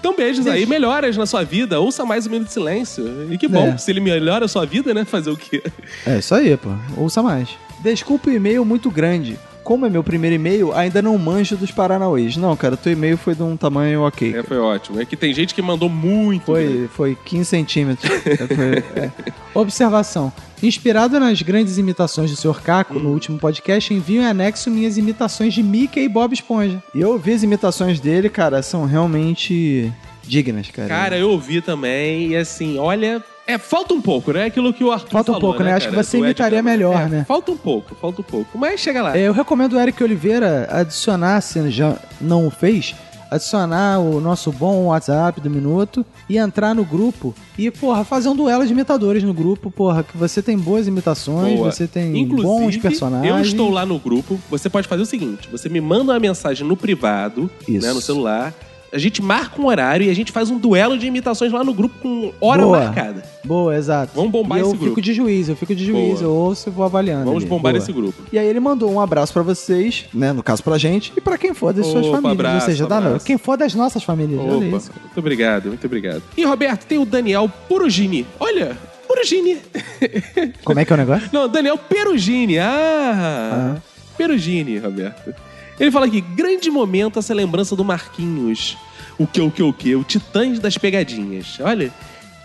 S1: Então, beijos aí, melhoras na sua vida, ouça mais um Minuto de Silêncio. E que bom,
S5: É.
S1: se ele melhora a sua vida, né? Fazer o quê?
S5: É isso aí, pô. Ouça mais. Desculpa o e-mail muito grande.
S12: como é meu primeiro e-mail, ainda não manjo dos Paranauês. Não, cara, teu e-mail foi de um tamanho ok.
S13: É, foi ótimo. É que tem gente que mandou muito. né?
S12: Foi, foi 15 centímetros. É, foi- é.
S2: Observação. Inspirado nas grandes imitações do Sr. Caco no último podcast, envio em anexo minhas imitações de Mickey e Bob Esponja.
S12: E eu ouvi as imitações dele, cara, são realmente dignas, cara.
S1: Cara, eu ouvi também, e assim, olha. É, falta um pouco, né? Aquilo que o Arthur
S2: Falta um
S1: falou,
S2: pouco, né? Acho que
S1: cara,
S2: você
S1: do Ed
S2: imitaria
S1: Gamer.
S2: melhor,
S1: É,
S2: né?
S1: Falta um pouco, falta um pouco. Mas chega lá.
S2: É, Eu recomendo o Eric Oliveira adicionar, se já não o fez, adicionar o nosso bom WhatsApp do Minuto e entrar no grupo e, porra, fazer um duelo de imitadores no grupo, porra, que você tem boas imitações,
S1: Boa.
S2: você tem
S1: Inclusive,
S2: bons personagens.
S1: eu estou lá no grupo. Você pode fazer o seguinte: você me manda uma mensagem no privado,
S2: Isso.
S1: né, no celular. A gente marca um horário e a gente faz um duelo de imitações lá no grupo com hora
S2: Boa.
S1: marcada.
S2: Boa, exato.
S1: Vamos bombar
S2: e eu
S1: esse
S2: fico
S1: grupo.
S2: de juiz, eu fico de juiz,
S1: Boa.
S2: eu ouço e vou avaliando.
S1: Vamos
S2: ali.
S1: bombar
S2: Boa.
S1: esse grupo.
S12: E aí ele mandou um abraço pra vocês, né? No caso pra gente, e pra quem for das suas
S1: Opa,
S12: famílias.
S1: abraço,
S12: ou seja, da-
S1: abraço.
S2: Quem for das nossas famílias, olha
S1: Opa,
S2: isso.
S1: muito obrigado, muito obrigado. E Roberto, tem o Daniel Purugini. Olha, Purugini.
S2: Como é que é o negócio?
S1: Não, Daniel Perugini. Ah! Perugini, Roberto. Ele fala aqui, grande momento essa lembrança do Marquinhos. O que, o que, o que? O Titãs das Pegadinhas. Olha.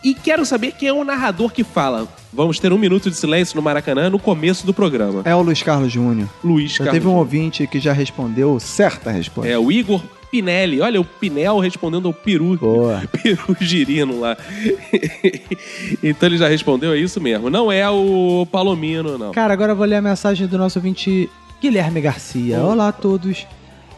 S1: E quero saber quem é o narrador que fala. Vamos ter um minuto de silêncio no Maracanã no começo do programa.
S12: É o Luiz Carlos Júnior.
S1: Luiz
S12: Já
S1: Carlos.
S12: teve um ouvinte que já respondeu certa resposta.
S1: É, o Igor Pinelli. Olha, o Pinel respondendo ao Peru.
S12: Boa.
S1: Peru girino lá. então ele já respondeu, é isso mesmo. Não é o Palomino, não.
S2: Cara, agora eu vou ler a mensagem do nosso ouvinte Guilherme Garcia. Olá a todos.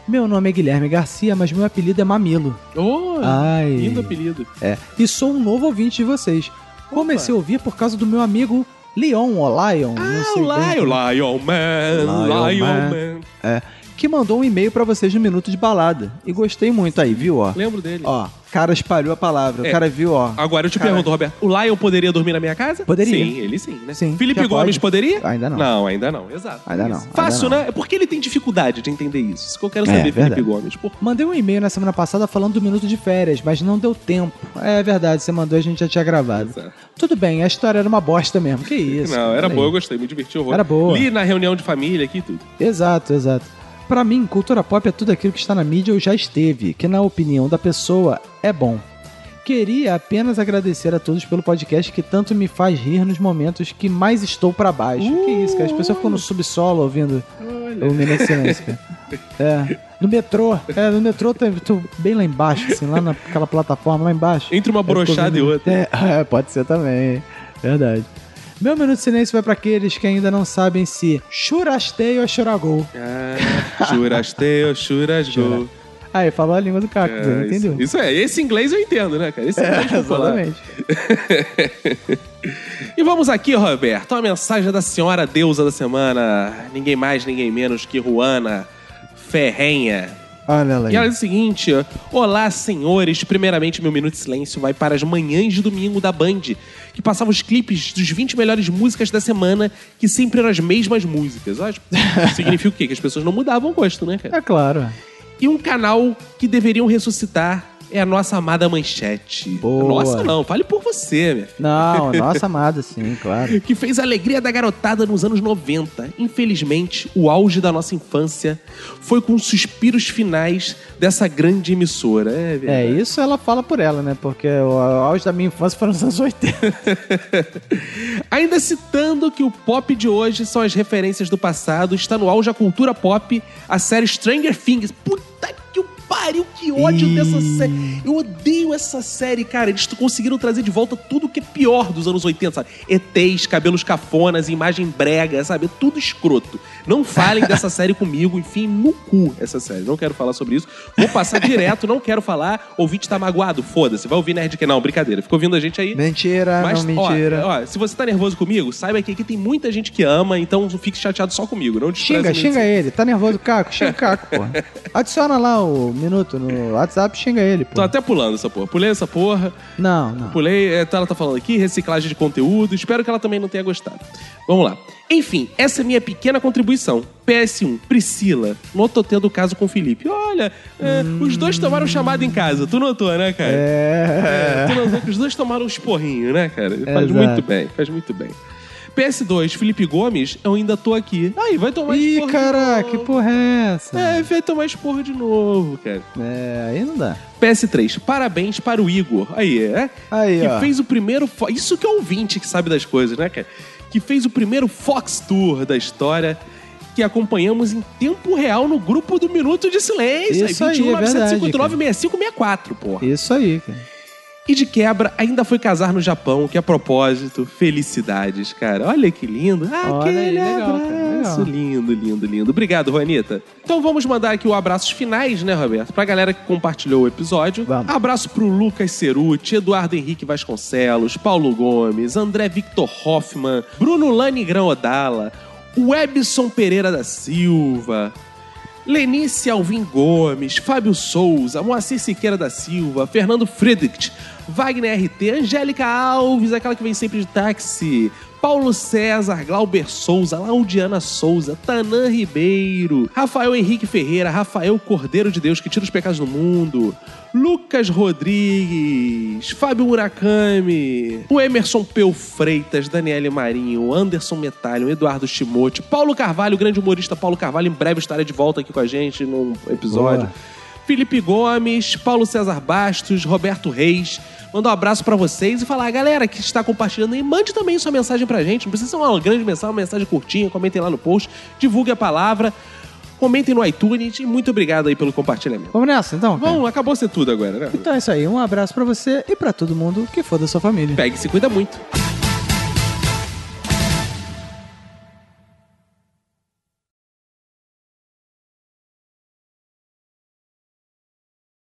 S2: Meu nome é Guilherme Garcia, mas meu apelido é Mamilo.
S1: Oh,
S12: Ah,
S2: Ai.
S1: lindo apelido.
S2: É. E sou um novo ouvinte de vocês. Comecei a ouvir por causa do meu amigo Leon, ou Lion. não
S1: Ah,
S2: sei
S1: o
S2: bem.
S1: Lion, Lion Man,
S12: Lion
S1: Lion
S12: Man.
S1: Man.
S12: Que mandou um e-mail pra vocês no Minuto de Balada. E gostei muito aí, viu? Ó,
S1: Lembro dele.
S12: ó cara espalhou a palavra.
S1: É.
S12: O cara viu, ó.
S1: Agora eu te
S12: Caraca.
S1: pergunto, Roberto, o Lion poderia dormir na minha casa?
S2: Poderia.
S1: Sim, ele sim, né?
S2: Sim,
S1: Felipe
S2: já
S1: Gomes
S2: pode.
S1: poderia?
S12: Ainda não.
S1: ainda não, exato.
S12: Ainda não, ainda
S1: Fácil,
S12: não.
S1: né? É porque ele tem dificuldade de entender isso. Isso que eu quero
S12: É,
S1: saber, Felipe
S12: verdade.
S1: Gomes. Por...
S2: Mandei um e-mail na semana passada falando do minuto de férias, mas não deu tempo. É verdade, você mandou, a gente já tinha gravado.
S1: Exato.
S2: Tudo bem, a história era uma bosta mesmo. Que isso?
S1: não,
S2: cara,
S1: era
S2: olha
S1: boa,
S2: aí.
S1: eu gostei, me diverti horror.
S2: Era boa.
S1: Li na reunião de família aqui e tudo.
S2: Exato, exato. Pra mim, cultura pop é tudo aquilo que está na mídia ou já esteve, que na opinião da pessoa é bom. Queria apenas agradecer a todos pelo podcast que tanto me faz rir nos momentos que mais estou pra baixo. Que isso, cara? As pessoas ficam no subsolo ouvindo o Minuto de Silêncio, cara. É. No metrô. É, no metrô tá- tô bem lá embaixo, assim, lá naquela plataforma, lá embaixo.
S1: Entre uma
S2: Eu fico
S1: brochada e
S12: né?
S2: ouvindo-
S1: outra.
S2: É, é, pode ser também. Verdade. Meu minuto de silêncio vai pra aqueles que ainda não sabem se churastei ou choragou.
S1: Ah, churas teu, churas go.
S2: Aí, falou a língua do Caco,
S1: É,
S2: você entendeu? É,
S1: Isso, isso é, esse inglês eu entendo, né, cara? Esse inglês eu vou falar.
S2: Exatamente.
S1: E vamos aqui, Roberto, a mensagem da senhora deusa da semana. Ninguém mais, ninguém menos que Ruana Ferrenha.
S2: Olha ela aí.
S1: E ela diz o seguinte: Olá, senhores. Primeiramente, meu minuto de silêncio vai para as manhãs de domingo da Band, que passava os clipes dos 20 melhores músicas da semana, que sempre eram as mesmas músicas. Ó, Significa o quê? Que as pessoas não mudavam o gosto, né, cara?
S2: É claro.
S1: E um canal que deveriam ressuscitar é a nossa amada Manchete.
S2: Boa.
S1: Nossa, não, fale por você, minha
S2: Não, nossa amada, sim, claro.
S1: que fez a alegria da garotada nos anos 90. Infelizmente, o auge da nossa infância foi com os suspiros finais dessa grande emissora. É,
S2: É,
S1: verdade.
S2: isso ela fala por ela, né? Porque o auge da minha infância foram nos anos 80.
S1: Ainda citando que o pop de hoje são as referências do passado, está no auge a cultura pop, a série Stranger Things. Puta que o pariu, que ódio
S2: Ih.
S1: dessa série. Eu odeio essa série, cara. Eles conseguiram trazer de volta tudo que é pior dos anos 80, sabe? ETs, cabelos cafonas, imagem brega, sabe? Tudo escroto. Não falem dessa série comigo, enfim, no cu essa série. Não quero falar sobre isso. Vou passar direto, não quero falar. Ouvinte tá magoado, foda-se. Vai ouvir Nerd que não, brincadeira. Ficou ouvindo a gente aí?
S12: Mentira,
S1: Mas,
S12: não mentira.
S1: Ó, ó, se você tá nervoso comigo, saiba que aqui tem muita gente que ama, então não fique chateado só comigo. Não despreze
S2: Xinga,
S1: o
S2: xinga
S1: Minuto
S2: ele. Tá nervoso, Caco? Xinga o Caco, porra. Adiciona lá o minuto no WhatsApp, xinga ele,
S1: Tô
S2: porra.
S1: Tá até pulando essa porra. Pulei essa porra.
S2: Não, não.
S1: Pulei. é, Ela tá falando aqui, reciclagem de conteúdo. Espero que ela também não tenha gostado. Vamos lá. Enfim, essa é minha pequena contribuição. PS1, Priscila, notou tendo caso com o Felipe. Olha, é,
S2: Hum.
S1: os dois tomaram chamada em casa. Tu notou, né, cara? É,
S2: É.
S1: tu notou que os dois tomaram um esporrinho, né, cara? Faz
S2: Exato.
S1: muito bem, faz muito bem. PS2, Felipe Gomes, eu ainda tô aqui. Aí, vai tomar
S2: Ih,
S1: esporro de
S2: caraca, que
S1: novo.
S2: porra é essa?
S1: É, vai tomar esporro de novo, cara.
S2: É, aí não ddá.
S1: PS3, parabéns para o Igor. Aí, é?
S2: Aí,
S1: que
S2: ó.
S1: fez o primeiro. fo- Isso que é ouvinte que sabe das coisas, né, cara? Que fez o primeiro Fox Tour da história que acompanhamos em tempo real no grupo do Minuto de Silêncio. um,
S2: Isso aí, é
S1: 959 6564, porra.
S2: Isso aí, cara.
S1: E de quebra, ainda foi casar no Japão, que a propósito, felicidades, cara. Olha que lindo. Ah,
S2: Olha aí,
S1: Aquele
S2: legal, cara,
S1: abraço.
S2: legal.
S1: Lindo, lindo, lindo. Obrigado, Juanita. Então vamos mandar aqui o abraços finais, né, Roberto? Pra galera que compartilhou o episódio.
S2: Vamos.
S1: Abraço pro Lucas Ceruti, Eduardo Henrique Vasconcelos, Paulo Gomes, André Victor Hoffman, Bruno Lanigrão Odala, Webson Pereira da Silva, Lenice Alvim Gomes, Fábio Souza, Moacir Siqueira da Silva, Fernando Friedrich, Wagner RT, Angélica Alves, aquela que vem sempre de táxi, Paulo César, Glauber Souza, Laudiana Souza, Tanã Ribeiro, Rafael Henrique Ferreira, Rafael Cordeiro de Deus, que tira os pecados do mundo, Lucas Rodrigues, Fábio Murakami, o Emerson Peu Freitas, Daniele Marinho, Anderson Metalho, Eduardo Chimote, Paulo Carvalho, o grande humorista Paulo Carvalho, em breve estará de volta aqui com a gente num episódio.
S2: Boa.
S1: Felipe Gomes, Paulo César Bastos, Roberto Reis. Mandar um abraço pra vocês e falar, "Ah, galera que está compartilhando aí, mande também sua mensagem pra gente. Não precisa ser uma grande mensagem, uma mensagem curtinha, comentem lá no post, divulgue a palavra, comentem no iTunes e muito obrigado aí pelo compartilhamento.
S2: Vamos nessa, então? cara?
S1: Bom, acabou ser tudo agora, né?
S2: Então é isso aí. Um abraço pra você e pra todo mundo que for da sua família.
S1: Pegue e se cuida muito.